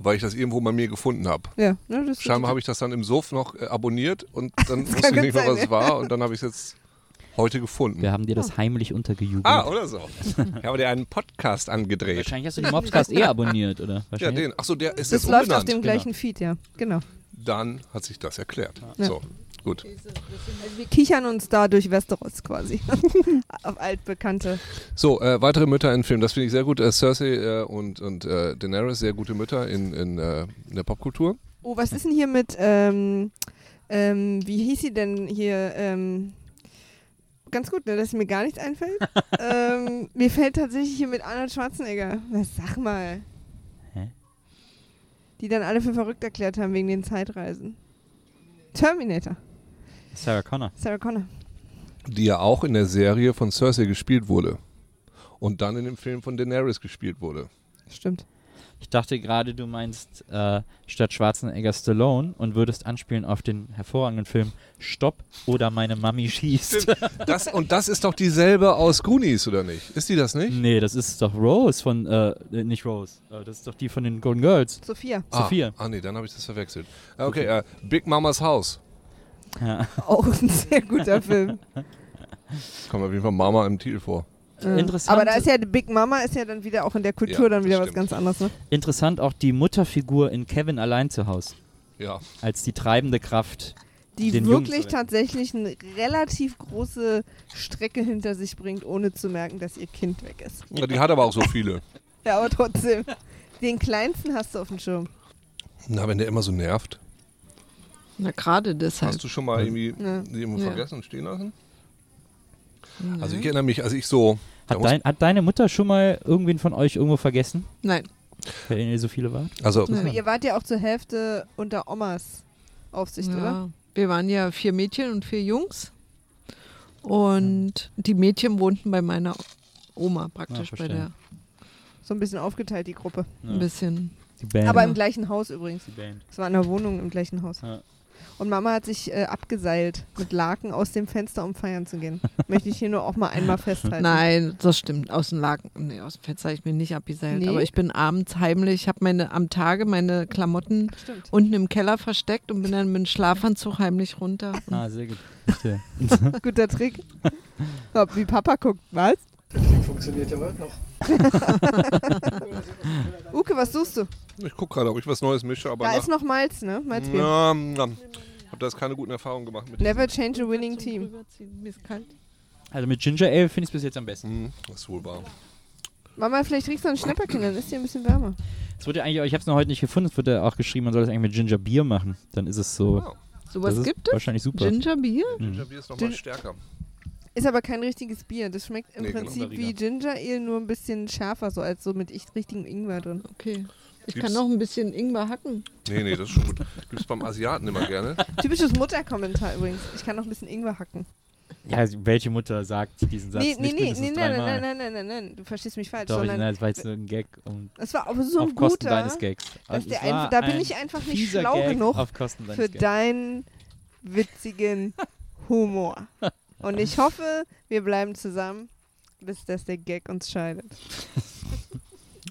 [SPEAKER 4] weil ich das irgendwo bei mir gefunden habe.
[SPEAKER 2] Ja, ne, das
[SPEAKER 4] Scheinbar habe ich das dann im Sof noch äh, abonniert und dann
[SPEAKER 2] Das
[SPEAKER 4] wusste
[SPEAKER 2] kann
[SPEAKER 4] ich
[SPEAKER 2] gut
[SPEAKER 4] nicht mehr, was
[SPEAKER 2] sein, ne?
[SPEAKER 4] es war und dann habe ich es jetzt heute gefunden.
[SPEAKER 6] Wir haben dir das heimlich untergejubelt.
[SPEAKER 4] Ah, oder so. Ich habe dir einen Podcast angedreht.
[SPEAKER 6] Wahrscheinlich hast du den Mobscast eh abonniert, oder?
[SPEAKER 4] Ja,
[SPEAKER 6] Wahrscheinlich.
[SPEAKER 4] den. Achso, der ist
[SPEAKER 2] Das
[SPEAKER 4] jetzt
[SPEAKER 2] läuft auf
[SPEAKER 4] umbenannt.
[SPEAKER 2] dem gleichen Feed, ja. Genau.
[SPEAKER 4] Dann hat sich das erklärt.
[SPEAKER 2] Ja.
[SPEAKER 4] So, gut.
[SPEAKER 2] Wir kichern uns da durch Westeros quasi. auf altbekannte.
[SPEAKER 4] So, äh, weitere Mütter in Film. Das finde ich sehr gut. Äh, Cersei äh, und, und äh, Daenerys, sehr gute Mütter in, in, äh, in der Popkultur.
[SPEAKER 2] Oh, was ist denn hier mit, ähm, ähm, wie hieß sie denn hier? Ähm, ganz gut, ne, dass mir gar nichts einfällt. ähm, mir fällt tatsächlich hier mit Arnold Schwarzenegger. Na, sag mal.
[SPEAKER 6] Hä?
[SPEAKER 2] Die dann alle für verrückt erklärt haben wegen den Zeitreisen. Terminator,
[SPEAKER 6] Sarah Connor.
[SPEAKER 2] Sarah Connor.
[SPEAKER 4] Die ja auch in der Serie von Cersei gespielt wurde. Und dann in dem Film von Daenerys gespielt wurde.
[SPEAKER 2] Stimmt.
[SPEAKER 6] Ich dachte gerade, du meinst äh, statt Schwarzenegger Stallone und würdest anspielen auf den hervorragenden Film Stopp oder meine Mami schießt.
[SPEAKER 4] Das, und das ist doch dieselbe aus Goonies, oder nicht? Ist die das nicht?
[SPEAKER 6] nee, das ist doch Rose von, äh, äh, nicht Rose, äh, das ist doch die von den Golden Girls.
[SPEAKER 2] Sophia.
[SPEAKER 6] Sophia.
[SPEAKER 4] Ah, ah nee, dann habe ich das verwechselt. Ah, Okay, äh, Big Mamas Haus.
[SPEAKER 6] Ja.
[SPEAKER 2] Auch ein sehr guter Film.
[SPEAKER 4] Kommt auf jeden Fall Mama im Titel vor.
[SPEAKER 2] Ähm,
[SPEAKER 6] Interessant.
[SPEAKER 2] Aber da ist ja die Big Mama ist ja dann wieder auch in der Kultur
[SPEAKER 4] Ja,
[SPEAKER 2] dann wieder
[SPEAKER 4] das
[SPEAKER 2] was ganz anderes, ne?
[SPEAKER 6] Interessant auch die Mutterfigur in Kevin allein zu Hause
[SPEAKER 4] Ja.
[SPEAKER 6] als die treibende Kraft.
[SPEAKER 2] die
[SPEAKER 6] den Jungen
[SPEAKER 2] wirklich
[SPEAKER 6] zu retten.
[SPEAKER 2] tatsächlich eine relativ große Strecke hinter sich bringt, ohne zu merken, dass ihr Kind weg ist.
[SPEAKER 4] ja. Die hat aber auch so viele.
[SPEAKER 2] Ja, aber trotzdem. Den kleinsten hast du auf dem Schirm.
[SPEAKER 4] Na, wenn der immer so nervt.
[SPEAKER 3] Na, gerade deshalb.
[SPEAKER 4] Hast du schon mal irgendwie
[SPEAKER 2] Ja.
[SPEAKER 4] jemanden
[SPEAKER 3] Ja.
[SPEAKER 4] vergessen und stehen lassen? Also ich erinnere mich, als ich so... da
[SPEAKER 6] Hat,
[SPEAKER 4] muss-
[SPEAKER 6] dein, hat deine Mutter schon mal irgendwen von euch irgendwo vergessen,
[SPEAKER 3] Nein.
[SPEAKER 6] wenn ihr so viele wart?
[SPEAKER 4] also
[SPEAKER 2] Aber ihr wart ja auch zur Hälfte unter Omas Aufsicht, oder?
[SPEAKER 3] Ja. Wir waren ja vier Mädchen und vier Jungs. Und die Mädchen wohnten bei meiner Oma praktisch,
[SPEAKER 6] Ah,
[SPEAKER 3] bei der
[SPEAKER 6] verstehe.
[SPEAKER 2] So ein bisschen aufgeteilt, die Gruppe.
[SPEAKER 6] Ja.
[SPEAKER 3] ein bisschen.
[SPEAKER 6] Die Band.
[SPEAKER 2] Aber
[SPEAKER 3] genau.
[SPEAKER 2] im gleichen Haus übrigens.
[SPEAKER 6] die Band.
[SPEAKER 2] Es war in der Wohnung im gleichen Haus.
[SPEAKER 6] Ja.
[SPEAKER 2] Und Mama hat sich äh, abgeseilt mit Laken aus dem Fenster, um feiern zu gehen. Möchte ich hier nur auch mal einmal festhalten.
[SPEAKER 3] Nein, das stimmt. Aus dem Laken, nee, aus dem Fenster habe ich mir nicht abgeseilt.
[SPEAKER 2] Nee?
[SPEAKER 3] Aber ich bin abends heimlich, habe meine am Tage meine Klamotten
[SPEAKER 2] Stimmt.
[SPEAKER 3] unten im Keller versteckt und bin dann mit dem Schlafanzug heimlich runter.
[SPEAKER 6] Ah,
[SPEAKER 2] Hm.
[SPEAKER 6] sehr gut. Verstehe.
[SPEAKER 2] Guter Trick. So, wie Papa guckt, was?
[SPEAKER 8] Funktioniert ja heute noch.
[SPEAKER 2] Uke, was suchst du?
[SPEAKER 4] ich gucke gerade, ob ich was Neues mische, aber
[SPEAKER 2] Da
[SPEAKER 4] nach,
[SPEAKER 2] ist noch Malz, ne? Malzbier.
[SPEAKER 4] na, na, habe da jetzt keine guten Erfahrungen gemacht mit
[SPEAKER 2] Never change a winning team.
[SPEAKER 3] Mir ist kalt.
[SPEAKER 6] Also mit Ginger Ale finde ich es bis jetzt am besten.
[SPEAKER 4] diesem- Hm, das ist wohl wahr.
[SPEAKER 2] Mama, vielleicht riechst du noch ein Schnäpperchen, dann ist dir ein bisschen wärmer.
[SPEAKER 6] Es wurde eigentlich, ich habe es noch heute nicht gefunden, es wurde auch geschrieben, man soll das eigentlich mit Ginger Beer machen. Dann ist es so.
[SPEAKER 2] Oh,
[SPEAKER 4] Wow.
[SPEAKER 3] Sowas
[SPEAKER 6] das ist
[SPEAKER 3] gibt es?
[SPEAKER 6] Wahrscheinlich super. Mhm.
[SPEAKER 3] Ginger Beer?
[SPEAKER 4] Ginger Beer ist nochmal
[SPEAKER 2] Den-
[SPEAKER 4] stärker.
[SPEAKER 2] Ist aber kein richtiges Bier. Das schmeckt im
[SPEAKER 4] Nee, genau.
[SPEAKER 2] Prinzip wie Ginger Ale, nur ein bisschen schärfer, so als so mit echt richtigem Ingwer drin.
[SPEAKER 3] Okay. Ich
[SPEAKER 4] Gibt's-
[SPEAKER 3] kann noch ein bisschen Ingwer hacken.
[SPEAKER 4] Nee, nee, das ist schon gut. Gibt es beim Asiaten immer gerne.
[SPEAKER 2] Typisches Mutterkommentar übrigens. Ich kann noch ein bisschen Ingwer hacken.
[SPEAKER 6] Ja, also welche Mutter sagt diesen Satz
[SPEAKER 2] Nee, nee,
[SPEAKER 6] nicht
[SPEAKER 2] nee,
[SPEAKER 6] mindestens
[SPEAKER 2] nee, nein, nein,
[SPEAKER 6] dreimal?
[SPEAKER 2] nein, nein, nein, nein. Du verstehst mich falsch,
[SPEAKER 6] Doch, ich,
[SPEAKER 2] sondern
[SPEAKER 6] nein, das war jetzt nur ein Gag um,
[SPEAKER 2] es war aber so
[SPEAKER 6] auf
[SPEAKER 2] ein
[SPEAKER 6] Kosten
[SPEAKER 2] guter,
[SPEAKER 6] deines Gags.
[SPEAKER 2] dass
[SPEAKER 6] Es
[SPEAKER 2] der
[SPEAKER 6] war
[SPEAKER 2] ein, da bin
[SPEAKER 6] ein
[SPEAKER 2] ich einfach nicht
[SPEAKER 6] fieser
[SPEAKER 2] schlau
[SPEAKER 6] Gag
[SPEAKER 2] genug
[SPEAKER 6] auf Kosten deines
[SPEAKER 2] für
[SPEAKER 6] Gags.
[SPEAKER 2] deinen witzigen Humor. Und ich hoffe, wir bleiben zusammen, bis dass der Gag uns scheidet.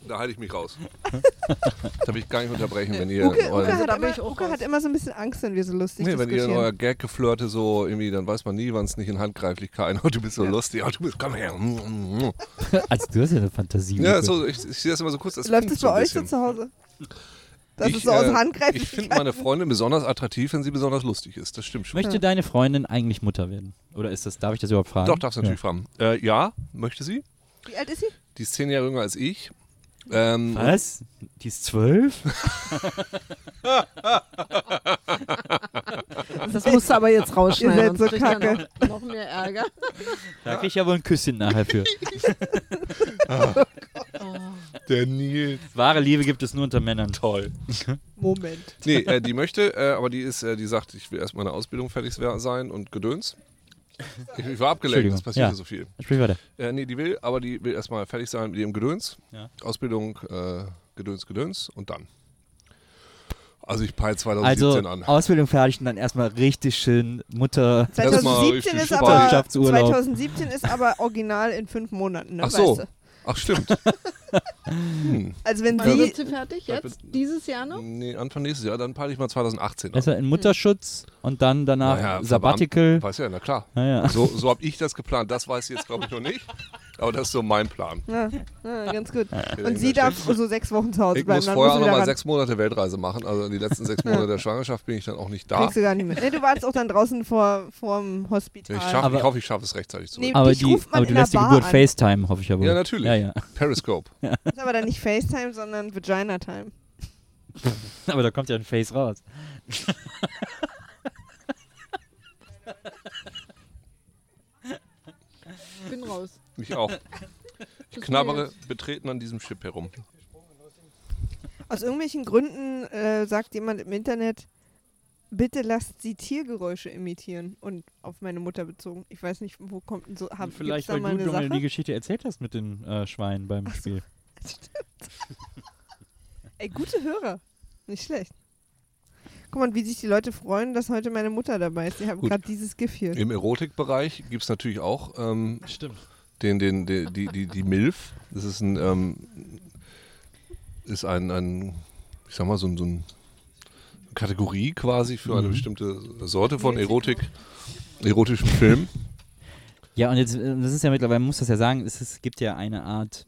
[SPEAKER 4] Da halte ich mich raus. Darf ich gar nicht unterbrechen, wenn ihr
[SPEAKER 2] Uke, Uke,
[SPEAKER 4] euren,
[SPEAKER 2] hat,
[SPEAKER 3] da bin
[SPEAKER 2] immer,
[SPEAKER 3] ich auch
[SPEAKER 2] Uke
[SPEAKER 3] raus.
[SPEAKER 2] hat immer so ein bisschen Angst, wenn wir so lustig
[SPEAKER 4] nee, wenn ihr in
[SPEAKER 2] diskutieren.
[SPEAKER 4] euer Gag geflirte so irgendwie, dann weiß man nie, wann es nicht in Handgreiflichkeit. Oh, du bist so lustig. Oh, du bist, komm her.
[SPEAKER 6] Also du hast ja eine Fantasie.
[SPEAKER 4] Ja,
[SPEAKER 6] Uke.
[SPEAKER 4] so, ich, ich sehe das immer so kurz. Das
[SPEAKER 2] Läuft
[SPEAKER 4] funkt
[SPEAKER 2] es bei euch so
[SPEAKER 4] ein bisschen.
[SPEAKER 2] zu Hause? Das
[SPEAKER 4] ich,
[SPEAKER 2] ist so aus
[SPEAKER 4] äh,
[SPEAKER 2] Handgreiflichkeit.
[SPEAKER 4] Ich finde meine Freundin besonders attraktiv, wenn sie besonders lustig ist. Das stimmt schon.
[SPEAKER 6] Möchte deine Freundin eigentlich Mutter werden? Oder ist das, darf ich das überhaupt fragen?
[SPEAKER 4] Doch, darfst du natürlich fragen. Äh, ja, möchte sie.
[SPEAKER 2] Wie alt ist sie?
[SPEAKER 4] Die ist zehn Jahre jünger als ich. Ähm,
[SPEAKER 6] Ja. Was? Die ist zwölf?
[SPEAKER 3] Das musst du aber jetzt rausschneiden.
[SPEAKER 2] Ihr seid
[SPEAKER 3] sonst
[SPEAKER 2] so
[SPEAKER 3] kriegt er
[SPEAKER 2] kacke.
[SPEAKER 3] Noch, noch mehr Ärger.
[SPEAKER 6] Da krieg ich ja wohl ein Küsschen nachher für.
[SPEAKER 4] Ah. Der Nils.
[SPEAKER 6] Wahre Liebe gibt es nur unter Männern. Toll.
[SPEAKER 2] Moment.
[SPEAKER 4] Nee, äh, die möchte, äh, aber die ist, äh, die sagt, ich will erst meine Ausbildung fertig sein und gedöns. Ich, ich war abgelenkt, das
[SPEAKER 6] Entschuldigung,
[SPEAKER 4] passiert
[SPEAKER 6] ja.
[SPEAKER 4] ja so viel.
[SPEAKER 6] Sprich weiter.
[SPEAKER 4] Äh, nee, die will, aber die will erstmal fertig sein mit ihrem Gedöns.
[SPEAKER 6] Ja.
[SPEAKER 4] Ausbildung, äh, Gedöns, Gedöns und dann. Also ich peile 2017
[SPEAKER 6] Also
[SPEAKER 4] an.
[SPEAKER 6] Ausbildung fertig und dann erstmal richtig schön Mutter.
[SPEAKER 4] Erstmal
[SPEAKER 2] 2017
[SPEAKER 4] richtig
[SPEAKER 2] ist
[SPEAKER 4] Spaß.
[SPEAKER 2] aber,
[SPEAKER 6] Wirtschaftsurlaub.
[SPEAKER 2] 2017 ist aber original in fünf Monaten. Ne?
[SPEAKER 4] Ach so.
[SPEAKER 2] Weißt du?
[SPEAKER 4] Ach stimmt. hm.
[SPEAKER 2] Also wenn
[SPEAKER 3] Wann
[SPEAKER 2] sie
[SPEAKER 3] wird sie fertig?
[SPEAKER 4] Ja,
[SPEAKER 3] Jetzt? Dieses Jahr noch?
[SPEAKER 4] Nee, Anfang nächstes Jahr, dann peile ich mal 2018 an.
[SPEAKER 6] Erstmal in Mutterschutz und dann danach
[SPEAKER 4] Naja, Also,
[SPEAKER 6] Sabbatical.
[SPEAKER 4] Weiß ja, na klar.
[SPEAKER 6] Naja.
[SPEAKER 4] So, so habe ich das geplant. Das weiß ich jetzt, glaube ich, noch nicht. Aber das ist so mein Plan.
[SPEAKER 2] Ja, ja, ganz gut. Und
[SPEAKER 4] Deswegen,
[SPEAKER 2] sie
[SPEAKER 4] das
[SPEAKER 2] darf so sechs Wochen zu Hause
[SPEAKER 4] Ich
[SPEAKER 2] bleiben.
[SPEAKER 4] muss
[SPEAKER 2] dann
[SPEAKER 4] vorher auch
[SPEAKER 2] musst du
[SPEAKER 4] nochmal
[SPEAKER 2] wieder
[SPEAKER 4] sechs Monate Weltreise machen. Also in die letzten sechs Monate der Schwangerschaft bin ich dann auch nicht
[SPEAKER 2] ran.
[SPEAKER 4] da.
[SPEAKER 2] Kriegst du gar nicht mit. Nee, du warst auch dann draußen vor, vorm Hospital.
[SPEAKER 4] Ich, schaff, ich
[SPEAKER 6] Aber-
[SPEAKER 4] hoffe, ich schaffe es rechtzeitig zurück.
[SPEAKER 2] Nee,
[SPEAKER 6] Aber,
[SPEAKER 2] dich
[SPEAKER 6] die,
[SPEAKER 2] ruft man
[SPEAKER 6] aber du
[SPEAKER 2] in der
[SPEAKER 6] lässt die
[SPEAKER 2] Bar
[SPEAKER 6] Geburt
[SPEAKER 2] an.
[SPEAKER 6] FaceTime, hoffe ich aber.
[SPEAKER 4] Ja, natürlich.
[SPEAKER 6] Ja, ja.
[SPEAKER 4] Periscope.
[SPEAKER 2] Das ist aber dann nicht FaceTime, sondern Vagina-Time.
[SPEAKER 6] Aber da kommt ja ein Face raus.
[SPEAKER 3] Ich bin raus.
[SPEAKER 4] Mich auch. Ich
[SPEAKER 3] Tut mir
[SPEAKER 4] knabbere
[SPEAKER 3] leid.
[SPEAKER 4] betreten an diesem Chip herum.
[SPEAKER 2] Aus irgendwelchen Gründen äh, sagt jemand im Internet, bitte lasst sie Tiergeräusche imitieren. Und auf meine Mutter bezogen. Ich weiß nicht, wo kommt denn so. Hab, gibt's
[SPEAKER 6] Vielleicht,
[SPEAKER 2] da
[SPEAKER 6] weil
[SPEAKER 2] mal
[SPEAKER 6] du
[SPEAKER 2] eine
[SPEAKER 6] Dungel
[SPEAKER 2] Sache?
[SPEAKER 6] die Geschichte erzählt hast mit den äh, Schweinen beim Spiel.
[SPEAKER 2] Ey, gute Hörer. Nicht schlecht. Guck mal, wie sich die Leute freuen, dass heute meine Mutter dabei ist. Die haben
[SPEAKER 4] Gut.
[SPEAKER 2] gerade dieses GIF hier.
[SPEAKER 4] Im Erotikbereich gibt es natürlich auch ähm,
[SPEAKER 6] Stimmt.
[SPEAKER 4] den, den, den, die, die, die MILF. Das ist ein, ähm, ist ein, ein, ich sag mal, so ein, so ein Kategorie quasi für
[SPEAKER 6] Mhm.
[SPEAKER 4] eine bestimmte Sorte von Erotik, erotischen Film.
[SPEAKER 6] Ja, und jetzt, äh, das ist ja mittlerweile, man muss das ja sagen, es ist, gibt ja eine Art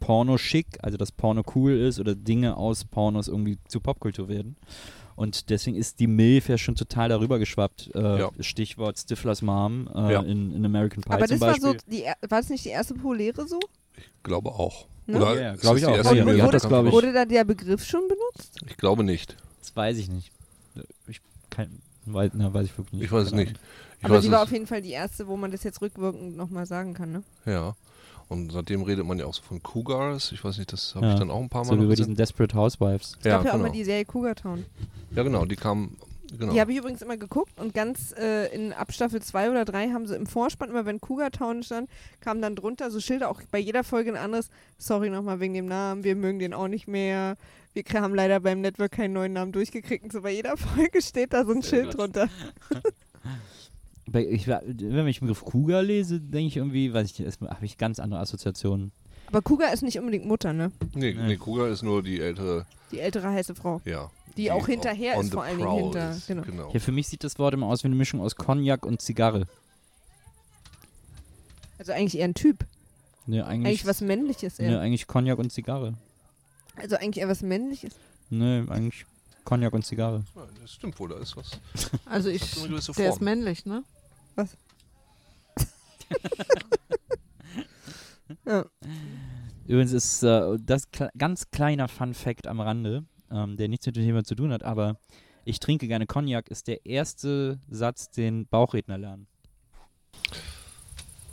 [SPEAKER 6] Porno-Schick, also dass Porno cool ist oder Dinge aus Pornos irgendwie zu Popkultur werden. Und deswegen ist die MILF ja schon total darüber geschwappt. Äh,
[SPEAKER 4] Ja.
[SPEAKER 6] Stichwort Stiflers Mom äh,
[SPEAKER 4] Ja.
[SPEAKER 6] in, in American Pie
[SPEAKER 2] Aber
[SPEAKER 6] zum
[SPEAKER 2] das
[SPEAKER 6] Beispiel.
[SPEAKER 2] war so, die, er- war das nicht die erste poläre so?
[SPEAKER 4] Glaube auch.
[SPEAKER 2] Ne?
[SPEAKER 4] Oder
[SPEAKER 6] Ja,
[SPEAKER 4] ist
[SPEAKER 6] glaub
[SPEAKER 4] das
[SPEAKER 6] ich
[SPEAKER 4] die
[SPEAKER 6] auch.
[SPEAKER 4] erste
[SPEAKER 6] Ja,
[SPEAKER 4] Mail?
[SPEAKER 6] die hat das, glaub ich.
[SPEAKER 2] Wurde da der Begriff schon benutzt?
[SPEAKER 4] Ich glaube nicht.
[SPEAKER 6] das weiß ich nicht. Ich kann, weiß, na, weiß ich wirklich nicht.
[SPEAKER 4] Ich weiß es
[SPEAKER 6] Keine
[SPEAKER 4] nicht.
[SPEAKER 6] Ahnung.
[SPEAKER 4] Ich
[SPEAKER 2] Aber
[SPEAKER 4] weiß
[SPEAKER 2] die war
[SPEAKER 4] es.
[SPEAKER 2] auf jeden Fall die erste, wo man das jetzt rückwirkend nochmal sagen kann, ne?
[SPEAKER 4] Ja. Und seitdem redet man ja auch so von Cougars. Ich weiß nicht, das habe
[SPEAKER 6] Ja.
[SPEAKER 4] ich dann auch ein paar Mal
[SPEAKER 6] So
[SPEAKER 4] noch
[SPEAKER 6] wie bei
[SPEAKER 4] gesehen.
[SPEAKER 6] diesen Desperate Housewives.
[SPEAKER 2] Es
[SPEAKER 4] ja,
[SPEAKER 2] gab ja auch mal
[SPEAKER 4] genau.
[SPEAKER 2] die Serie Cougar Town.
[SPEAKER 4] ja, genau. Die kamen. Genau.
[SPEAKER 2] Die habe ich übrigens immer geguckt und ganz äh, in ab Staffel 2 oder 3 haben sie im Vorspann immer, wenn Cougar Town stand, kamen dann drunter so Schilder, auch bei jeder Folge ein anderes, sorry nochmal wegen dem Namen, wir mögen den auch nicht mehr, wir k- haben leider beim Network keinen neuen Namen durchgekriegt und so bei jeder Folge steht da so ein Schild drunter.
[SPEAKER 6] Bei, ich, war- wenn ich den Begriff Cougar lese, denke ich irgendwie, weiß ich nicht, habe ich ganz andere Assoziationen.
[SPEAKER 2] Aber Cougar ist nicht unbedingt Mutter, ne?
[SPEAKER 4] nee,
[SPEAKER 6] Nee.
[SPEAKER 4] nee, Cougar ist nur die ältere.
[SPEAKER 2] Die ältere heiße Frau.
[SPEAKER 4] Ja.
[SPEAKER 2] Die auch hinterher
[SPEAKER 4] on
[SPEAKER 2] ist,
[SPEAKER 4] the
[SPEAKER 2] vor allen Dingen
[SPEAKER 4] prowl
[SPEAKER 2] hinter-
[SPEAKER 4] ist,
[SPEAKER 2] genau.
[SPEAKER 4] genau.
[SPEAKER 6] Ja, für mich sieht das Wort immer aus wie eine Mischung aus Cognac und Zigarre.
[SPEAKER 2] Also eigentlich eher ein Typ.
[SPEAKER 6] Ne, eigentlich,
[SPEAKER 2] Eigentlich was Männliches eher.
[SPEAKER 6] ne, eigentlich Cognac und Zigarre.
[SPEAKER 2] Also eigentlich eher was Männliches.
[SPEAKER 6] Ne, eigentlich Cognac und Zigarre.
[SPEAKER 4] Ja, das stimmt wohl, da ist was.
[SPEAKER 3] Also ich,
[SPEAKER 4] Das hat so eine gewisse
[SPEAKER 3] der ist
[SPEAKER 4] Form.
[SPEAKER 3] männlich, ne?
[SPEAKER 6] Übrigens ist äh, das kle ganz kleiner Fun Fact am Rande, ähm, der nichts mit dem Thema zu tun hat, aber ich trinke gerne Cognac ist der erste Satz, den Bauchredner lernen.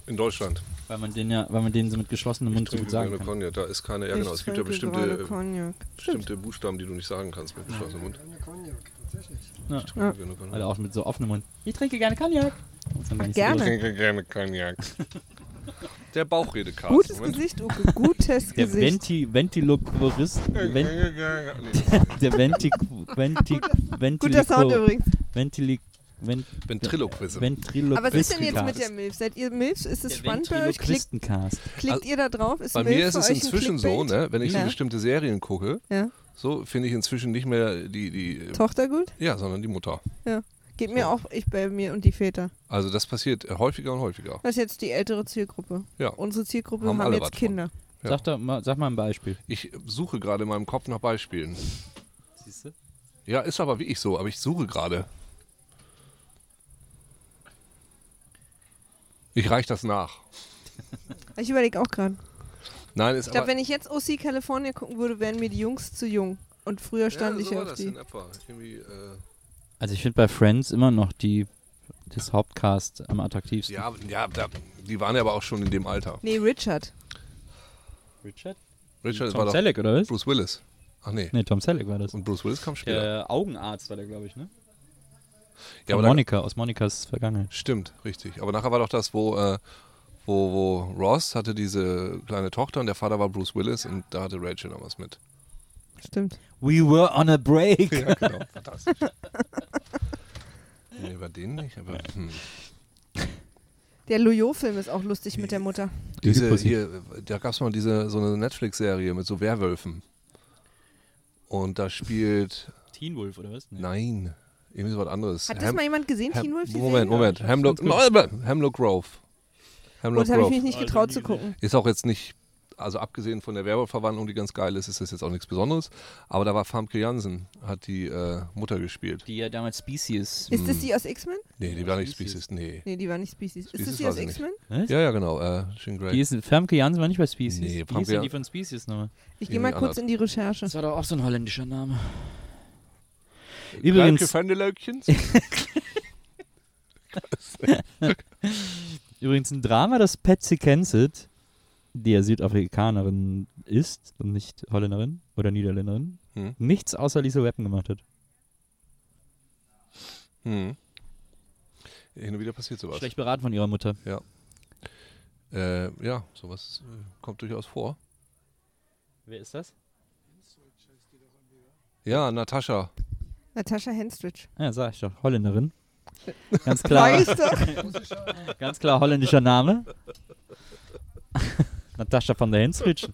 [SPEAKER 4] In Deutschland.
[SPEAKER 6] Weil man den ja, weil man den so mit geschlossenem Mund so gut sagen
[SPEAKER 4] Gerne
[SPEAKER 6] kann.
[SPEAKER 4] Cognac, da ist keine. Ja,
[SPEAKER 2] Ich
[SPEAKER 4] genau. Es gibt ja
[SPEAKER 2] trinke gerade
[SPEAKER 4] bestimmte, äh,
[SPEAKER 2] Cognac.
[SPEAKER 4] bestimmte Buchstaben, die du nicht sagen kannst mit geschlossenem Mund.
[SPEAKER 2] Ja.
[SPEAKER 4] Gerne Cognac.
[SPEAKER 6] Oder auch mit so offenem Mund. Ich trinke gerne Cognac. Das
[SPEAKER 4] äh,
[SPEAKER 6] ist dann gar nicht so
[SPEAKER 2] gerne.
[SPEAKER 6] groß.
[SPEAKER 4] trinke gerne Cognac. Der Bauchredekart.
[SPEAKER 2] Gutes Gesicht, Uke. Gutes
[SPEAKER 6] Der
[SPEAKER 2] Gesicht.
[SPEAKER 6] Venti, Ventiloquarist. Ven,
[SPEAKER 4] Nee.
[SPEAKER 6] der Venti, Venti,
[SPEAKER 2] Guter Sound
[SPEAKER 6] Ventilico,
[SPEAKER 2] übrigens.
[SPEAKER 6] Ventili, Wenn,
[SPEAKER 4] Ventriloquism.
[SPEAKER 6] wenn Trilo
[SPEAKER 2] Aber was ist denn jetzt mit der Milf? Seid ihr Milfs? Ist es spannend bei euch? Klickt,
[SPEAKER 6] Ventriloquistencast.
[SPEAKER 2] klickt
[SPEAKER 4] Also,
[SPEAKER 2] ihr da drauf? Ist
[SPEAKER 4] Bei
[SPEAKER 2] Milf
[SPEAKER 4] mir ist
[SPEAKER 2] für
[SPEAKER 4] es
[SPEAKER 2] euch ein
[SPEAKER 4] inzwischen so,
[SPEAKER 2] Clickbait?
[SPEAKER 4] ne, wenn ich
[SPEAKER 2] Ja.
[SPEAKER 4] so bestimmte Serien gucke,
[SPEAKER 2] Ja.
[SPEAKER 4] so finde ich inzwischen nicht mehr die, die
[SPEAKER 2] Tochter gut?
[SPEAKER 4] ja, sondern die Mutter.
[SPEAKER 2] Geht mir auch ich bei mir und die Väter.
[SPEAKER 4] Also das passiert äh, häufiger und häufiger.
[SPEAKER 2] Das ist jetzt die ältere Zielgruppe.
[SPEAKER 4] Ja.
[SPEAKER 2] Unsere Zielgruppe
[SPEAKER 4] Haben
[SPEAKER 2] haben,
[SPEAKER 4] alle was
[SPEAKER 2] jetzt
[SPEAKER 4] von.
[SPEAKER 2] Kinder.
[SPEAKER 4] Ja.
[SPEAKER 6] Sag, doch mal, sag mal ein Beispiel.
[SPEAKER 4] Ich suche gerade in meinem Kopf nach Beispielen.
[SPEAKER 6] Siehst du?
[SPEAKER 4] Ja, ist aber wirklich so, aber ich suche gerade. Ich reich das nach.
[SPEAKER 2] Ich überlege auch gerade.
[SPEAKER 4] Nein, ist
[SPEAKER 2] Ich glaube,
[SPEAKER 4] aber
[SPEAKER 2] wenn ich jetzt OC California gucken würde, wären mir die Jungs zu jung. Und früher stand ich auf die.
[SPEAKER 4] äh,
[SPEAKER 6] Also ich finde bei Friends immer noch die, das Hauptcast am attraktivsten.
[SPEAKER 4] Ja, ja da, die waren ja aber auch schon in dem Alter.
[SPEAKER 2] Nee, Richard.
[SPEAKER 6] Richard?
[SPEAKER 4] Richard war
[SPEAKER 6] Tom
[SPEAKER 4] doch
[SPEAKER 6] Selleck, oder was?
[SPEAKER 4] Bruce Willis. Ach nee.
[SPEAKER 6] Nee, Tom Selleck war das.
[SPEAKER 4] Und Bruce Willis kam später.
[SPEAKER 6] Der Äh, Augenarzt war der, glaube ich, ne?
[SPEAKER 4] Ja,
[SPEAKER 6] Ja,
[SPEAKER 4] aber
[SPEAKER 6] Von
[SPEAKER 4] da-
[SPEAKER 6] Monika, aus Monikas Vergangenheit.
[SPEAKER 4] Stimmt, richtig. Aber nachher war doch das, wo, äh, wo, wo Ross hatte diese kleine Tochter und der Vater war Bruce Willis und da hatte Rachel noch was mit.
[SPEAKER 2] Stimmt.
[SPEAKER 6] We were on a break.
[SPEAKER 4] Ja, genau. Fantastisch. nee, über den nicht, aber hm.
[SPEAKER 2] Der Loyot-Film ist auch lustig mit der Mutter.
[SPEAKER 4] diese,
[SPEAKER 6] Hypothese.
[SPEAKER 4] hier, da gab es mal diese, so eine Netflix-Serie mit so Werwölfen. Und da spielt,
[SPEAKER 6] Teen Wolf, oder was? Nee.
[SPEAKER 4] nein, irgendwie so was anderes.
[SPEAKER 2] Hat das
[SPEAKER 4] Ham-
[SPEAKER 2] mal jemand gesehen,
[SPEAKER 4] Ham-
[SPEAKER 2] Teen Wolf? die Serie?
[SPEAKER 4] Moment, Moment. Hemlock, Hemlock Grove. Hemlock
[SPEAKER 2] Und habe ich
[SPEAKER 4] Grove.
[SPEAKER 2] mich nicht getraut zu gucken.
[SPEAKER 4] Ist auch jetzt nicht, also abgesehen von der Werwolfverwandlung, die ganz geil ist, ist das jetzt auch nichts Besonderes. Aber da war Famke Jansen, hat die äh, Mutter gespielt.
[SPEAKER 6] Die ja damals Species.
[SPEAKER 2] Ist
[SPEAKER 4] Hm.
[SPEAKER 2] das die aus X-Men?
[SPEAKER 4] Nee, die war nicht Species, nee.
[SPEAKER 2] Nee, die war nicht Species.
[SPEAKER 4] Species
[SPEAKER 2] ist das die
[SPEAKER 4] war
[SPEAKER 2] aus
[SPEAKER 4] sie nicht.
[SPEAKER 2] X-Men?
[SPEAKER 4] Ja, ja, genau. Äh, Jean Grey.
[SPEAKER 6] Die ist, Femke Jansen war nicht bei Species.
[SPEAKER 4] Nee,
[SPEAKER 6] Nee, Wie
[SPEAKER 4] Famke
[SPEAKER 6] hieß denn die
[SPEAKER 4] Jan-
[SPEAKER 6] von Species nochmal?
[SPEAKER 2] Ich gehe mal
[SPEAKER 4] Irgendwie
[SPEAKER 2] kurz in die Recherche.
[SPEAKER 6] war doch auch so ein holländischer Name.
[SPEAKER 4] Danke,
[SPEAKER 6] Übrigens,
[SPEAKER 4] Fandelöckchen.
[SPEAKER 6] übrigens ein Drama, das Patsy Kensit, die ja Südafrikanerin ist und nicht Holländerin oder Niederländerin,
[SPEAKER 4] Hm.
[SPEAKER 6] nichts außer Lisa Weapon gemacht hat.
[SPEAKER 4] Hm. Hin und wieder passiert sowas.
[SPEAKER 6] Schlecht beraten von ihrer Mutter.
[SPEAKER 4] Äh, ja, sowas äh, kommt durchaus vor.
[SPEAKER 6] Wer ist das?
[SPEAKER 4] Ja, Natascha.
[SPEAKER 2] Natascha Henstridge.
[SPEAKER 6] Ja, sag ich doch, Holländerin. Ganz
[SPEAKER 2] Sag
[SPEAKER 6] klar,
[SPEAKER 2] ich doch.
[SPEAKER 6] ganz klar holländischer Name. Natascha von der Hensrich.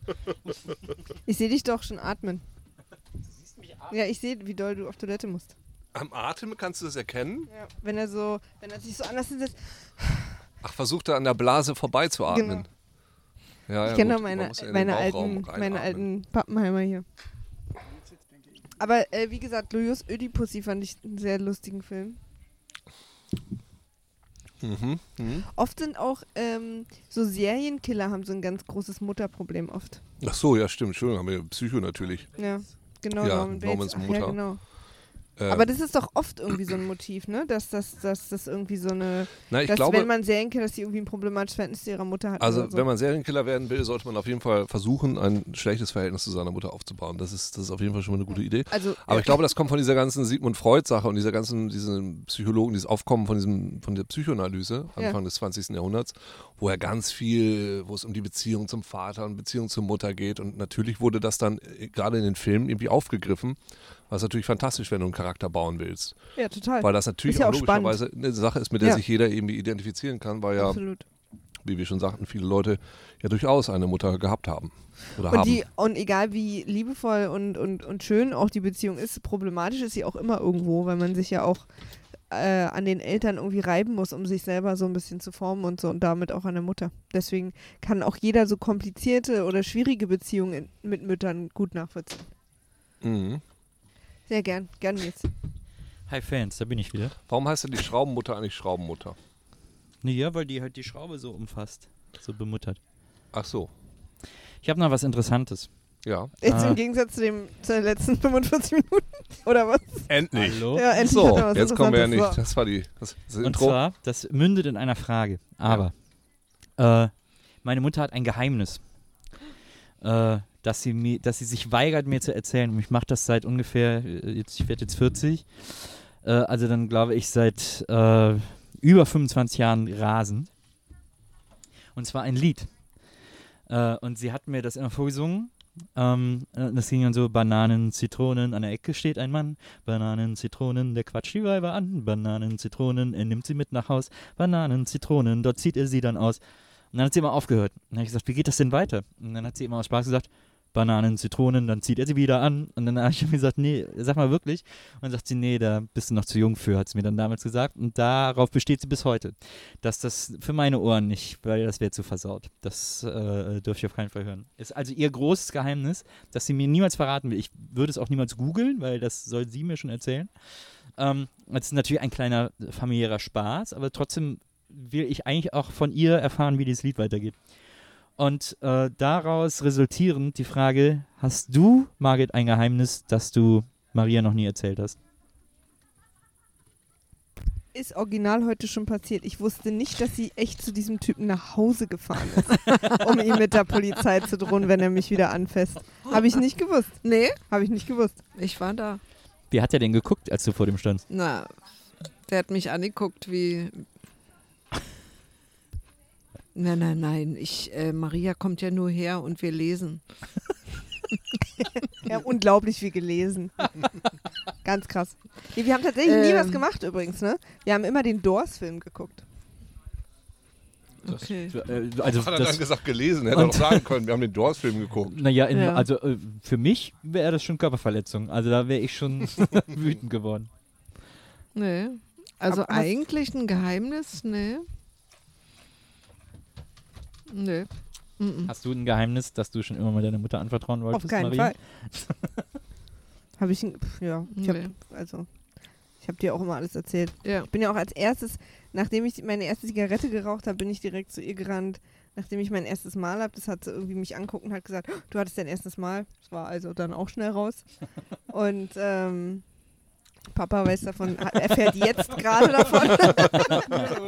[SPEAKER 2] Ich sehe dich doch schon atmen. Ja, ich sehe, wie doll du auf Toilette musst.
[SPEAKER 4] Am Atem kannst du das erkennen?
[SPEAKER 2] Ja, wenn er so, wenn er sich so anders hinsetzt.
[SPEAKER 4] Ach, versucht er an der Blase vorbeizuatmen.
[SPEAKER 2] Genau.
[SPEAKER 4] Ja, ja,
[SPEAKER 2] Ich kenne
[SPEAKER 4] gut.
[SPEAKER 2] doch meine,
[SPEAKER 4] Man muss in den
[SPEAKER 2] meine,
[SPEAKER 4] Bauchraum
[SPEAKER 2] alten, meine
[SPEAKER 4] reinatmen.
[SPEAKER 2] alten Pappenheimer hier. Aber äh, wie gesagt, Julius Ödipussy fand ich einen sehr lustigen Film.
[SPEAKER 4] Mhm. Mhm.
[SPEAKER 2] Oft sind auch ähm, so Serienkiller haben so ein ganz großes Mutterproblem oft.
[SPEAKER 4] Ach so, ja, stimmt. Entschuldigung, haben wir Psycho natürlich.
[SPEAKER 2] Ja, genau.
[SPEAKER 4] Ja,
[SPEAKER 2] Norman Bates.
[SPEAKER 4] Normans
[SPEAKER 2] Ach,
[SPEAKER 4] Mutter.
[SPEAKER 2] ja, genau.
[SPEAKER 4] Äh,
[SPEAKER 2] Aber das ist doch oft irgendwie so ein Motiv, ne? Dass das, dass das irgendwie so eine,
[SPEAKER 4] na, ich
[SPEAKER 2] dass
[SPEAKER 4] glaube,
[SPEAKER 2] wenn man Serienkiller, dass die irgendwie ein problematisches Verhältnis zu ihrer Mutter hat.
[SPEAKER 4] also
[SPEAKER 2] oder so.
[SPEAKER 4] wenn man Serienkiller werden will, sollte man auf jeden Fall versuchen, ein schlechtes Verhältnis zu seiner Mutter aufzubauen. Das ist, das ist auf jeden Fall schon mal eine gute Idee.
[SPEAKER 2] also
[SPEAKER 4] Aber ich glaube, das kommt von dieser ganzen Sigmund Freud-Sache und dieser ganzen diesen Psychologen, dieses Aufkommen von, diesem, von der Psychoanalyse Anfang des 20. Jahrhunderts, wo er ganz viel, wo es um die Beziehung zum Vater und Beziehung zur Mutter geht. Und natürlich wurde das dann äh, gerade in den Filmen irgendwie aufgegriffen, was natürlich fantastisch, wenn du einen Charakter bauen willst.
[SPEAKER 2] ja total.
[SPEAKER 4] Weil das natürlich
[SPEAKER 2] Äh, Ist ja
[SPEAKER 4] auch
[SPEAKER 2] auch spannend.
[SPEAKER 4] logischerweise eine Sache ist, mit der
[SPEAKER 2] Ja.
[SPEAKER 4] sich jeder irgendwie identifizieren kann, weil ja,
[SPEAKER 2] Absolut.
[SPEAKER 4] wie wir schon sagten, viele Leute ja durchaus eine Mutter gehabt haben oder
[SPEAKER 2] Und,
[SPEAKER 4] haben.
[SPEAKER 2] die, und egal wie liebevoll und, und, und schön auch die Beziehung ist, problematisch ist sie auch immer irgendwo, weil man sich ja auch äh, an den Eltern irgendwie reiben muss, um sich selber so ein bisschen zu formen und so und damit auch an der Mutter. Deswegen kann auch jeder so komplizierte oder schwierige Beziehungen in, mit Müttern gut nachvollziehen.
[SPEAKER 4] mhm.
[SPEAKER 2] Sehr gern, gern jetzt.
[SPEAKER 6] Hi Fans, da bin ich wieder.
[SPEAKER 4] Warum heißt denn die Schraubenmutter eigentlich Schraubenmutter?
[SPEAKER 6] Nee, ja, weil die halt die Schraube so umfasst, so bemuttert.
[SPEAKER 4] Ach so,
[SPEAKER 6] Ich habe noch was Interessantes.
[SPEAKER 4] ja.
[SPEAKER 2] Jetzt
[SPEAKER 6] Ah.
[SPEAKER 2] im Gegensatz zu, dem, zu den letzten 45 Minuten, oder was?
[SPEAKER 4] Endlich.
[SPEAKER 6] Hallo?
[SPEAKER 2] Ja, endlich hat er
[SPEAKER 4] So,
[SPEAKER 2] was
[SPEAKER 4] jetzt kommen wir ja
[SPEAKER 2] Interessantes.
[SPEAKER 4] nicht. Das war die, das, das
[SPEAKER 6] Und
[SPEAKER 4] Intro.
[SPEAKER 6] zwar, das mündet in einer Frage. Aber äh, meine Mutter hat ein Geheimnis, äh, dass, sie mir, dass sie sich weigert, mir zu erzählen. Und ich mache das seit ungefähr, äh, jetzt, ich werde jetzt 40, äh, also dann glaube ich seit äh, über 25 Jahren rasend. Und zwar ein Lied. Äh, und sie hat mir das immer vorgesungen. Ähm, äh, das ging dann so, Bananen, Zitronen, an der Ecke steht ein Mann, Bananen, Zitronen, der quatscht die Weiber an, Bananen, Zitronen, er nimmt sie mit nach Haus, Bananen, Zitronen, dort zieht er sie dann aus. Und dann hat sie immer aufgehört. Und dann habe ich gesagt, wie geht das denn weiter? Und dann hat sie immer aus Spaß gesagt, Bananen, Zitronen, dann zieht er sie wieder an. Und dann habe ich mir gesagt, nee, sag mal wirklich. Und dann sagt sie, nee, da bist du noch zu jung für, hat sie mir dann damals gesagt. Und darauf besteht sie bis heute. Dass das für meine Ohren nicht, weil das wäre zu versaut. Das äh, dürfte ich auf keinen Fall hören. Ist also ihr großes Geheimnis, dass sie mir niemals verraten will. Ich würde es auch niemals googeln, weil das soll sie mir schon erzählen. Ähm, das ist natürlich ein kleiner familiärer Spaß, aber trotzdem will ich eigentlich auch von ihr erfahren, wie dieses Lied weitergeht. Und äh, daraus resultierend die Frage: Hast du, Margit, ein Geheimnis, das du Maria noch nie erzählt hast?
[SPEAKER 2] Ist original heute schon passiert. Ich wusste nicht, dass sie echt zu diesem Typen nach Hause gefahren ist, um ihm mit der Polizei zu drohen, wenn er mich wieder anfasst. Habe ich nicht gewusst.
[SPEAKER 3] Nee,
[SPEAKER 2] Habe ich nicht gewusst.
[SPEAKER 3] ich war da.
[SPEAKER 6] Wie hat er denn geguckt, als du vor dem standst?
[SPEAKER 3] Na, der hat mich angeguckt wie. Nein, nein, nein. Ich, äh, Maria kommt ja nur her und wir lesen.
[SPEAKER 2] Ja, unglaublich viel gelesen. Ganz krass. Nee, wir haben tatsächlich nie
[SPEAKER 3] Ähm.
[SPEAKER 2] was gemacht übrigens, ne? Wir haben immer den Doors-Film geguckt.
[SPEAKER 3] Okay.
[SPEAKER 6] Äh, Also,
[SPEAKER 4] Hat er dann
[SPEAKER 6] das,
[SPEAKER 4] gesagt, gelesen, hätte er auch sagen können. Wir haben den Doors-Film geguckt.
[SPEAKER 6] naja, in,
[SPEAKER 3] Ja.
[SPEAKER 6] also äh, für mich wäre das schon Körperverletzung. Also da wäre ich schon wütend geworden.
[SPEAKER 3] Nee. Also
[SPEAKER 2] Aber hast-
[SPEAKER 3] eigentlich ein Geheimnis, nee. Nee. Mm -mm.
[SPEAKER 6] Hast du ein Geheimnis, das du schon immer mal deiner Mutter anvertrauen wolltest,
[SPEAKER 2] Auf keinen
[SPEAKER 6] Maria?
[SPEAKER 2] Fall. habe ich, ihn- pf, ja, ich habe
[SPEAKER 3] Nee.
[SPEAKER 2] also, ich hab dir auch immer alles erzählt.
[SPEAKER 3] Ja.
[SPEAKER 2] Ich bin ja auch als erstes, nachdem ich meine erste Zigarette geraucht habe, bin ich direkt zu ihr gerannt. Nachdem ich mein erstes Mal habe, das hat sie irgendwie mich anguckt und hat gesagt, "Oh, du hattest dein erstes Mal. Das war also dann auch schnell raus. Und ähm, Papa weiß davon, hat- erfährt jetzt gerade davon.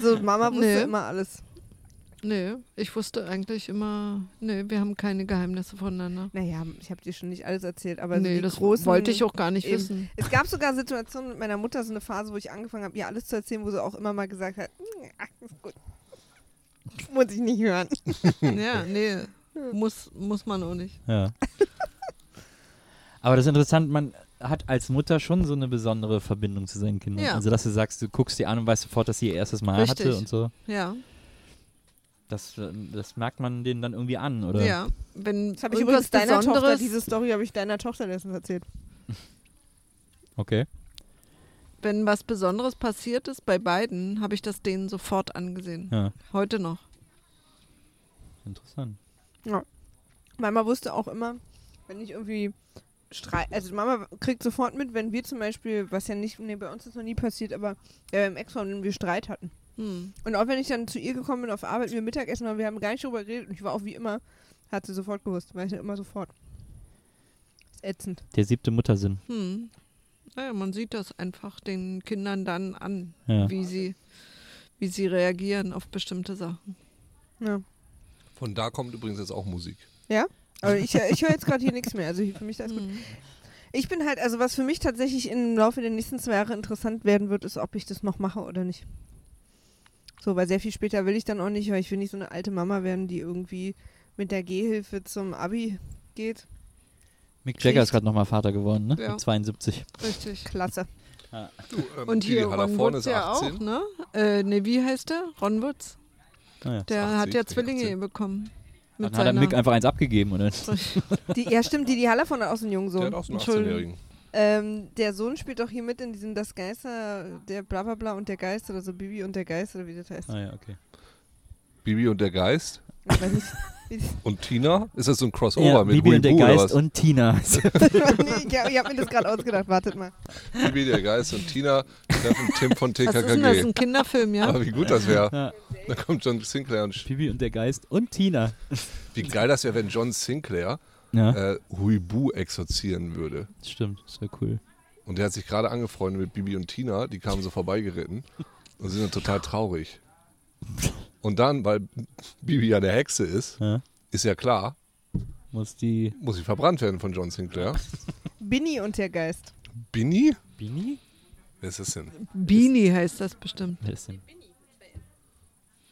[SPEAKER 2] so, Mama wusste
[SPEAKER 3] Nee.
[SPEAKER 2] immer alles.
[SPEAKER 3] Nee, ich wusste eigentlich immer, nee, wir haben keine Geheimnisse voneinander.
[SPEAKER 2] Naja, ich habe dir schon nicht alles erzählt, aber so
[SPEAKER 3] nee,
[SPEAKER 2] die
[SPEAKER 3] das
[SPEAKER 2] großen
[SPEAKER 3] wollte ich auch gar nicht
[SPEAKER 2] eben.
[SPEAKER 3] wissen.
[SPEAKER 2] Es gab sogar Situationen mit meiner Mutter, so eine Phase, wo ich angefangen habe, ihr alles zu erzählen, wo sie auch immer mal gesagt hat, "Mm, ach, ist gut. Muss ich nicht hören.
[SPEAKER 3] Ja, nee, muss, muss man auch nicht.
[SPEAKER 6] Ja. Aber das ist interessant, man hat als Mutter schon so eine besondere Verbindung zu seinen Kindern.
[SPEAKER 3] Ja.
[SPEAKER 6] Also, dass du sagst, du guckst die an und weißt sofort, dass sie ihr erstes Mal hatte
[SPEAKER 3] Richtig.
[SPEAKER 6] und so.
[SPEAKER 3] Ja,
[SPEAKER 6] Das, ähm, das merkt man denen dann irgendwie an, oder?
[SPEAKER 3] ja. Wenn
[SPEAKER 2] Das habe ich
[SPEAKER 3] irgendwas
[SPEAKER 2] übrigens deiner Tochter,
[SPEAKER 3] Besonderes,
[SPEAKER 2] diese Story habe ich deiner Tochter letztens erzählt.
[SPEAKER 6] Okay.
[SPEAKER 3] wenn was Besonderes passiert ist bei beiden, habe ich das denen sofort angesehen.
[SPEAKER 6] Ja,
[SPEAKER 3] Heute noch.
[SPEAKER 6] interessant.
[SPEAKER 2] Mama wusste auch immer, wenn ich irgendwie streit, also Mama kriegt sofort mit, wenn wir zum Beispiel, was ja nicht, nee, bei uns ist noch nie passiert, aber äh, im Ex-Freund, wenn wir Streit hatten.
[SPEAKER 3] Hm.
[SPEAKER 2] Und auch wenn ich dann zu ihr gekommen bin auf Arbeit, wir Mittagessen waren, wir haben gar nicht drüber geredet und ich war auch wie immer, hat sie sofort gewusst, weiß ich immer sofort. Ist ätzend.
[SPEAKER 6] Der siebte Muttersinn.
[SPEAKER 3] Hm. Naja, man sieht das einfach den Kindern dann an,
[SPEAKER 6] Ja.
[SPEAKER 3] wie sie wie sie reagieren auf bestimmte Sachen.
[SPEAKER 2] Ja.
[SPEAKER 4] Von da kommt übrigens jetzt auch Musik.
[SPEAKER 2] Aber ich, ich höre jetzt gerade hier nichts mehr. Also hier- für mich ist alles gut. Ich bin halt, also was für mich tatsächlich im Laufe der nächsten zwei Jahre interessant werden wird, ist, ob ich das noch mache oder nicht. So, weil sehr viel später will ich dann auch nicht, weil ich will nicht so eine alte Mama werden, die irgendwie mit der Gehhilfe zum Abi geht.
[SPEAKER 6] Mick Jagger ist gerade nochmal Vater geworden, ne?
[SPEAKER 3] Ja.
[SPEAKER 6] Mit 72.
[SPEAKER 3] Richtig.
[SPEAKER 2] Klasse.
[SPEAKER 4] Du, ähm,
[SPEAKER 3] Und hier
[SPEAKER 4] Lili Haller
[SPEAKER 3] Ron
[SPEAKER 4] vorne
[SPEAKER 3] Woods
[SPEAKER 4] ist
[SPEAKER 3] ja
[SPEAKER 4] 18.
[SPEAKER 3] auch, ne? Äh, ne, wie heißt der? Ron Woods.
[SPEAKER 6] Naja.
[SPEAKER 3] Der
[SPEAKER 4] 80,
[SPEAKER 3] hat ja
[SPEAKER 4] vielleicht
[SPEAKER 3] Zwillinge
[SPEAKER 4] 18.
[SPEAKER 3] bekommen. Mit
[SPEAKER 6] Ah, Dann hat er
[SPEAKER 3] seiner-
[SPEAKER 6] Mick einfach eins abgegeben, oder?
[SPEAKER 2] Die, ja, stimmt, die, die Haller von aus dem jungen
[SPEAKER 4] Der hat
[SPEAKER 2] Sohn.
[SPEAKER 4] auch so einen
[SPEAKER 3] Entschuldigung.
[SPEAKER 4] 18-Jährigen.
[SPEAKER 2] Ähm, der Sohn spielt doch hier mit in diesem Das Geister, der bla bla bla und der Geist oder so, Bibi und der Geist oder wie das heißt.
[SPEAKER 6] Ah ja, okay.
[SPEAKER 4] Bibi und der Geist
[SPEAKER 2] Ich weiß nicht. wie das-
[SPEAKER 4] und Tina. Ist das so ein Crossover
[SPEAKER 6] Ja,
[SPEAKER 4] mit
[SPEAKER 6] Bibi
[SPEAKER 4] Hui
[SPEAKER 6] und der
[SPEAKER 4] Bu oder
[SPEAKER 6] Geist
[SPEAKER 4] was?
[SPEAKER 6] und Tina.
[SPEAKER 2] nee, ich ich habe mir das gerade ausgedacht, wartet mal.
[SPEAKER 4] Bibi der Geist und Tina treffen Tim von
[SPEAKER 3] Was ist denn das?
[SPEAKER 4] TKKG.
[SPEAKER 3] Ein Kinderfilm, ja?
[SPEAKER 4] Aber Ah, wie gut das wäre.
[SPEAKER 6] Ja.
[SPEAKER 4] Da kommt John Sinclair und sch-
[SPEAKER 6] Bibi und der Geist und Tina.
[SPEAKER 4] wie geil das wäre, wenn John Sinclair
[SPEAKER 6] Ja,
[SPEAKER 4] äh, Huibu exorzieren würde.
[SPEAKER 6] stimmt. Das wäre cool.
[SPEAKER 4] Und der hat sich gerade angefreundet mit Bibi und Tina, die kamen so vorbeigeritten und sind dann total traurig. Und dann, weil Bibi ja eine Hexe ist,
[SPEAKER 6] Ja.
[SPEAKER 4] ist ja klar,
[SPEAKER 6] Muss die.
[SPEAKER 4] muss sie verbrannt werden von John Sinclair.
[SPEAKER 2] Binny und der Geist.
[SPEAKER 4] Binny?
[SPEAKER 6] Bini?
[SPEAKER 4] Wer ist das denn?
[SPEAKER 3] Beanie heißt das bestimmt.
[SPEAKER 6] Wer ist denn.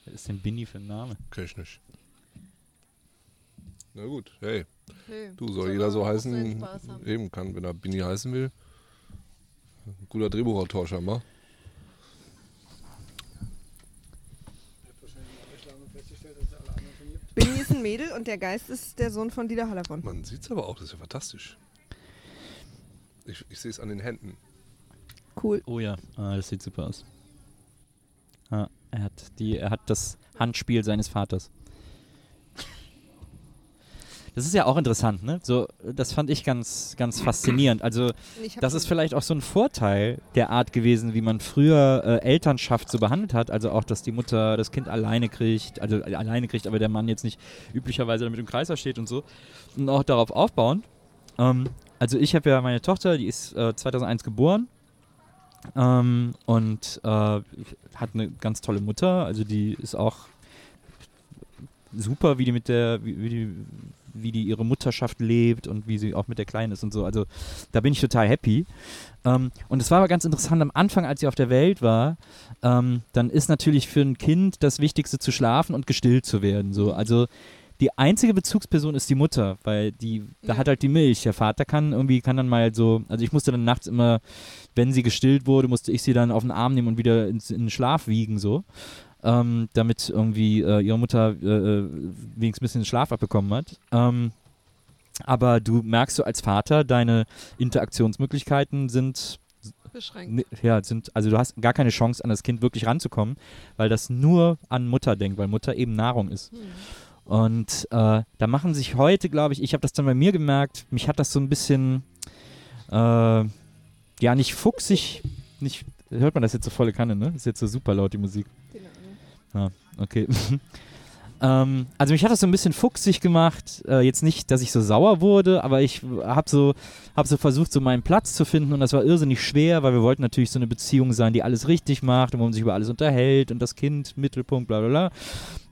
[SPEAKER 6] Wer ist denn Bini für ein Name?
[SPEAKER 4] Kenn ich nicht. Na gut, hey,
[SPEAKER 2] Hey.
[SPEAKER 4] du, soll jeder so
[SPEAKER 9] auch seinen
[SPEAKER 4] heißen,
[SPEAKER 9] Spaß haben.
[SPEAKER 4] eben kann, wenn er Bini heißen will. Guter Drehbuchautor scheinbar.
[SPEAKER 2] Benny ist ein Mädel und der Geist ist der Sohn von Dieter Hallervon.
[SPEAKER 4] Man sieht es aber auch, das ist ja fantastisch. Ich, ich sehe es an den Händen.
[SPEAKER 2] Cool.
[SPEAKER 6] Oh ja, ah, das sieht super aus. Ah, er, hat die, er hat das Handspiel seines Vaters. Das ist ja auch interessant, ne? So, das fand ich ganz, ganz faszinierend. Also,
[SPEAKER 2] Ich hab
[SPEAKER 6] das
[SPEAKER 2] schon-
[SPEAKER 6] ist vielleicht auch so ein Vorteil der Art gewesen, wie man früher äh, Elternschaft so behandelt hat. Also auch, dass die Mutter das Kind alleine kriegt, also äh, alleine kriegt, aber der Mann jetzt nicht üblicherweise damit im Kreiser steht und so. Und auch darauf aufbauend. Ähm, also ich habe ja meine Tochter, die ist äh, 2001 geboren ähm, und äh, hat eine ganz tolle Mutter. Also die ist auch super, wie die mit der, wie, wie die wie die ihre Mutterschaft lebt und wie sie auch mit der Kleinen ist und so. Also da bin ich total happy. Ähm, und es war aber ganz interessant, am Anfang, als sie auf der Welt war, ähm, dann ist natürlich für ein Kind das Wichtigste zu schlafen und gestillt zu werden. So. Also die einzige Bezugsperson ist die Mutter, weil die da hat halt die Milch. Der Vater kann irgendwie, kann dann mal so, also ich musste dann nachts immer, wenn sie gestillt wurde, musste ich sie dann auf den Arm nehmen und wieder ins, in den Schlaf wiegen, so. Ähm, damit irgendwie äh, ihre Mutter äh, äh, wenigstens ein bisschen Schlaf abbekommen hat. Ähm, aber du merkst so als Vater, deine Interaktionsmöglichkeiten sind,
[SPEAKER 9] Beschränkt.
[SPEAKER 6] ne- ja, sind, also du hast gar keine Chance, an das Kind wirklich ranzukommen, weil das nur an Mutter denkt, weil Mutter eben Nahrung ist. Und äh, da machen sich heute, glaube ich, ich habe das dann bei mir gemerkt, mich hat das so ein bisschen, äh, ja, nicht fuchsig, nicht, hört man das jetzt so volle Kanne, ne? Ist jetzt so super laut, die Musik. Ja, okay. ähm, also mich hat das so ein bisschen fuchsig gemacht. Äh, jetzt nicht, dass ich so sauer wurde, aber ich habe so, hab so versucht, so meinen Platz zu finden und das war irrsinnig schwer, weil wir wollten natürlich so eine Beziehung sein, die alles richtig macht und wo man sich über alles unterhält und das Kind, Mittelpunkt, bla bla bla.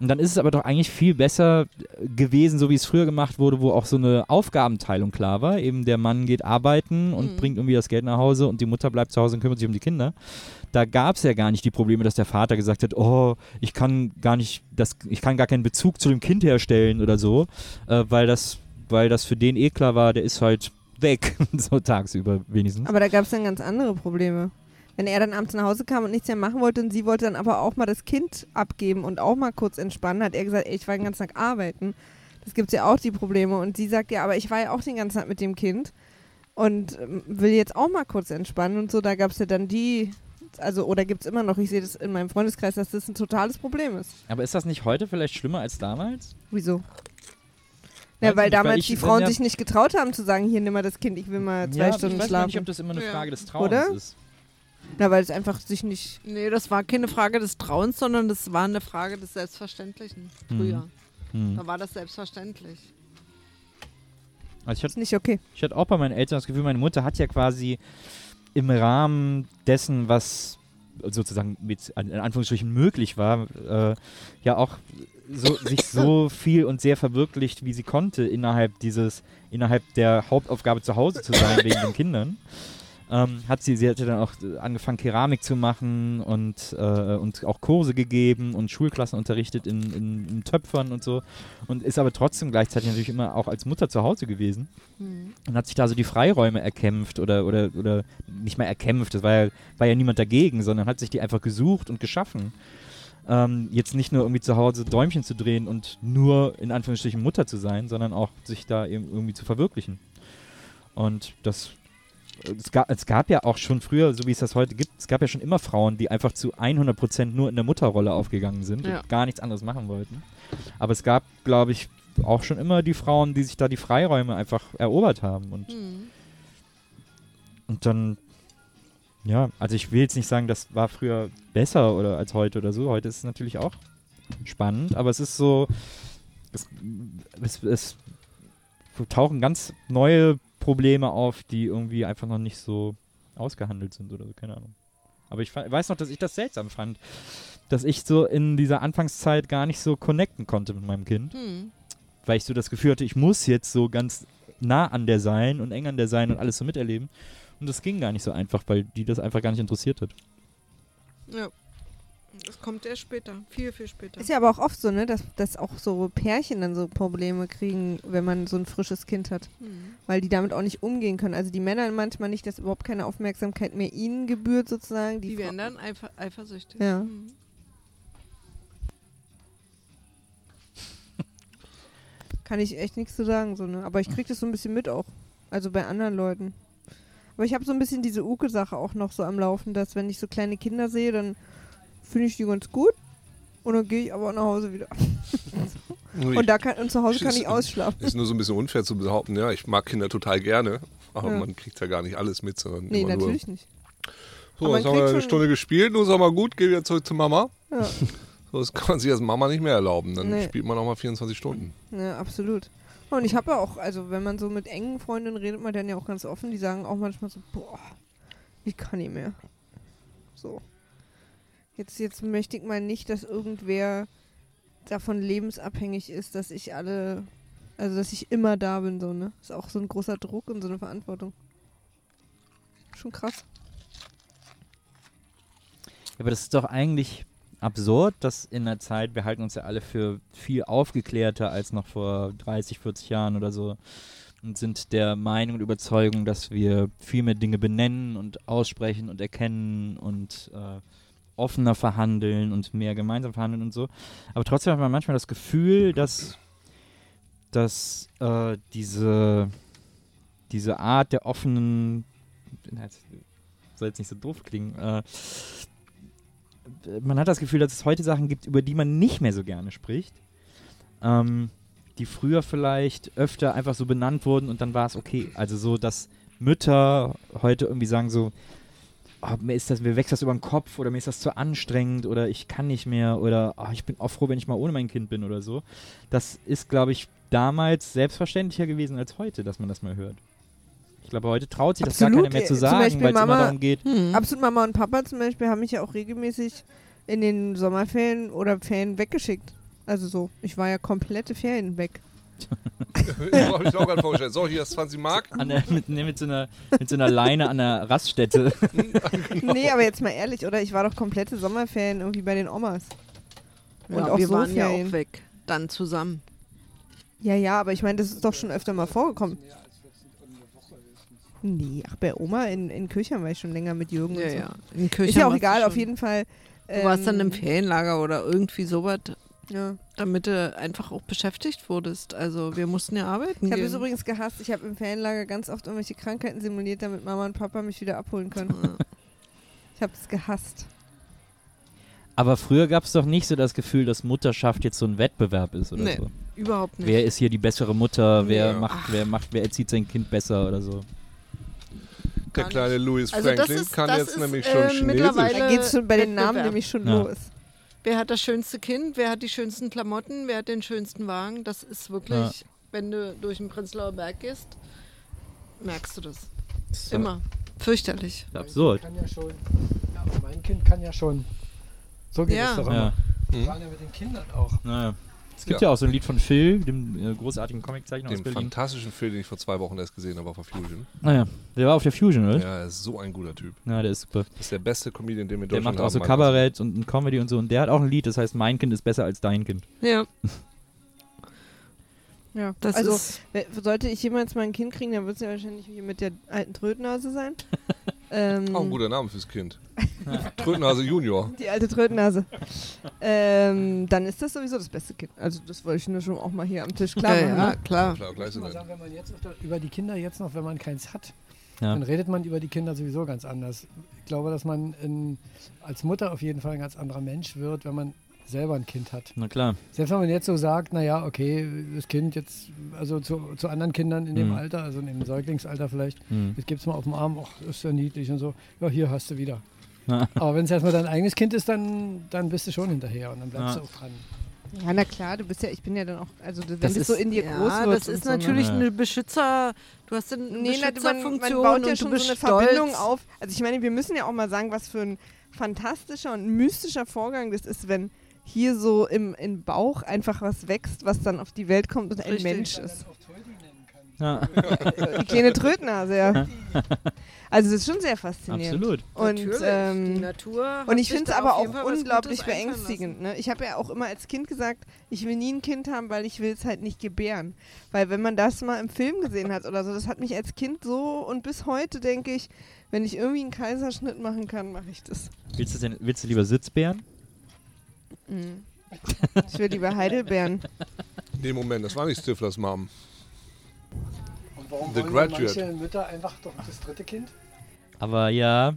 [SPEAKER 6] Und dann ist es aber doch eigentlich viel besser äh, gewesen, so wie es früher gemacht wurde, wo auch so eine Aufgabenteilung klar war. Eben der Mann geht arbeiten
[SPEAKER 2] Mhm.
[SPEAKER 6] und bringt irgendwie das Geld nach Hause und die Mutter bleibt zu Hause und kümmert sich um die Kinder. Da gab es ja gar nicht die Probleme, dass der Vater gesagt hat, oh, ich kann gar nicht, das, ich kann gar keinen Bezug zu dem Kind herstellen oder so, äh, weil das, weil das für den eh klar war, der ist halt weg, so tagsüber wenigstens.
[SPEAKER 2] Aber da gab es dann ganz andere Probleme. Wenn er dann abends nach Hause kam und nichts mehr machen wollte und sie wollte dann aber auch mal das Kind abgeben und auch mal kurz entspannen, hat er gesagt, ey, ich war den ganzen Tag arbeiten. Das gibt es ja auch die Probleme. Und sie sagt, ja, aber ich war ja auch den ganzen Tag mit dem Kind und ähm, will jetzt auch mal kurz entspannen und so. Da gab es ja dann die, also oder gibt es immer noch, ich sehe das in meinem Freundeskreis, dass das ein totales Problem ist.
[SPEAKER 6] Aber ist das nicht heute vielleicht schlimmer als damals?
[SPEAKER 2] Wieso?
[SPEAKER 6] Weiß
[SPEAKER 2] Ja,
[SPEAKER 6] ich
[SPEAKER 2] weil
[SPEAKER 6] nicht, weil
[SPEAKER 2] damals
[SPEAKER 6] ich-
[SPEAKER 2] die
[SPEAKER 6] wenn
[SPEAKER 2] Frauen
[SPEAKER 6] ja-
[SPEAKER 2] sich nicht getraut haben zu sagen, hier nimm mal das Kind, ich will mal zwei
[SPEAKER 6] aber
[SPEAKER 2] Stunden
[SPEAKER 6] ich weiß
[SPEAKER 2] schlafen.
[SPEAKER 6] nicht, ob das immer eine
[SPEAKER 9] Ja.
[SPEAKER 6] Frage des Trauens
[SPEAKER 2] Oder?
[SPEAKER 6] ist.
[SPEAKER 2] Na, weil es einfach sich nicht
[SPEAKER 3] Nee, das war keine Frage des Trauens, sondern das war eine Frage des Selbstverständlichen früher.
[SPEAKER 6] Hm.
[SPEAKER 3] Da war das selbstverständlich.
[SPEAKER 6] Also ich hatte
[SPEAKER 2] ist nicht okay.
[SPEAKER 6] Ich hatte auch bei meinen Eltern das Gefühl, meine Mutter hat ja quasi im Rahmen dessen, was sozusagen mit an- in Anführungsstrichen möglich war, äh, ja auch so, sich so viel und sehr verwirklicht, wie sie konnte, innerhalb dieses, innerhalb der Hauptaufgabe zu Hause zu sein wegen den Kindern. Ähm, hat sie, sie hatte dann auch äh, angefangen, Keramik zu machen und, äh, und auch Kurse gegeben und Schulklassen unterrichtet in, in, in Töpfern und so. Und ist aber trotzdem gleichzeitig natürlich immer auch als Mutter zu Hause gewesen und hat sich da so die Freiräume erkämpft oder, oder, oder nicht mal erkämpft, das war ja, war ja niemand dagegen, sondern hat sich die einfach gesucht und geschaffen. Ähm, jetzt nicht nur irgendwie zu Hause Däumchen zu drehen und nur in Anführungsstrichen Mutter zu sein, sondern auch sich da eben irgendwie zu verwirklichen. Und das, es gab, es gab ja auch schon früher, so wie es das heute gibt, es gab ja schon immer Frauen, die einfach zu 100% nur in der Mutterrolle aufgegangen sind
[SPEAKER 3] Ja.
[SPEAKER 6] und gar nichts anderes machen wollten. Aber es gab, glaube ich, auch schon immer die Frauen, die sich da die Freiräume einfach erobert haben. Und, und dann, ja, also ich will jetzt nicht sagen, das war früher besser oder als heute oder so. Heute ist es natürlich auch spannend, aber es ist so, es, es, es tauchen ganz neue Probleme auf, die irgendwie einfach noch nicht so ausgehandelt sind oder so, keine Ahnung. Aber ich fa- weiß noch, dass ich das seltsam fand, dass ich so in dieser Anfangszeit gar nicht so connecten konnte mit meinem Kind
[SPEAKER 3] Hm.
[SPEAKER 6] weil ich so das Gefühl hatte, ich muss jetzt so ganz nah an der sein und eng an der sein und alles so miterleben. Und das ging gar nicht so einfach, weil die das einfach gar nicht interessiert hat.
[SPEAKER 3] Ja. Das kommt erst später, viel, viel später.
[SPEAKER 2] Ist ja aber auch oft so, ne, dass, dass auch so Pärchen dann so Probleme kriegen, wenn man so ein frisches Kind hat.
[SPEAKER 6] Mhm.
[SPEAKER 2] Weil die damit auch nicht umgehen können. Also die Männer manchmal nicht, dass überhaupt keine Aufmerksamkeit mehr ihnen gebührt, sozusagen.
[SPEAKER 3] Die
[SPEAKER 2] Frau-
[SPEAKER 3] werden dann eifer eifersüchtig.
[SPEAKER 2] Ja.
[SPEAKER 3] Mhm.
[SPEAKER 2] Kann ich echt nichts zu sagen, so, ne? Aber ich krieg das so ein bisschen mit auch. Also bei anderen Leuten. Aber ich habe so ein bisschen diese Uke-Sache auch noch so am Laufen, dass wenn ich so kleine Kinder sehe, dann finde ich die ganz gut. Und dann gehe ich aber auch nach Hause wieder. Und, da kann, und zu Hause kann ich ausschlafen.
[SPEAKER 4] Ist nur so ein bisschen unfair zu behaupten, ja, ich mag Kinder total gerne, aber
[SPEAKER 2] Ja.
[SPEAKER 4] man kriegt ja gar nicht alles mit, sondern
[SPEAKER 2] Nee,
[SPEAKER 4] immer
[SPEAKER 2] natürlich nicht. aber
[SPEAKER 4] nur, so,
[SPEAKER 2] man
[SPEAKER 4] jetzt haben wir
[SPEAKER 2] kriegt
[SPEAKER 4] eine
[SPEAKER 2] schon-
[SPEAKER 4] Stunde gespielt, nur ist aber gut, geh wieder zurück zu Mama.
[SPEAKER 2] Ja.
[SPEAKER 4] So, das kann man sich als Mama nicht mehr erlauben, dann
[SPEAKER 2] Nee.
[SPEAKER 4] spielt man auch mal 24 Stunden.
[SPEAKER 2] Ja, absolut. Und ich habe ja auch, also wenn man so mit engen Freundinnen redet, man dann ja auch ganz offen, die sagen auch manchmal so, boah, ich kann nicht mehr. So. Jetzt, jetzt möchte ich mal nicht, dass irgendwer davon lebensabhängig ist, dass ich alle, also dass ich immer da bin, so, ne? Ist auch so ein großer Druck und so eine Verantwortung. Schon krass.
[SPEAKER 6] Ja, Aber das ist doch eigentlich absurd, dass in der Zeit, wir halten uns ja alle für viel aufgeklärter als noch vor 30, 40 Jahren oder so und sind der Meinung und Überzeugung, dass wir viel mehr Dinge benennen und aussprechen und erkennen und äh, offener verhandeln und mehr gemeinsam verhandeln und so. Aber trotzdem hat man manchmal das Gefühl, dass, dass äh, diese, diese Art der offenen, na, jetzt- soll jetzt nicht so doof klingen, äh, man hat das Gefühl, dass es heute Sachen gibt, über die man nicht mehr so gerne spricht, ähm, die früher vielleicht öfter einfach so benannt wurden und dann war es okay. Also so, dass Mütter heute irgendwie sagen so, oh, mir ist das, mir wächst das über den Kopf oder mir ist das zu anstrengend oder ich kann nicht mehr oder oh, ich bin auch froh, wenn ich mal ohne mein Kind bin oder so. Das ist, glaube ich, damals selbstverständlicher gewesen als heute, dass man das mal hört. Ich glaube, heute traut sich das gar
[SPEAKER 2] Absolut.
[SPEAKER 6] keiner mehr zu
[SPEAKER 2] Zum
[SPEAKER 6] sagen,
[SPEAKER 2] Beispiel
[SPEAKER 6] weil es immer
[SPEAKER 2] Mama- Hm.
[SPEAKER 6] darum geht,
[SPEAKER 2] Absolut, Mama und Papa zum Beispiel haben mich ja auch regelmäßig in den Sommerferien oder Ferien weggeschickt. Also so, ich war ja komplette Ferien weg.
[SPEAKER 4] ich habe mich auch gerade vorgestellt. So, hier ist 20 Mark.
[SPEAKER 6] an der, mit, nee, mit, so einer, mit so einer Leine an einer Raststätte.
[SPEAKER 2] Nee, aber jetzt mal ehrlich, oder? Ich war doch komplette Sommerferien irgendwie bei den Omas. Und
[SPEAKER 3] Ja,
[SPEAKER 2] auch
[SPEAKER 3] wir
[SPEAKER 2] so
[SPEAKER 3] waren ja
[SPEAKER 2] Ferien.
[SPEAKER 3] auch weg. Dann zusammen.
[SPEAKER 2] Ja, ja, aber ich meine, das ist doch schon öfter mal vorgekommen. Nee, ach, bei Oma in, in Kirchheim war ich schon länger mit Jürgen
[SPEAKER 3] Ja,
[SPEAKER 2] und so.
[SPEAKER 3] ja. Also In Kirchheim
[SPEAKER 2] Ist ja auch
[SPEAKER 3] warst du
[SPEAKER 2] egal, auf
[SPEAKER 3] schon.
[SPEAKER 2] jeden Fall.
[SPEAKER 3] Du warst dann im
[SPEAKER 2] ähm,
[SPEAKER 3] Ferienlager oder irgendwie sowas,
[SPEAKER 2] ja.
[SPEAKER 3] damit du einfach auch beschäftigt wurdest. Also wir mussten ja arbeiten.
[SPEAKER 2] Ich habe
[SPEAKER 3] gehen.
[SPEAKER 2] es übrigens gehasst. Ich habe im Ferienlager ganz oft irgendwelche Krankheiten simuliert, damit Mama und Papa mich wieder abholen können.
[SPEAKER 3] Ja.
[SPEAKER 2] Ich habe es gehasst.
[SPEAKER 6] Aber früher gab es doch nicht so das Gefühl, dass Mutterschaft jetzt so ein Wettbewerb ist oder
[SPEAKER 3] Nee,
[SPEAKER 6] so.
[SPEAKER 3] überhaupt nicht.
[SPEAKER 6] Wer ist hier die bessere Mutter? Wer
[SPEAKER 4] Ja.
[SPEAKER 6] macht, wer macht, wer erzieht sein Kind besser oder so?
[SPEAKER 4] Der
[SPEAKER 3] nicht.
[SPEAKER 4] kleine Louis
[SPEAKER 9] Also das
[SPEAKER 4] Franklin
[SPEAKER 9] ist-
[SPEAKER 4] kann
[SPEAKER 9] das
[SPEAKER 4] jetzt
[SPEAKER 9] ist,
[SPEAKER 4] nämlich
[SPEAKER 9] äh,
[SPEAKER 4] schon Chinesisch.
[SPEAKER 9] mittlerweile-
[SPEAKER 2] Da geht es schon bei den Namen
[SPEAKER 9] Wettbewerb.
[SPEAKER 2] nämlich schon
[SPEAKER 6] Ja.
[SPEAKER 2] los.
[SPEAKER 3] Wer hat das schönste Kind? Wer hat die schönsten Klamotten? Wer hat den schönsten Wagen? Das ist wirklich, wenn du durch den Prenzlauer Berg gehst, merkst du das. Immer. Fürchterlich.
[SPEAKER 6] halt Absurd.
[SPEAKER 8] Kann ja schon. Ja, aber mein Kind kann ja schon. So geht
[SPEAKER 3] Ja.
[SPEAKER 8] es doch
[SPEAKER 6] Ja. Hm.
[SPEAKER 8] immer. Wir waren ja mit den Kindern auch.
[SPEAKER 6] Naja. Es gibt ja.
[SPEAKER 4] Ja.
[SPEAKER 6] auch so ein Lied von Phil, dem äh, großartigen Comiczeichner aus
[SPEAKER 4] Den
[SPEAKER 6] Berlin.
[SPEAKER 4] fantastischen Film, den ich vor zwei Wochen erst gesehen habe, auf der Fusion.
[SPEAKER 6] Naja, der war auf der Fusion, oder? Ja,
[SPEAKER 4] Ja, er ist so ein guter Typ.
[SPEAKER 6] der ist super.
[SPEAKER 4] Das ist der beste Comedian, den wir in
[SPEAKER 6] Der
[SPEAKER 4] Deutschland
[SPEAKER 6] macht auch so
[SPEAKER 4] haben.
[SPEAKER 6] Kabarett und, und Comedy und so. Und der hat auch ein Lied, das heißt Mein Kind ist besser als dein Kind.
[SPEAKER 3] Ja. Ja, das
[SPEAKER 2] Also-
[SPEAKER 3] ist.
[SPEAKER 2] We- Sollte ich jemals mal ein Kind kriegen, dann wird es ja wahrscheinlich hier mit der alten Trötnase sein. ähm,
[SPEAKER 4] Auch ein guter Name fürs Kind. Trötenhase Junior.
[SPEAKER 2] Die alte Trötnase. ähm, dann ist das sowieso das beste Kind. Also das wollte ich nur schon auch mal hier am Tisch klar
[SPEAKER 3] ja,
[SPEAKER 2] machen.
[SPEAKER 3] ja,
[SPEAKER 2] Ne?
[SPEAKER 3] klar.
[SPEAKER 4] Klar,
[SPEAKER 8] Ich
[SPEAKER 4] gleich
[SPEAKER 8] muss
[SPEAKER 4] sind
[SPEAKER 8] mal sagen, wenn man jetzt öfter über die Kinder jetzt noch, wenn man keins hat,
[SPEAKER 6] Ja.
[SPEAKER 8] dann redet man über die Kinder sowieso ganz anders. Ich glaube, dass man in, als Mutter auf jeden Fall ein ganz anderer Mensch wird, wenn man selber ein Kind hat.
[SPEAKER 6] Na klar.
[SPEAKER 8] Selbst wenn man jetzt so sagt, naja, okay, das Kind jetzt, also zu, zu anderen Kindern in dem
[SPEAKER 6] Mhm.
[SPEAKER 8] Alter, also in dem Säuglingsalter vielleicht,
[SPEAKER 6] Mhm.
[SPEAKER 8] jetzt gibt's mal auf dem Arm, ach, ist ja niedlich und so, ja, hier hast du wieder.
[SPEAKER 6] Ja.
[SPEAKER 8] Aber wenn es erstmal dein eigenes Kind ist, dann, dann bist du schon hinterher und dann bleibst
[SPEAKER 6] Ja.
[SPEAKER 8] du auch dran.
[SPEAKER 2] Ja, na klar, du bist ja, ich bin ja dann auch, also wenn
[SPEAKER 6] Das
[SPEAKER 2] das, so
[SPEAKER 6] ist-
[SPEAKER 2] in dir
[SPEAKER 3] Ja,
[SPEAKER 2] groß wird.
[SPEAKER 3] das ist
[SPEAKER 2] und so, ne?
[SPEAKER 3] natürlich
[SPEAKER 6] Ja.
[SPEAKER 3] eine Beschützer. Du hast eine
[SPEAKER 2] Nee, na, man, man
[SPEAKER 3] Beschützerfunktion
[SPEAKER 2] baut ja
[SPEAKER 3] und du
[SPEAKER 2] schon
[SPEAKER 3] bist
[SPEAKER 2] so eine
[SPEAKER 3] stolz.
[SPEAKER 2] Verbindung auf. Also ich meine, wir müssen ja auch mal sagen, was für ein fantastischer und mystischer Vorgang das ist, wenn hier so im, im Bauch einfach was wächst, was dann auf die Welt kommt und ein
[SPEAKER 3] Richtig.
[SPEAKER 2] Mensch ist.
[SPEAKER 6] Ja,
[SPEAKER 2] Die kleine Trötnase, ja. Also das ist schon sehr faszinierend.
[SPEAKER 6] absolut.
[SPEAKER 2] Und,
[SPEAKER 9] Natürlich, die
[SPEAKER 2] ähm,
[SPEAKER 9] Natur
[SPEAKER 2] und ich finde es aber auch unglaublich beängstigend. Ne? Ich habe ja auch immer als Kind gesagt, ich will nie ein Kind haben, weil ich will es halt nicht gebären. Weil wenn man das mal im Film gesehen hat oder so, das hat mich als Kind so und bis heute denke ich, wenn ich irgendwie einen Kaiserschnitt machen kann, mache ich das.
[SPEAKER 6] Willst du, denn, willst du lieber Sitzbären?
[SPEAKER 2] Ich will lieber Heidelbeeren.
[SPEAKER 4] Nee, Moment, das war nicht Stiflers Mom.
[SPEAKER 8] Und warum
[SPEAKER 4] The
[SPEAKER 8] wollen
[SPEAKER 4] Graduate.
[SPEAKER 8] manche Mütter einfach doch das dritte Kind?
[SPEAKER 6] Aber ja,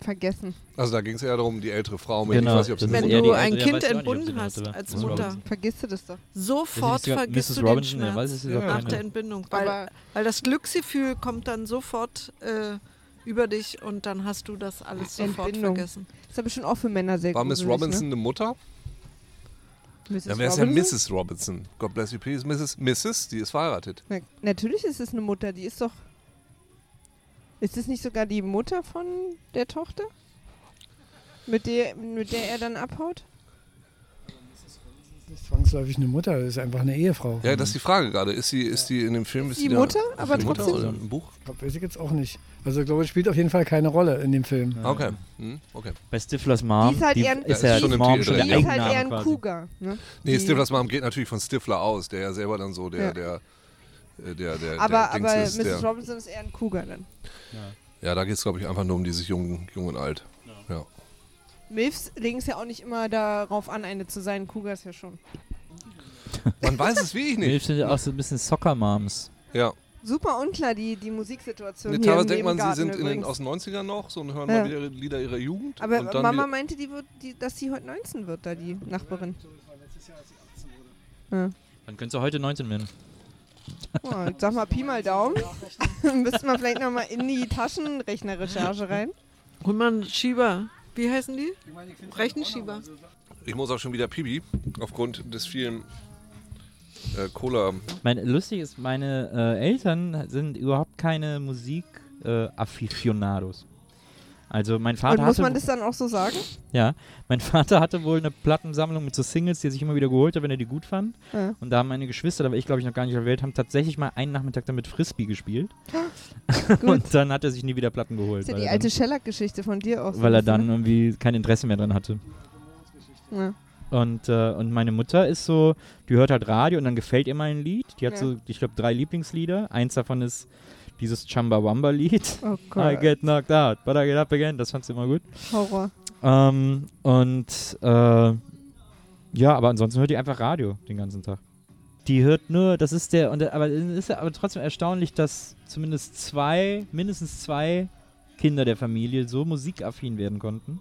[SPEAKER 2] Vergessen.
[SPEAKER 4] Also da ging es eher darum, die ältere Frau mit.
[SPEAKER 6] Genau,
[SPEAKER 4] ich weiß nicht, ob
[SPEAKER 6] das
[SPEAKER 4] sie
[SPEAKER 6] ist
[SPEAKER 3] Wenn
[SPEAKER 6] eher
[SPEAKER 3] du
[SPEAKER 6] die-
[SPEAKER 3] ein Kind
[SPEAKER 6] ja, weiß ich auch nicht, ob sie
[SPEAKER 3] entbunden
[SPEAKER 6] eine
[SPEAKER 3] hast
[SPEAKER 6] Mutter war.
[SPEAKER 3] als
[SPEAKER 6] Muss man
[SPEAKER 3] Mutter,
[SPEAKER 2] Vergisst du das doch.
[SPEAKER 3] sofort
[SPEAKER 6] Das ist sogar
[SPEAKER 3] vergisst
[SPEAKER 6] Mrs.
[SPEAKER 3] du
[SPEAKER 6] Robinson,
[SPEAKER 3] den
[SPEAKER 6] ja, ne. weiß
[SPEAKER 3] Schmerz
[SPEAKER 6] es sogar
[SPEAKER 4] Ja.
[SPEAKER 6] keine.
[SPEAKER 3] nach der Entbindung, weil,
[SPEAKER 2] Aber
[SPEAKER 3] weil das Glücksgefühl kommt dann sofort äh, über dich und dann hast du das alles sofort
[SPEAKER 2] Entbindung.
[SPEAKER 3] vergessen.
[SPEAKER 2] ist aber schon auch für Männer sehr
[SPEAKER 4] War
[SPEAKER 2] gruselig,
[SPEAKER 4] Miss Robinson
[SPEAKER 2] Ne?
[SPEAKER 4] eine Mutter?
[SPEAKER 2] Mrs.
[SPEAKER 4] Dann wäre es ja
[SPEAKER 2] Robinson?
[SPEAKER 4] Mrs. Robinson. God bless you, please. Mrs. Mrs., die ist verheiratet.
[SPEAKER 2] Na, natürlich ist es eine Mutter, die ist doch. Ist es nicht sogar die Mutter von der Tochter? Mit der, mit der er dann abhaut?
[SPEAKER 8] Das ist nicht zwangsläufig eine Mutter, das ist einfach eine Ehefrau.
[SPEAKER 4] Ja, das ist die Frage gerade. Ist sie, ist die in dem Film? Ist
[SPEAKER 2] Die
[SPEAKER 4] da-
[SPEAKER 2] Mutter,
[SPEAKER 4] ist
[SPEAKER 2] aber
[SPEAKER 4] die Mutter
[SPEAKER 2] trotzdem-
[SPEAKER 4] oder im Buch?
[SPEAKER 8] Glaub, Weiß ich jetzt auch nicht. Also ich glaube, es spielt auf jeden Fall keine Rolle in dem Film.
[SPEAKER 4] Ah, Okay. Hm, okay.
[SPEAKER 6] Bei Stiflers Mom
[SPEAKER 2] Die ist halt eher ein-
[SPEAKER 6] ist
[SPEAKER 4] Ja,
[SPEAKER 6] ja
[SPEAKER 4] ist schon im
[SPEAKER 6] Mom
[SPEAKER 4] Titel
[SPEAKER 6] schon
[SPEAKER 4] drin.
[SPEAKER 6] der
[SPEAKER 2] Die ist halt
[SPEAKER 6] Eigenname
[SPEAKER 2] eher ein
[SPEAKER 6] quasi.
[SPEAKER 2] Cougar. Ne?
[SPEAKER 4] Nee,
[SPEAKER 2] Die-
[SPEAKER 4] Stiflers Mom geht natürlich von Stifler aus, der ja selber dann so der,
[SPEAKER 2] Ja.
[SPEAKER 4] der, äh, der, der,
[SPEAKER 2] aber
[SPEAKER 4] der Dings
[SPEAKER 2] aber
[SPEAKER 4] ist,
[SPEAKER 2] Mrs.
[SPEAKER 4] der,
[SPEAKER 2] Robinson ist eher ein Cougar dann.
[SPEAKER 4] Ja, da geht es, glaube ich, einfach nur um dieses Jung, Jung und Alt. Ja.
[SPEAKER 2] Milfs legen es ja auch nicht immer darauf an, eine zu sein. Cougars ja schon.
[SPEAKER 4] Man weiß es wirklich nicht.
[SPEAKER 6] Milf sind ja auch so ein bisschen Soccer-Moms.
[SPEAKER 4] Ja.
[SPEAKER 2] Super unklar, die, die Musiksituation.
[SPEAKER 4] Nee,
[SPEAKER 2] hier
[SPEAKER 4] teilweise
[SPEAKER 2] im
[SPEAKER 4] denkt man, sie
[SPEAKER 2] Nebengarten
[SPEAKER 4] sind in den,
[SPEAKER 2] übrigens.
[SPEAKER 4] aus den 90ern noch so und hören
[SPEAKER 2] Ja.
[SPEAKER 4] mal wieder Lieder ihrer Jugend.
[SPEAKER 2] Aber äh,
[SPEAKER 4] und dann
[SPEAKER 2] Mama
[SPEAKER 4] wieder-
[SPEAKER 2] meinte, die wird, die, dass sie heute 19 wird, da die Nachbarin.
[SPEAKER 6] Dann könntest du heute 19 werden.
[SPEAKER 2] Oh, sag mal Pi mal Daumen. Müssten wir vielleicht nochmal in die Taschenrechnerrecherche rein.
[SPEAKER 3] Hol mal einen Schieber. Wie heißen die? Rechenschieber.
[SPEAKER 4] ich muss auch schon wieder Pibi, aufgrund des vielen äh, Cola.
[SPEAKER 6] Mein, lustig ist, meine äh, Eltern sind überhaupt keine Musik-Afficionados. also mein Vater
[SPEAKER 2] Und muss
[SPEAKER 6] hatte,
[SPEAKER 2] man das dann auch so sagen?
[SPEAKER 6] ja, mein Vater hatte wohl eine Plattensammlung mit so Singles, die er sich immer wieder geholt hat, wenn er die gut fand.
[SPEAKER 2] Ja.
[SPEAKER 6] Und da haben meine Geschwister, da war ich glaube ich noch gar nicht auf der Welt, haben tatsächlich mal einen Nachmittag damit Frisbee gespielt. Und dann hat er sich nie wieder Platten geholt,
[SPEAKER 2] Das ist ja
[SPEAKER 6] weil,
[SPEAKER 2] die
[SPEAKER 6] er
[SPEAKER 2] alte ne?
[SPEAKER 6] dann,
[SPEAKER 2] Schellack-Geschichte von dir auch. so
[SPEAKER 6] weil er
[SPEAKER 2] ein bisschen,
[SPEAKER 6] dann irgendwie kein Interesse mehr dran hatte.
[SPEAKER 2] ne?
[SPEAKER 6] Und, äh, und meine Mutter ist so, die hört halt Radio und dann gefällt ihr mal ein Lied. Die hat
[SPEAKER 2] Ja.
[SPEAKER 6] so, ich glaube, drei Lieblingslieder. Eins davon ist dieses Chumbawamba-Lied.
[SPEAKER 2] Ja. Oh
[SPEAKER 6] I
[SPEAKER 2] Gott,
[SPEAKER 6] get knocked out, but I get up again. Das fand sie immer gut.
[SPEAKER 2] Horror.
[SPEAKER 6] Ähm, und äh, ja, aber ansonsten hört die einfach Radio den ganzen Tag. Die hört nur, das ist der, und der aber es ist ja aber trotzdem erstaunlich, dass zumindest zwei, mindestens zwei Kinder der Familie so musikaffin werden konnten.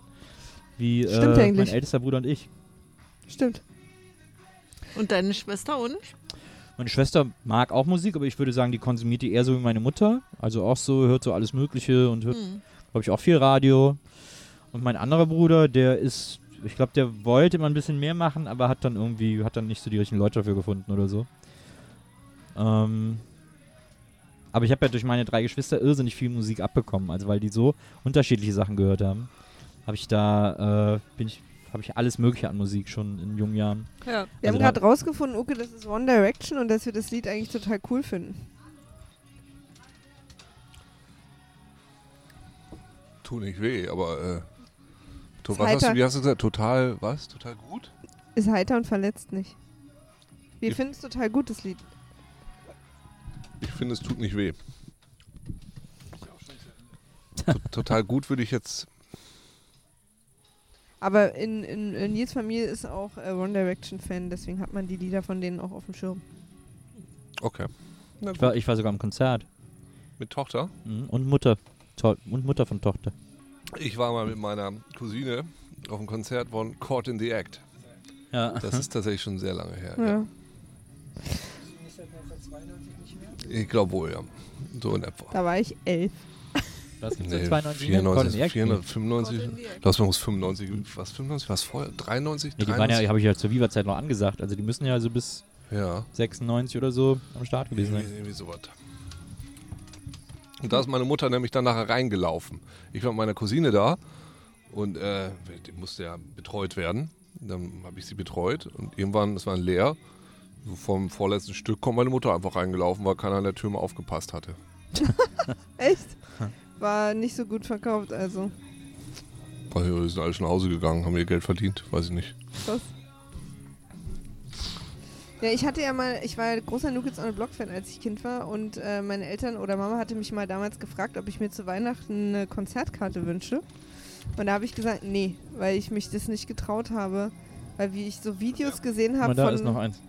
[SPEAKER 6] Wie
[SPEAKER 2] Stimmt
[SPEAKER 6] äh, mein
[SPEAKER 2] eigentlich.
[SPEAKER 6] ältester Bruder und ich.
[SPEAKER 2] Stimmt.
[SPEAKER 3] Und deine Schwester und?
[SPEAKER 6] Meine Schwester mag auch Musik, aber ich würde sagen, die konsumiert die eher so wie meine Mutter. Also auch so, hört so alles Mögliche und hört,
[SPEAKER 4] Mhm.
[SPEAKER 3] Hm.
[SPEAKER 6] glaube ich, auch viel Radio. Und mein anderer Bruder, der ist, ich glaube, der wollte immer ein bisschen mehr machen, aber hat dann irgendwie, hat dann nicht so die richtigen Leute dafür gefunden oder so. Ähm, aber ich habe ja durch meine drei Geschwister irrsinnig viel Musik abbekommen, also weil die so unterschiedliche Sachen gehört haben. Habe ich da, äh, bin ich, habe ich alles Mögliche an Musik schon in jungen Jahren.
[SPEAKER 3] Ja.
[SPEAKER 2] Wir
[SPEAKER 6] Also
[SPEAKER 2] haben
[SPEAKER 6] da-
[SPEAKER 2] gerade rausgefunden, Uke, das ist One Direction und dass wir das Lied eigentlich total cool finden.
[SPEAKER 4] Tut nicht weh, aber. Äh, to,
[SPEAKER 2] Ist
[SPEAKER 4] was hast du,
[SPEAKER 2] heiter.
[SPEAKER 4] wie hast du gesagt? Total, was? Total gut?
[SPEAKER 2] Ist heiter und verletzt nicht. Wir
[SPEAKER 4] Ich-
[SPEAKER 2] finden es total gut, das Lied.
[SPEAKER 4] Ich finde, es tut nicht weh. To- Total gut würde ich jetzt.
[SPEAKER 2] Aber in, in, in Nils Familie ist auch äh, One Direction-Fan, deswegen hat man die Lieder von denen auch auf dem Schirm.
[SPEAKER 4] Okay. Na
[SPEAKER 6] Ich
[SPEAKER 4] gut.
[SPEAKER 6] war, ich war sogar am Konzert.
[SPEAKER 4] Mit Tochter.
[SPEAKER 6] Mhm. Und Mutter. To und Mutter von Tochter.
[SPEAKER 4] Ich war mal mit meiner Cousine auf einem Konzert von Caught in the Act.
[SPEAKER 6] Ja.
[SPEAKER 4] Das ist tatsächlich schon sehr lange her.
[SPEAKER 2] Ja.
[SPEAKER 4] Ja. Ich glaube wohl, ja. So in etwa.
[SPEAKER 2] Da war ich elf.
[SPEAKER 6] Was gibt's
[SPEAKER 4] Nee,
[SPEAKER 6] denn? 92
[SPEAKER 4] 94,
[SPEAKER 6] 400.
[SPEAKER 4] 95. Ich glaube, man muss 95. Was? 95? Was vorher? 93?
[SPEAKER 6] Nee, die waren ja,
[SPEAKER 4] 93?
[SPEAKER 6] habe ich ja zur Viva-Zeit noch angesagt. Also die müssen ja so bis
[SPEAKER 4] ja.
[SPEAKER 6] 96 oder so am Start gewesen ne?
[SPEAKER 4] Irgendwie,
[SPEAKER 6] sein.
[SPEAKER 4] irgendwie sowas. Und da ist meine Mutter nämlich dann nachher reingelaufen. Ich war mit meiner Cousine da und äh, die musste ja betreut werden. Dann habe ich sie betreut und irgendwann, das war leer, Vom vorletzten Stück kommt meine Mutter einfach reingelaufen, weil keiner an der Tür mal aufgepasst hatte.
[SPEAKER 2] Echt? War nicht so gut verkauft, also.
[SPEAKER 4] Weil die sind alle schon nach Hause gegangen, haben ihr Geld verdient, weiß ich nicht.
[SPEAKER 2] Krass. Ja, ich hatte ja mal, ich war ja großer New Kids on the Block-Fan, als ich Kind war und äh, meine Eltern oder Mama hatte mich mal damals gefragt, ob ich mir zu Weihnachten eine Konzertkarte wünsche. Und da habe ich gesagt, nee, weil ich mich das nicht getraut habe. Weil wie ich so Videos gesehen habe
[SPEAKER 6] Aber da ist noch
[SPEAKER 2] von,
[SPEAKER 6] eins.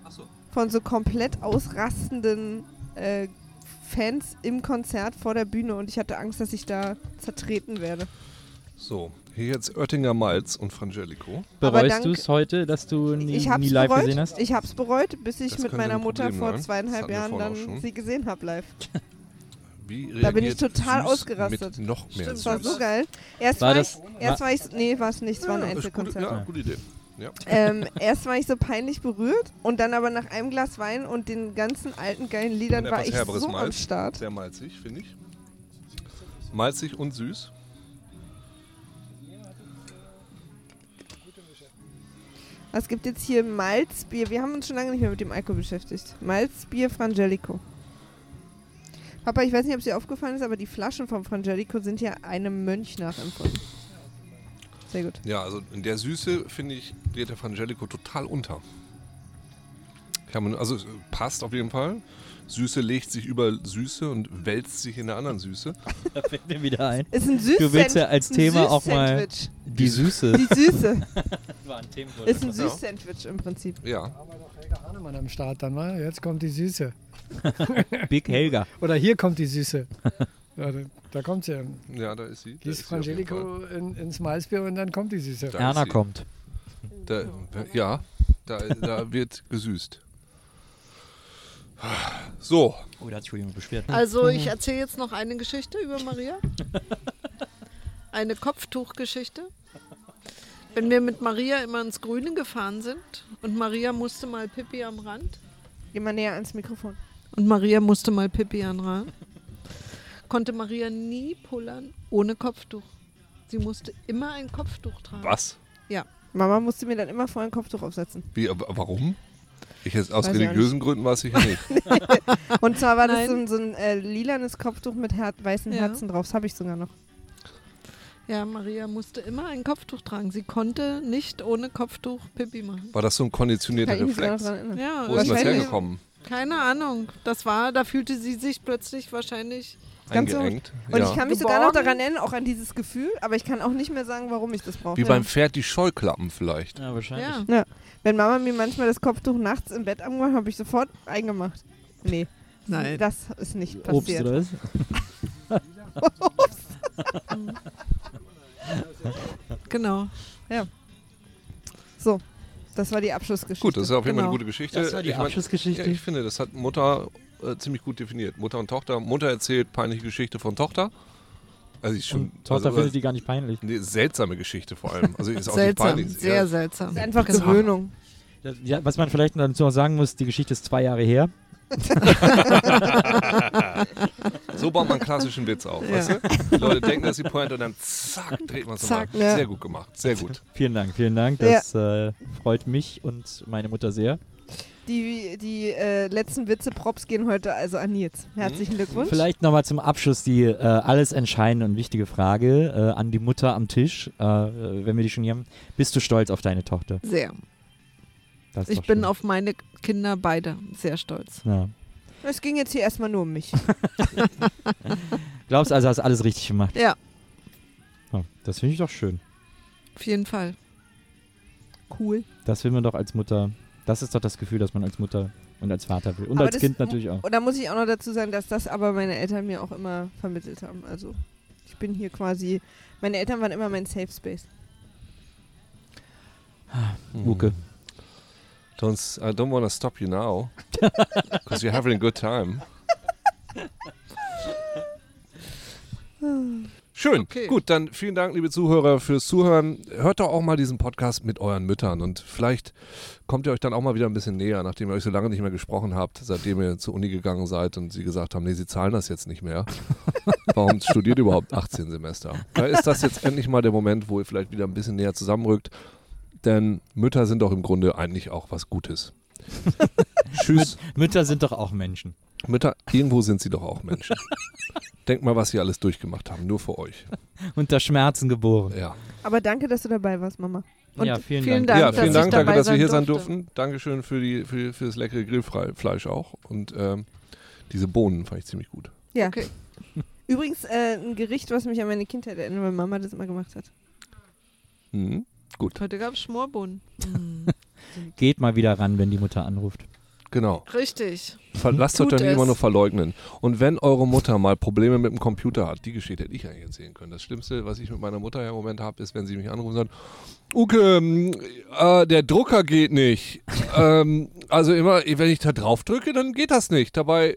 [SPEAKER 2] von so komplett ausrastenden äh, Fans im Konzert vor der Bühne und ich hatte Angst, dass ich da zertreten werde.
[SPEAKER 4] So, hier jetzt Oettinger Malz und Frangelico.
[SPEAKER 2] Aber
[SPEAKER 6] Bereust
[SPEAKER 2] dank-
[SPEAKER 6] du es heute, dass du nie,
[SPEAKER 2] Ich
[SPEAKER 6] nie
[SPEAKER 2] hab's
[SPEAKER 6] live
[SPEAKER 2] bereut.
[SPEAKER 6] gesehen hast?
[SPEAKER 2] Ich hab's bereut, bis ich
[SPEAKER 4] Das
[SPEAKER 2] mit
[SPEAKER 4] könnte
[SPEAKER 2] meiner
[SPEAKER 4] ein
[SPEAKER 2] Mutter
[SPEAKER 4] Problem
[SPEAKER 2] vor
[SPEAKER 4] sein. ne? Das
[SPEAKER 2] zweieinhalb
[SPEAKER 4] hatten wir
[SPEAKER 2] Jahren
[SPEAKER 4] vorhin
[SPEAKER 2] dann
[SPEAKER 4] auch schon.
[SPEAKER 2] sie gesehen habe live.
[SPEAKER 4] Wie
[SPEAKER 2] Da bin ich
[SPEAKER 4] reagiert
[SPEAKER 2] total
[SPEAKER 4] Süß
[SPEAKER 2] ausgerastet.
[SPEAKER 4] Mit noch mehr
[SPEAKER 2] Das war
[SPEAKER 4] Süß?
[SPEAKER 2] so geil. Erst
[SPEAKER 6] War
[SPEAKER 2] war,
[SPEAKER 6] das-
[SPEAKER 2] ich, erst war ich, nee, war es nicht, es war ein
[SPEAKER 4] Ja, ist gute,
[SPEAKER 2] Einzelkonzert.
[SPEAKER 4] ja, gute Idee. Ja.
[SPEAKER 2] Ähm, erst war ich so peinlich berührt und dann aber nach einem Glas Wein und den ganzen alten geilen Liedern
[SPEAKER 4] Und
[SPEAKER 2] war
[SPEAKER 4] etwas
[SPEAKER 2] ich
[SPEAKER 4] herberes
[SPEAKER 2] so am
[SPEAKER 4] Malz.
[SPEAKER 2] Start.
[SPEAKER 4] Sehr malzig, finde ich. Malzig und süß.
[SPEAKER 2] Es gibt jetzt hier Malzbier. Wir haben uns schon lange nicht mehr mit dem Alkohol beschäftigt. Malzbier Frangelico. Papa, ich weiß nicht, ob es dir aufgefallen ist, aber die Flaschen vom Frangelico sind ja einem Mönch nachempfunden. Sehr gut.
[SPEAKER 4] Ja, also in der Süße, finde ich, geht der Frangelico total unter. Ich habe- Also es passt auf jeden Fall. Süße legt sich über Süße und wälzt sich in der anderen Süße.
[SPEAKER 6] Da fällt mir wieder ein.
[SPEAKER 2] Ist ein süßes
[SPEAKER 6] Du willst ja als Thema auch mal
[SPEAKER 2] Sandwich.
[SPEAKER 6] die Süße.
[SPEAKER 2] Die Süße.
[SPEAKER 6] War ein Themenwort.
[SPEAKER 2] Ist ein
[SPEAKER 4] Ja.
[SPEAKER 2] Süß-Sandwich im Prinzip.
[SPEAKER 4] Ja,
[SPEAKER 8] Helga Hahnemann am Start dann, war. Jetzt kommt die Süße.
[SPEAKER 6] Big Helga.
[SPEAKER 8] Oder hier kommt die Süße. Ja, da, da kommt sie.
[SPEAKER 4] ja, da ist sie. Da
[SPEAKER 8] Gieß
[SPEAKER 4] ist sie auf jeden Fall.
[SPEAKER 8] Frangelico in, ins Malzbier und dann kommt die Süße.
[SPEAKER 4] Da ist
[SPEAKER 6] Erna
[SPEAKER 4] sie.
[SPEAKER 6] kommt.
[SPEAKER 4] Da, äh, ja, da, da wird gesüßt. So,
[SPEAKER 6] Oh, da hat sich wohl jemand beschwert.
[SPEAKER 3] Also ich erzähle jetzt noch eine Geschichte über Maria. Eine Kopftuchgeschichte. Wenn wir mit Maria immer ins Grüne gefahren sind und Maria musste mal Pippi am Rand
[SPEAKER 2] Geh mal näher ans Mikrofon.
[SPEAKER 3] und Maria musste mal Pippi am Rand, konnte Maria nie pullern ohne Kopftuch. Sie musste immer ein Kopftuch tragen.
[SPEAKER 4] was?
[SPEAKER 2] Mama musste mir dann immer vorher ein Kopftuch aufsetzen.
[SPEAKER 4] Wie, aber warum? Ich jetzt aus
[SPEAKER 2] Weiß ich auch
[SPEAKER 4] religiösen Gründen weiß ich nicht.
[SPEAKER 2] Und zwar war das
[SPEAKER 3] Nein.
[SPEAKER 2] so ein, so ein äh, lilanes Kopftuch mit her weißen
[SPEAKER 3] Ja.
[SPEAKER 2] Herzen drauf. Das habe ich sogar noch.
[SPEAKER 3] Ja, Maria musste immer ein Kopftuch tragen. Sie konnte nicht ohne Kopftuch Pippi machen.
[SPEAKER 4] War das so ein konditionierter
[SPEAKER 2] Kann ich mich sogar noch
[SPEAKER 4] Reflex?
[SPEAKER 2] dran erinnern.
[SPEAKER 3] Ja,
[SPEAKER 4] Wo ist denn das
[SPEAKER 2] Wahrscheinlich.
[SPEAKER 4] hergekommen?
[SPEAKER 3] keine Ahnung. Das war, da fühlte sie sich plötzlich wahrscheinlich
[SPEAKER 2] Ganz so.
[SPEAKER 4] Eingeengt.
[SPEAKER 2] Und
[SPEAKER 4] ja.
[SPEAKER 2] ich kann mich sogar noch
[SPEAKER 3] Geborgen.
[SPEAKER 2] daran erinnern, auch an dieses Gefühl, aber ich kann auch nicht mehr sagen, warum ich das brauche.
[SPEAKER 4] Wie beim Pferd die Scheuklappen vielleicht.
[SPEAKER 6] Ja, wahrscheinlich.
[SPEAKER 3] Ja.
[SPEAKER 2] Wenn Mama mir manchmal das Kopftuch nachts im Bett angemacht hat, habe ich sofort eingemacht. Nee.
[SPEAKER 3] Nein.
[SPEAKER 2] Das ist nicht
[SPEAKER 6] Obst
[SPEAKER 2] passiert.
[SPEAKER 6] oder was?
[SPEAKER 3] Genau.
[SPEAKER 2] so, das war die Abschlussgeschichte.
[SPEAKER 4] Gut, das ist auf jeden Fall eine
[SPEAKER 3] Genau.
[SPEAKER 4] gute Geschichte.
[SPEAKER 6] Das war die
[SPEAKER 4] Äh, ich mein,
[SPEAKER 6] Abschlussgeschichte.
[SPEAKER 4] Ja, ich finde, das hat Mutter äh, ziemlich gut definiert. Mutter und Tochter. Mutter erzählt peinliche Geschichte von Tochter. Also ich schon.
[SPEAKER 6] Und Tochter
[SPEAKER 4] also,
[SPEAKER 6] findet die gar nicht peinlich.
[SPEAKER 4] Nee, seltsame Geschichte vor allem. Also ist auch
[SPEAKER 3] Seltsam,
[SPEAKER 4] nicht peinlich.
[SPEAKER 3] sehr
[SPEAKER 4] ja,
[SPEAKER 3] seltsam.
[SPEAKER 2] Das ist einfach
[SPEAKER 3] Genau.
[SPEAKER 2] Gewöhnung.
[SPEAKER 6] Das- Ja, was man vielleicht dazu noch sagen muss, die Geschichte ist zwei Jahre her.
[SPEAKER 4] so baut man klassischen Witz auf.
[SPEAKER 3] Ja.
[SPEAKER 4] Weißt du? Die Leute denken, das ist die Pointe und dann zack, dreht man es nochmal.
[SPEAKER 3] Zack.
[SPEAKER 2] Ja.
[SPEAKER 4] Sehr gut gemacht. Sehr gut.
[SPEAKER 6] Vielen Dank, vielen Dank.
[SPEAKER 2] Ja.
[SPEAKER 6] Das äh, freut mich und meine Mutter sehr.
[SPEAKER 2] Die, die äh, letzten Witze Props gehen heute also an Nils.
[SPEAKER 4] Mhm.
[SPEAKER 2] Herzlichen Glückwunsch.
[SPEAKER 6] Vielleicht nochmal zum Abschluss die äh, alles entscheidende und wichtige Frage äh, an die Mutter am Tisch, äh, wenn wir die schon hier haben. Bist du stolz auf deine Tochter?
[SPEAKER 3] Sehr.
[SPEAKER 6] Das ist
[SPEAKER 3] Ich
[SPEAKER 6] doch
[SPEAKER 3] bin
[SPEAKER 6] schön.
[SPEAKER 3] auf meine Kinder beide sehr stolz.
[SPEAKER 6] Ja.
[SPEAKER 2] Es ging jetzt hier erstmal nur um mich.
[SPEAKER 6] Glaubst also, hast alles richtig gemacht?
[SPEAKER 3] Ja,
[SPEAKER 6] Ja, das finde ich doch schön.
[SPEAKER 3] auf jeden Fall.
[SPEAKER 2] Cool.
[SPEAKER 6] Das will man doch als Mutter. Das ist doch das Gefühl, das man als Mutter und als Vater will. Und
[SPEAKER 2] Aber
[SPEAKER 6] als
[SPEAKER 2] das-
[SPEAKER 6] Kind natürlich auch.
[SPEAKER 2] Und da muss ich auch noch dazu sagen, dass das aber meine Eltern mir auch immer vermittelt haben. Also ich bin hier quasi, meine Eltern waren immer mein Safe Space.
[SPEAKER 6] Uke.
[SPEAKER 4] Don't, s- I don't want to stop you now. Because you're having a good time. Schön.
[SPEAKER 3] Okay.
[SPEAKER 4] Gut, dann vielen Dank, liebe Zuhörer, fürs Zuhören. Hört doch auch mal diesen Podcast mit euren Müttern und vielleicht kommt ihr euch dann auch mal wieder ein bisschen näher, nachdem ihr euch so lange nicht mehr gesprochen habt, seitdem ihr zur Uni gegangen seid und sie gesagt haben, nee, sie zahlen das jetzt nicht mehr. Warum studiert ihr überhaupt 18 Semester? Da ist das jetzt endlich mal der Moment, wo ihr vielleicht wieder ein bisschen näher zusammenrückt, denn Mütter sind doch im Grunde eigentlich auch was Gutes. Tschüss.
[SPEAKER 6] Mütter sind doch auch Menschen.
[SPEAKER 4] Mütter, irgendwo sind sie doch auch Menschen. Denkt mal, was sie alles durchgemacht haben, nur für euch.
[SPEAKER 6] Unter Schmerzen geboren.
[SPEAKER 4] Ja,
[SPEAKER 2] Aber danke, dass du dabei warst, Mama. Und
[SPEAKER 6] ja, vielen,
[SPEAKER 3] vielen
[SPEAKER 6] Dank.
[SPEAKER 3] Dank.
[SPEAKER 4] ja
[SPEAKER 3] dass
[SPEAKER 4] vielen
[SPEAKER 3] ich
[SPEAKER 4] Dank, danke,
[SPEAKER 3] dabei
[SPEAKER 4] dass wir
[SPEAKER 3] sein
[SPEAKER 4] hier sein
[SPEAKER 3] durfte.
[SPEAKER 4] durften. Dankeschön für, die, für, für das leckere Grillfleisch auch. Und ähm, diese Bohnen fand ich ziemlich gut.
[SPEAKER 2] Ja.
[SPEAKER 3] Okay.
[SPEAKER 2] Übrigens äh, ein Gericht, was mich an meine Kindheit erinnert, weil Mama das immer gemacht hat.
[SPEAKER 4] Mhm.
[SPEAKER 3] Heute gab es Schmorbohnen.
[SPEAKER 6] Geht mal wieder ran, wenn die Mutter anruft.
[SPEAKER 4] Genau.
[SPEAKER 3] Richtig.
[SPEAKER 4] Ver lasst euch
[SPEAKER 3] Hm, Tut
[SPEAKER 4] doch nicht
[SPEAKER 3] es.
[SPEAKER 4] immer nur verleugnen. Und wenn eure Mutter mal Probleme mit dem Computer hat, die Geschichte hätte ich eigentlich erzählen können. Das Schlimmste, was ich mit meiner Mutter ja im Moment habe, ist, wenn sie mich anruft und sagt, Uke, mm, äh, der Drucker geht nicht. ähm, also immer, wenn ich da drauf drücke, dann geht das nicht. Dabei,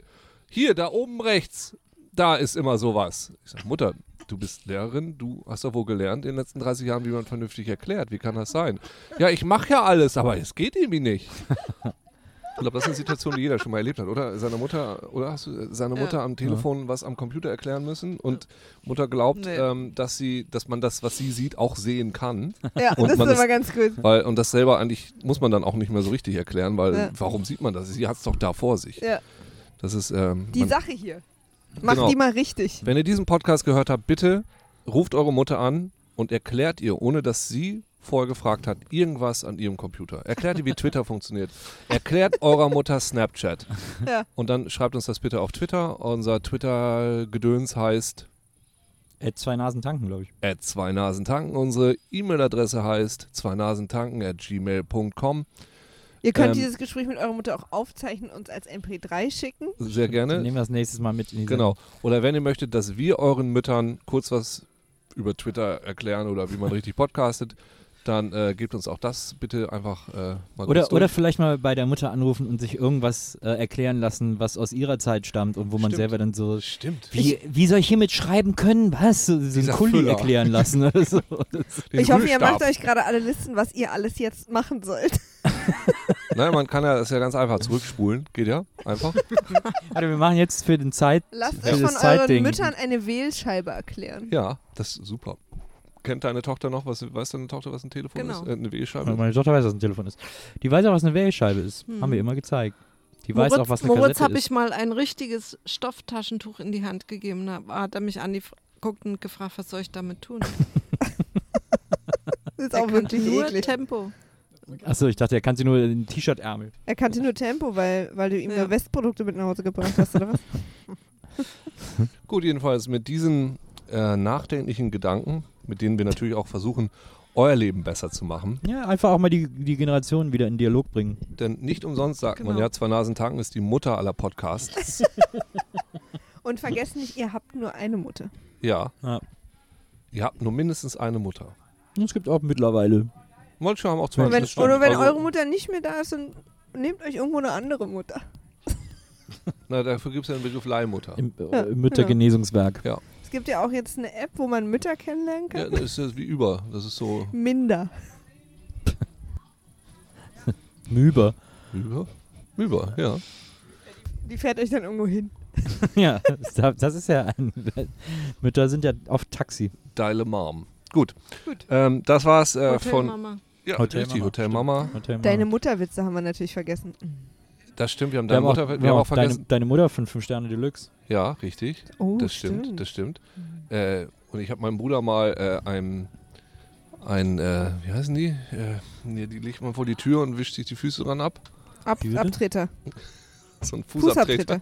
[SPEAKER 4] hier, da oben rechts, da ist immer sowas. Ich sage, Mutter, du bist Lehrerin, du hast doch wohl gelernt in den letzten 30 Jahren, wie man vernünftig erklärt. Wie kann das sein? Ja, ich mache ja alles, aber es geht irgendwie nicht. Ich glaube, das ist eine Situation, die jeder schon mal erlebt hat, oder? Seine Mutter, oder hast du äh, seine Mutter am Telefon was am Computer erklären müssen und Mutter glaubt,
[SPEAKER 3] Nee.
[SPEAKER 4] ähm, dass sie, dass man das, was sie sieht, auch sehen kann.
[SPEAKER 2] Ja,
[SPEAKER 4] Und
[SPEAKER 2] das
[SPEAKER 4] man
[SPEAKER 2] ist
[SPEAKER 4] ist-
[SPEAKER 2] immer ganz gut.
[SPEAKER 4] Weil, und das selber eigentlich muss man dann auch nicht mehr so richtig erklären, weil
[SPEAKER 2] Ja.
[SPEAKER 4] warum sieht man das? Sie hat es doch da vor sich.
[SPEAKER 2] Ja.
[SPEAKER 4] Das ist, ähm,
[SPEAKER 2] Die
[SPEAKER 4] man,
[SPEAKER 2] Sache hier. Mach
[SPEAKER 4] Genau.
[SPEAKER 2] die mal richtig.
[SPEAKER 4] wenn ihr diesen Podcast gehört habt, bitte ruft eure Mutter an und erklärt ihr, ohne dass sie vorher gefragt hat, irgendwas an ihrem Computer. Erklärt ihr, wie Twitter funktioniert. Erklärt eurer Mutter Snapchat.
[SPEAKER 2] Ja.
[SPEAKER 4] Und dann schreibt uns das bitte auf Twitter. Unser Twitter-Gedöns heißt
[SPEAKER 6] Äh, zwei Nasen tanken, glaube ich.
[SPEAKER 4] at zwei Nasen tanken. Unsere E-Mail-Adresse heißt zwei Nasen tanken at gmail.com.
[SPEAKER 2] Ihr könnt
[SPEAKER 4] Ähm,
[SPEAKER 2] dieses Gespräch mit eurer Mutter auch aufzeichnen, uns als MP3 schicken.
[SPEAKER 4] Sehr
[SPEAKER 6] Dann
[SPEAKER 4] gerne.
[SPEAKER 6] nehmen wir das nächstes Mal mit in die
[SPEAKER 4] Genau. Oder wenn ihr möchtet, dass wir euren Müttern kurz was über Twitter erklären oder wie man richtig podcastet, dann äh, gebt uns auch das bitte einfach äh, mal kurz
[SPEAKER 6] Oder,
[SPEAKER 4] durch.
[SPEAKER 6] oder vielleicht mal bei der Mutter anrufen und sich irgendwas äh, erklären lassen, was aus ihrer Zeit stammt und wo man
[SPEAKER 4] Stimmt.
[SPEAKER 6] selber dann so.
[SPEAKER 4] Stimmt.
[SPEAKER 6] Wie, wie soll ich hiermit schreiben können? Was? So, so einen
[SPEAKER 4] Dieser
[SPEAKER 6] Kuli
[SPEAKER 4] Füller.
[SPEAKER 6] erklären lassen oder so.
[SPEAKER 4] Den
[SPEAKER 2] ich hoffe, ihr
[SPEAKER 4] Rührstab.
[SPEAKER 2] macht euch gerade alle Listen, was ihr alles jetzt machen sollt.
[SPEAKER 4] Nein, Ne, man kann ja, ist ja ganz einfach zurückspulen. Geht ja, einfach.
[SPEAKER 6] Warte, wir machen jetzt für den Zeit.
[SPEAKER 2] Lasst
[SPEAKER 6] Ja.
[SPEAKER 2] euch von
[SPEAKER 6] Dieses
[SPEAKER 2] euren
[SPEAKER 6] Zeitding.
[SPEAKER 2] Müttern eine Wählscheibe erklären.
[SPEAKER 4] Ja, das ist super. Kennt deine Tochter noch, was, weiß deine Tochter, was ein Telefon
[SPEAKER 3] Genau.
[SPEAKER 4] ist? Äh, eine Wählscheibe?
[SPEAKER 6] Meine Tochter weiß, was ein Telefon ist. Die weiß auch, was eine Wählscheibe ist. Haben wir immer gezeigt. Die weiß auch, was eine
[SPEAKER 3] Moritz
[SPEAKER 6] Kassette
[SPEAKER 3] habe
[SPEAKER 6] ist.
[SPEAKER 3] ich mal ein richtiges Stofftaschentuch in die Hand gegeben. Da hat er mich angeguckt und gefragt, was soll ich damit tun?
[SPEAKER 2] Das ist
[SPEAKER 3] Er
[SPEAKER 2] auch
[SPEAKER 3] kannte
[SPEAKER 2] wirklich
[SPEAKER 3] nur
[SPEAKER 2] eklig.
[SPEAKER 3] Tempo.
[SPEAKER 6] Achso, ich dachte, er kann sie nur in den T-Shirt-Ärmel.
[SPEAKER 2] Er kannte nur Tempo, weil, weil du ihm
[SPEAKER 3] Ja.
[SPEAKER 2] nur Westprodukte mit nach Hause gebracht hast, oder was?
[SPEAKER 4] Gut, jedenfalls mit diesen äh, nachdenklichen Gedanken, mit denen wir natürlich auch versuchen, euer Leben besser zu machen.
[SPEAKER 6] Ja, einfach auch mal die, die Generationen wieder in Dialog bringen.
[SPEAKER 4] Denn nicht umsonst sagt man
[SPEAKER 3] Genau.
[SPEAKER 4] ja, zwei Nasen tanken ist die Mutter aller Podcasts.
[SPEAKER 2] Und vergesst nicht, ihr habt nur eine Mutter.
[SPEAKER 4] ja.
[SPEAKER 6] Ja.
[SPEAKER 4] Ihr habt nur mindestens eine Mutter.
[SPEAKER 6] Und es gibt auch mittlerweile.
[SPEAKER 4] Manche haben auch zwei.
[SPEAKER 2] Und wenn,
[SPEAKER 4] das stimmt.
[SPEAKER 2] oder wenn
[SPEAKER 4] Also,
[SPEAKER 2] eure Mutter nicht mehr da ist, dann nehmt euch irgendwo eine andere Mutter.
[SPEAKER 4] Na, dafür gibt es ja den Begriff Leihmutter.
[SPEAKER 6] Im, äh,
[SPEAKER 2] Ja,
[SPEAKER 6] im Müttergenesungswerk.
[SPEAKER 2] Es gibt ja auch jetzt eine App, wo man Mütter kennenlernen kann.
[SPEAKER 4] Ja, das ist das wie über. Das ist so.
[SPEAKER 2] Minder.
[SPEAKER 6] Müber.
[SPEAKER 4] Über? Über, ja.
[SPEAKER 2] Die fährt euch dann irgendwo hin.
[SPEAKER 6] ja, das das ist ja ein. Mütter sind ja oft Taxi.
[SPEAKER 4] Deile Mom. Gut. Ähm, das war's äh,
[SPEAKER 3] Hotel
[SPEAKER 4] von.
[SPEAKER 3] Mama.
[SPEAKER 4] Ja,
[SPEAKER 6] Hotel
[SPEAKER 4] richtig,
[SPEAKER 6] Mama.
[SPEAKER 4] Hotel Mama.
[SPEAKER 6] Hotel
[SPEAKER 2] Deine
[SPEAKER 6] Mama.
[SPEAKER 2] Mutterwitze haben wir natürlich vergessen.
[SPEAKER 4] Das stimmt, wir haben
[SPEAKER 6] wir
[SPEAKER 4] deine
[SPEAKER 6] haben auch,
[SPEAKER 4] Mutter. wir haben auch
[SPEAKER 6] deine,
[SPEAKER 4] vergessen.
[SPEAKER 6] deine Mutter von 5 Sterne Deluxe.
[SPEAKER 4] Ja, richtig.
[SPEAKER 2] Oh,
[SPEAKER 4] das stimmt, das stimmt. Äh, und ich habe meinem Bruder mal äh, ein, ein äh, wie heißen die? Äh, nee, die legt man vor die Tür und wischt sich die Füße dran ab.
[SPEAKER 2] Ab,
[SPEAKER 6] Jüde?
[SPEAKER 2] Abtreter.
[SPEAKER 4] So ein
[SPEAKER 2] Fußabtreter.
[SPEAKER 4] Fußabtreter.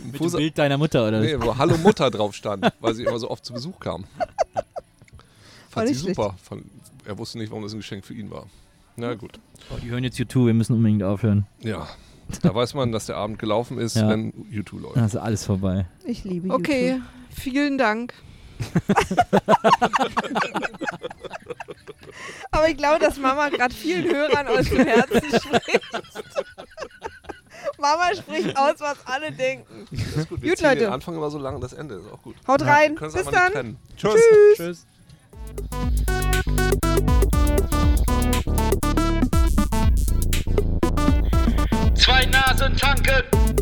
[SPEAKER 4] Ein
[SPEAKER 6] Mit
[SPEAKER 4] Fußab-
[SPEAKER 6] dem Bild deiner Mutter, oder?
[SPEAKER 4] nee, wo Hallo Mutter drauf stand, weil sie immer so oft zu Besuch kam. Fand sie
[SPEAKER 2] nicht schlecht.
[SPEAKER 4] super. Fand, er wusste nicht, warum das ein Geschenk für ihn war. Na gut.
[SPEAKER 6] Oh, die hören jetzt U2, wir müssen unbedingt aufhören.
[SPEAKER 4] Ja. Da weiß man, dass der Abend gelaufen ist,
[SPEAKER 6] Ja.
[SPEAKER 4] wenn U2 läuft.
[SPEAKER 6] Dann ist alles vorbei.
[SPEAKER 2] Ich liebe YouTube.
[SPEAKER 3] Okay, vielen Dank.
[SPEAKER 2] Aber ich glaube, dass Mama gerade vielen Hörern aus dem Herzen spricht. Mama spricht aus, was alle denken.
[SPEAKER 4] Das ist gut. Wir
[SPEAKER 2] Gut,
[SPEAKER 4] ziehen den
[SPEAKER 2] Leute.
[SPEAKER 4] Anfang immer so lang, das Ende ist auch gut.
[SPEAKER 2] Haut rein.
[SPEAKER 4] Wir können's
[SPEAKER 2] Bis
[SPEAKER 4] einfach nicht
[SPEAKER 2] dann.
[SPEAKER 4] trennen.
[SPEAKER 6] Tschüss.
[SPEAKER 5] Zwei Nasen tanken.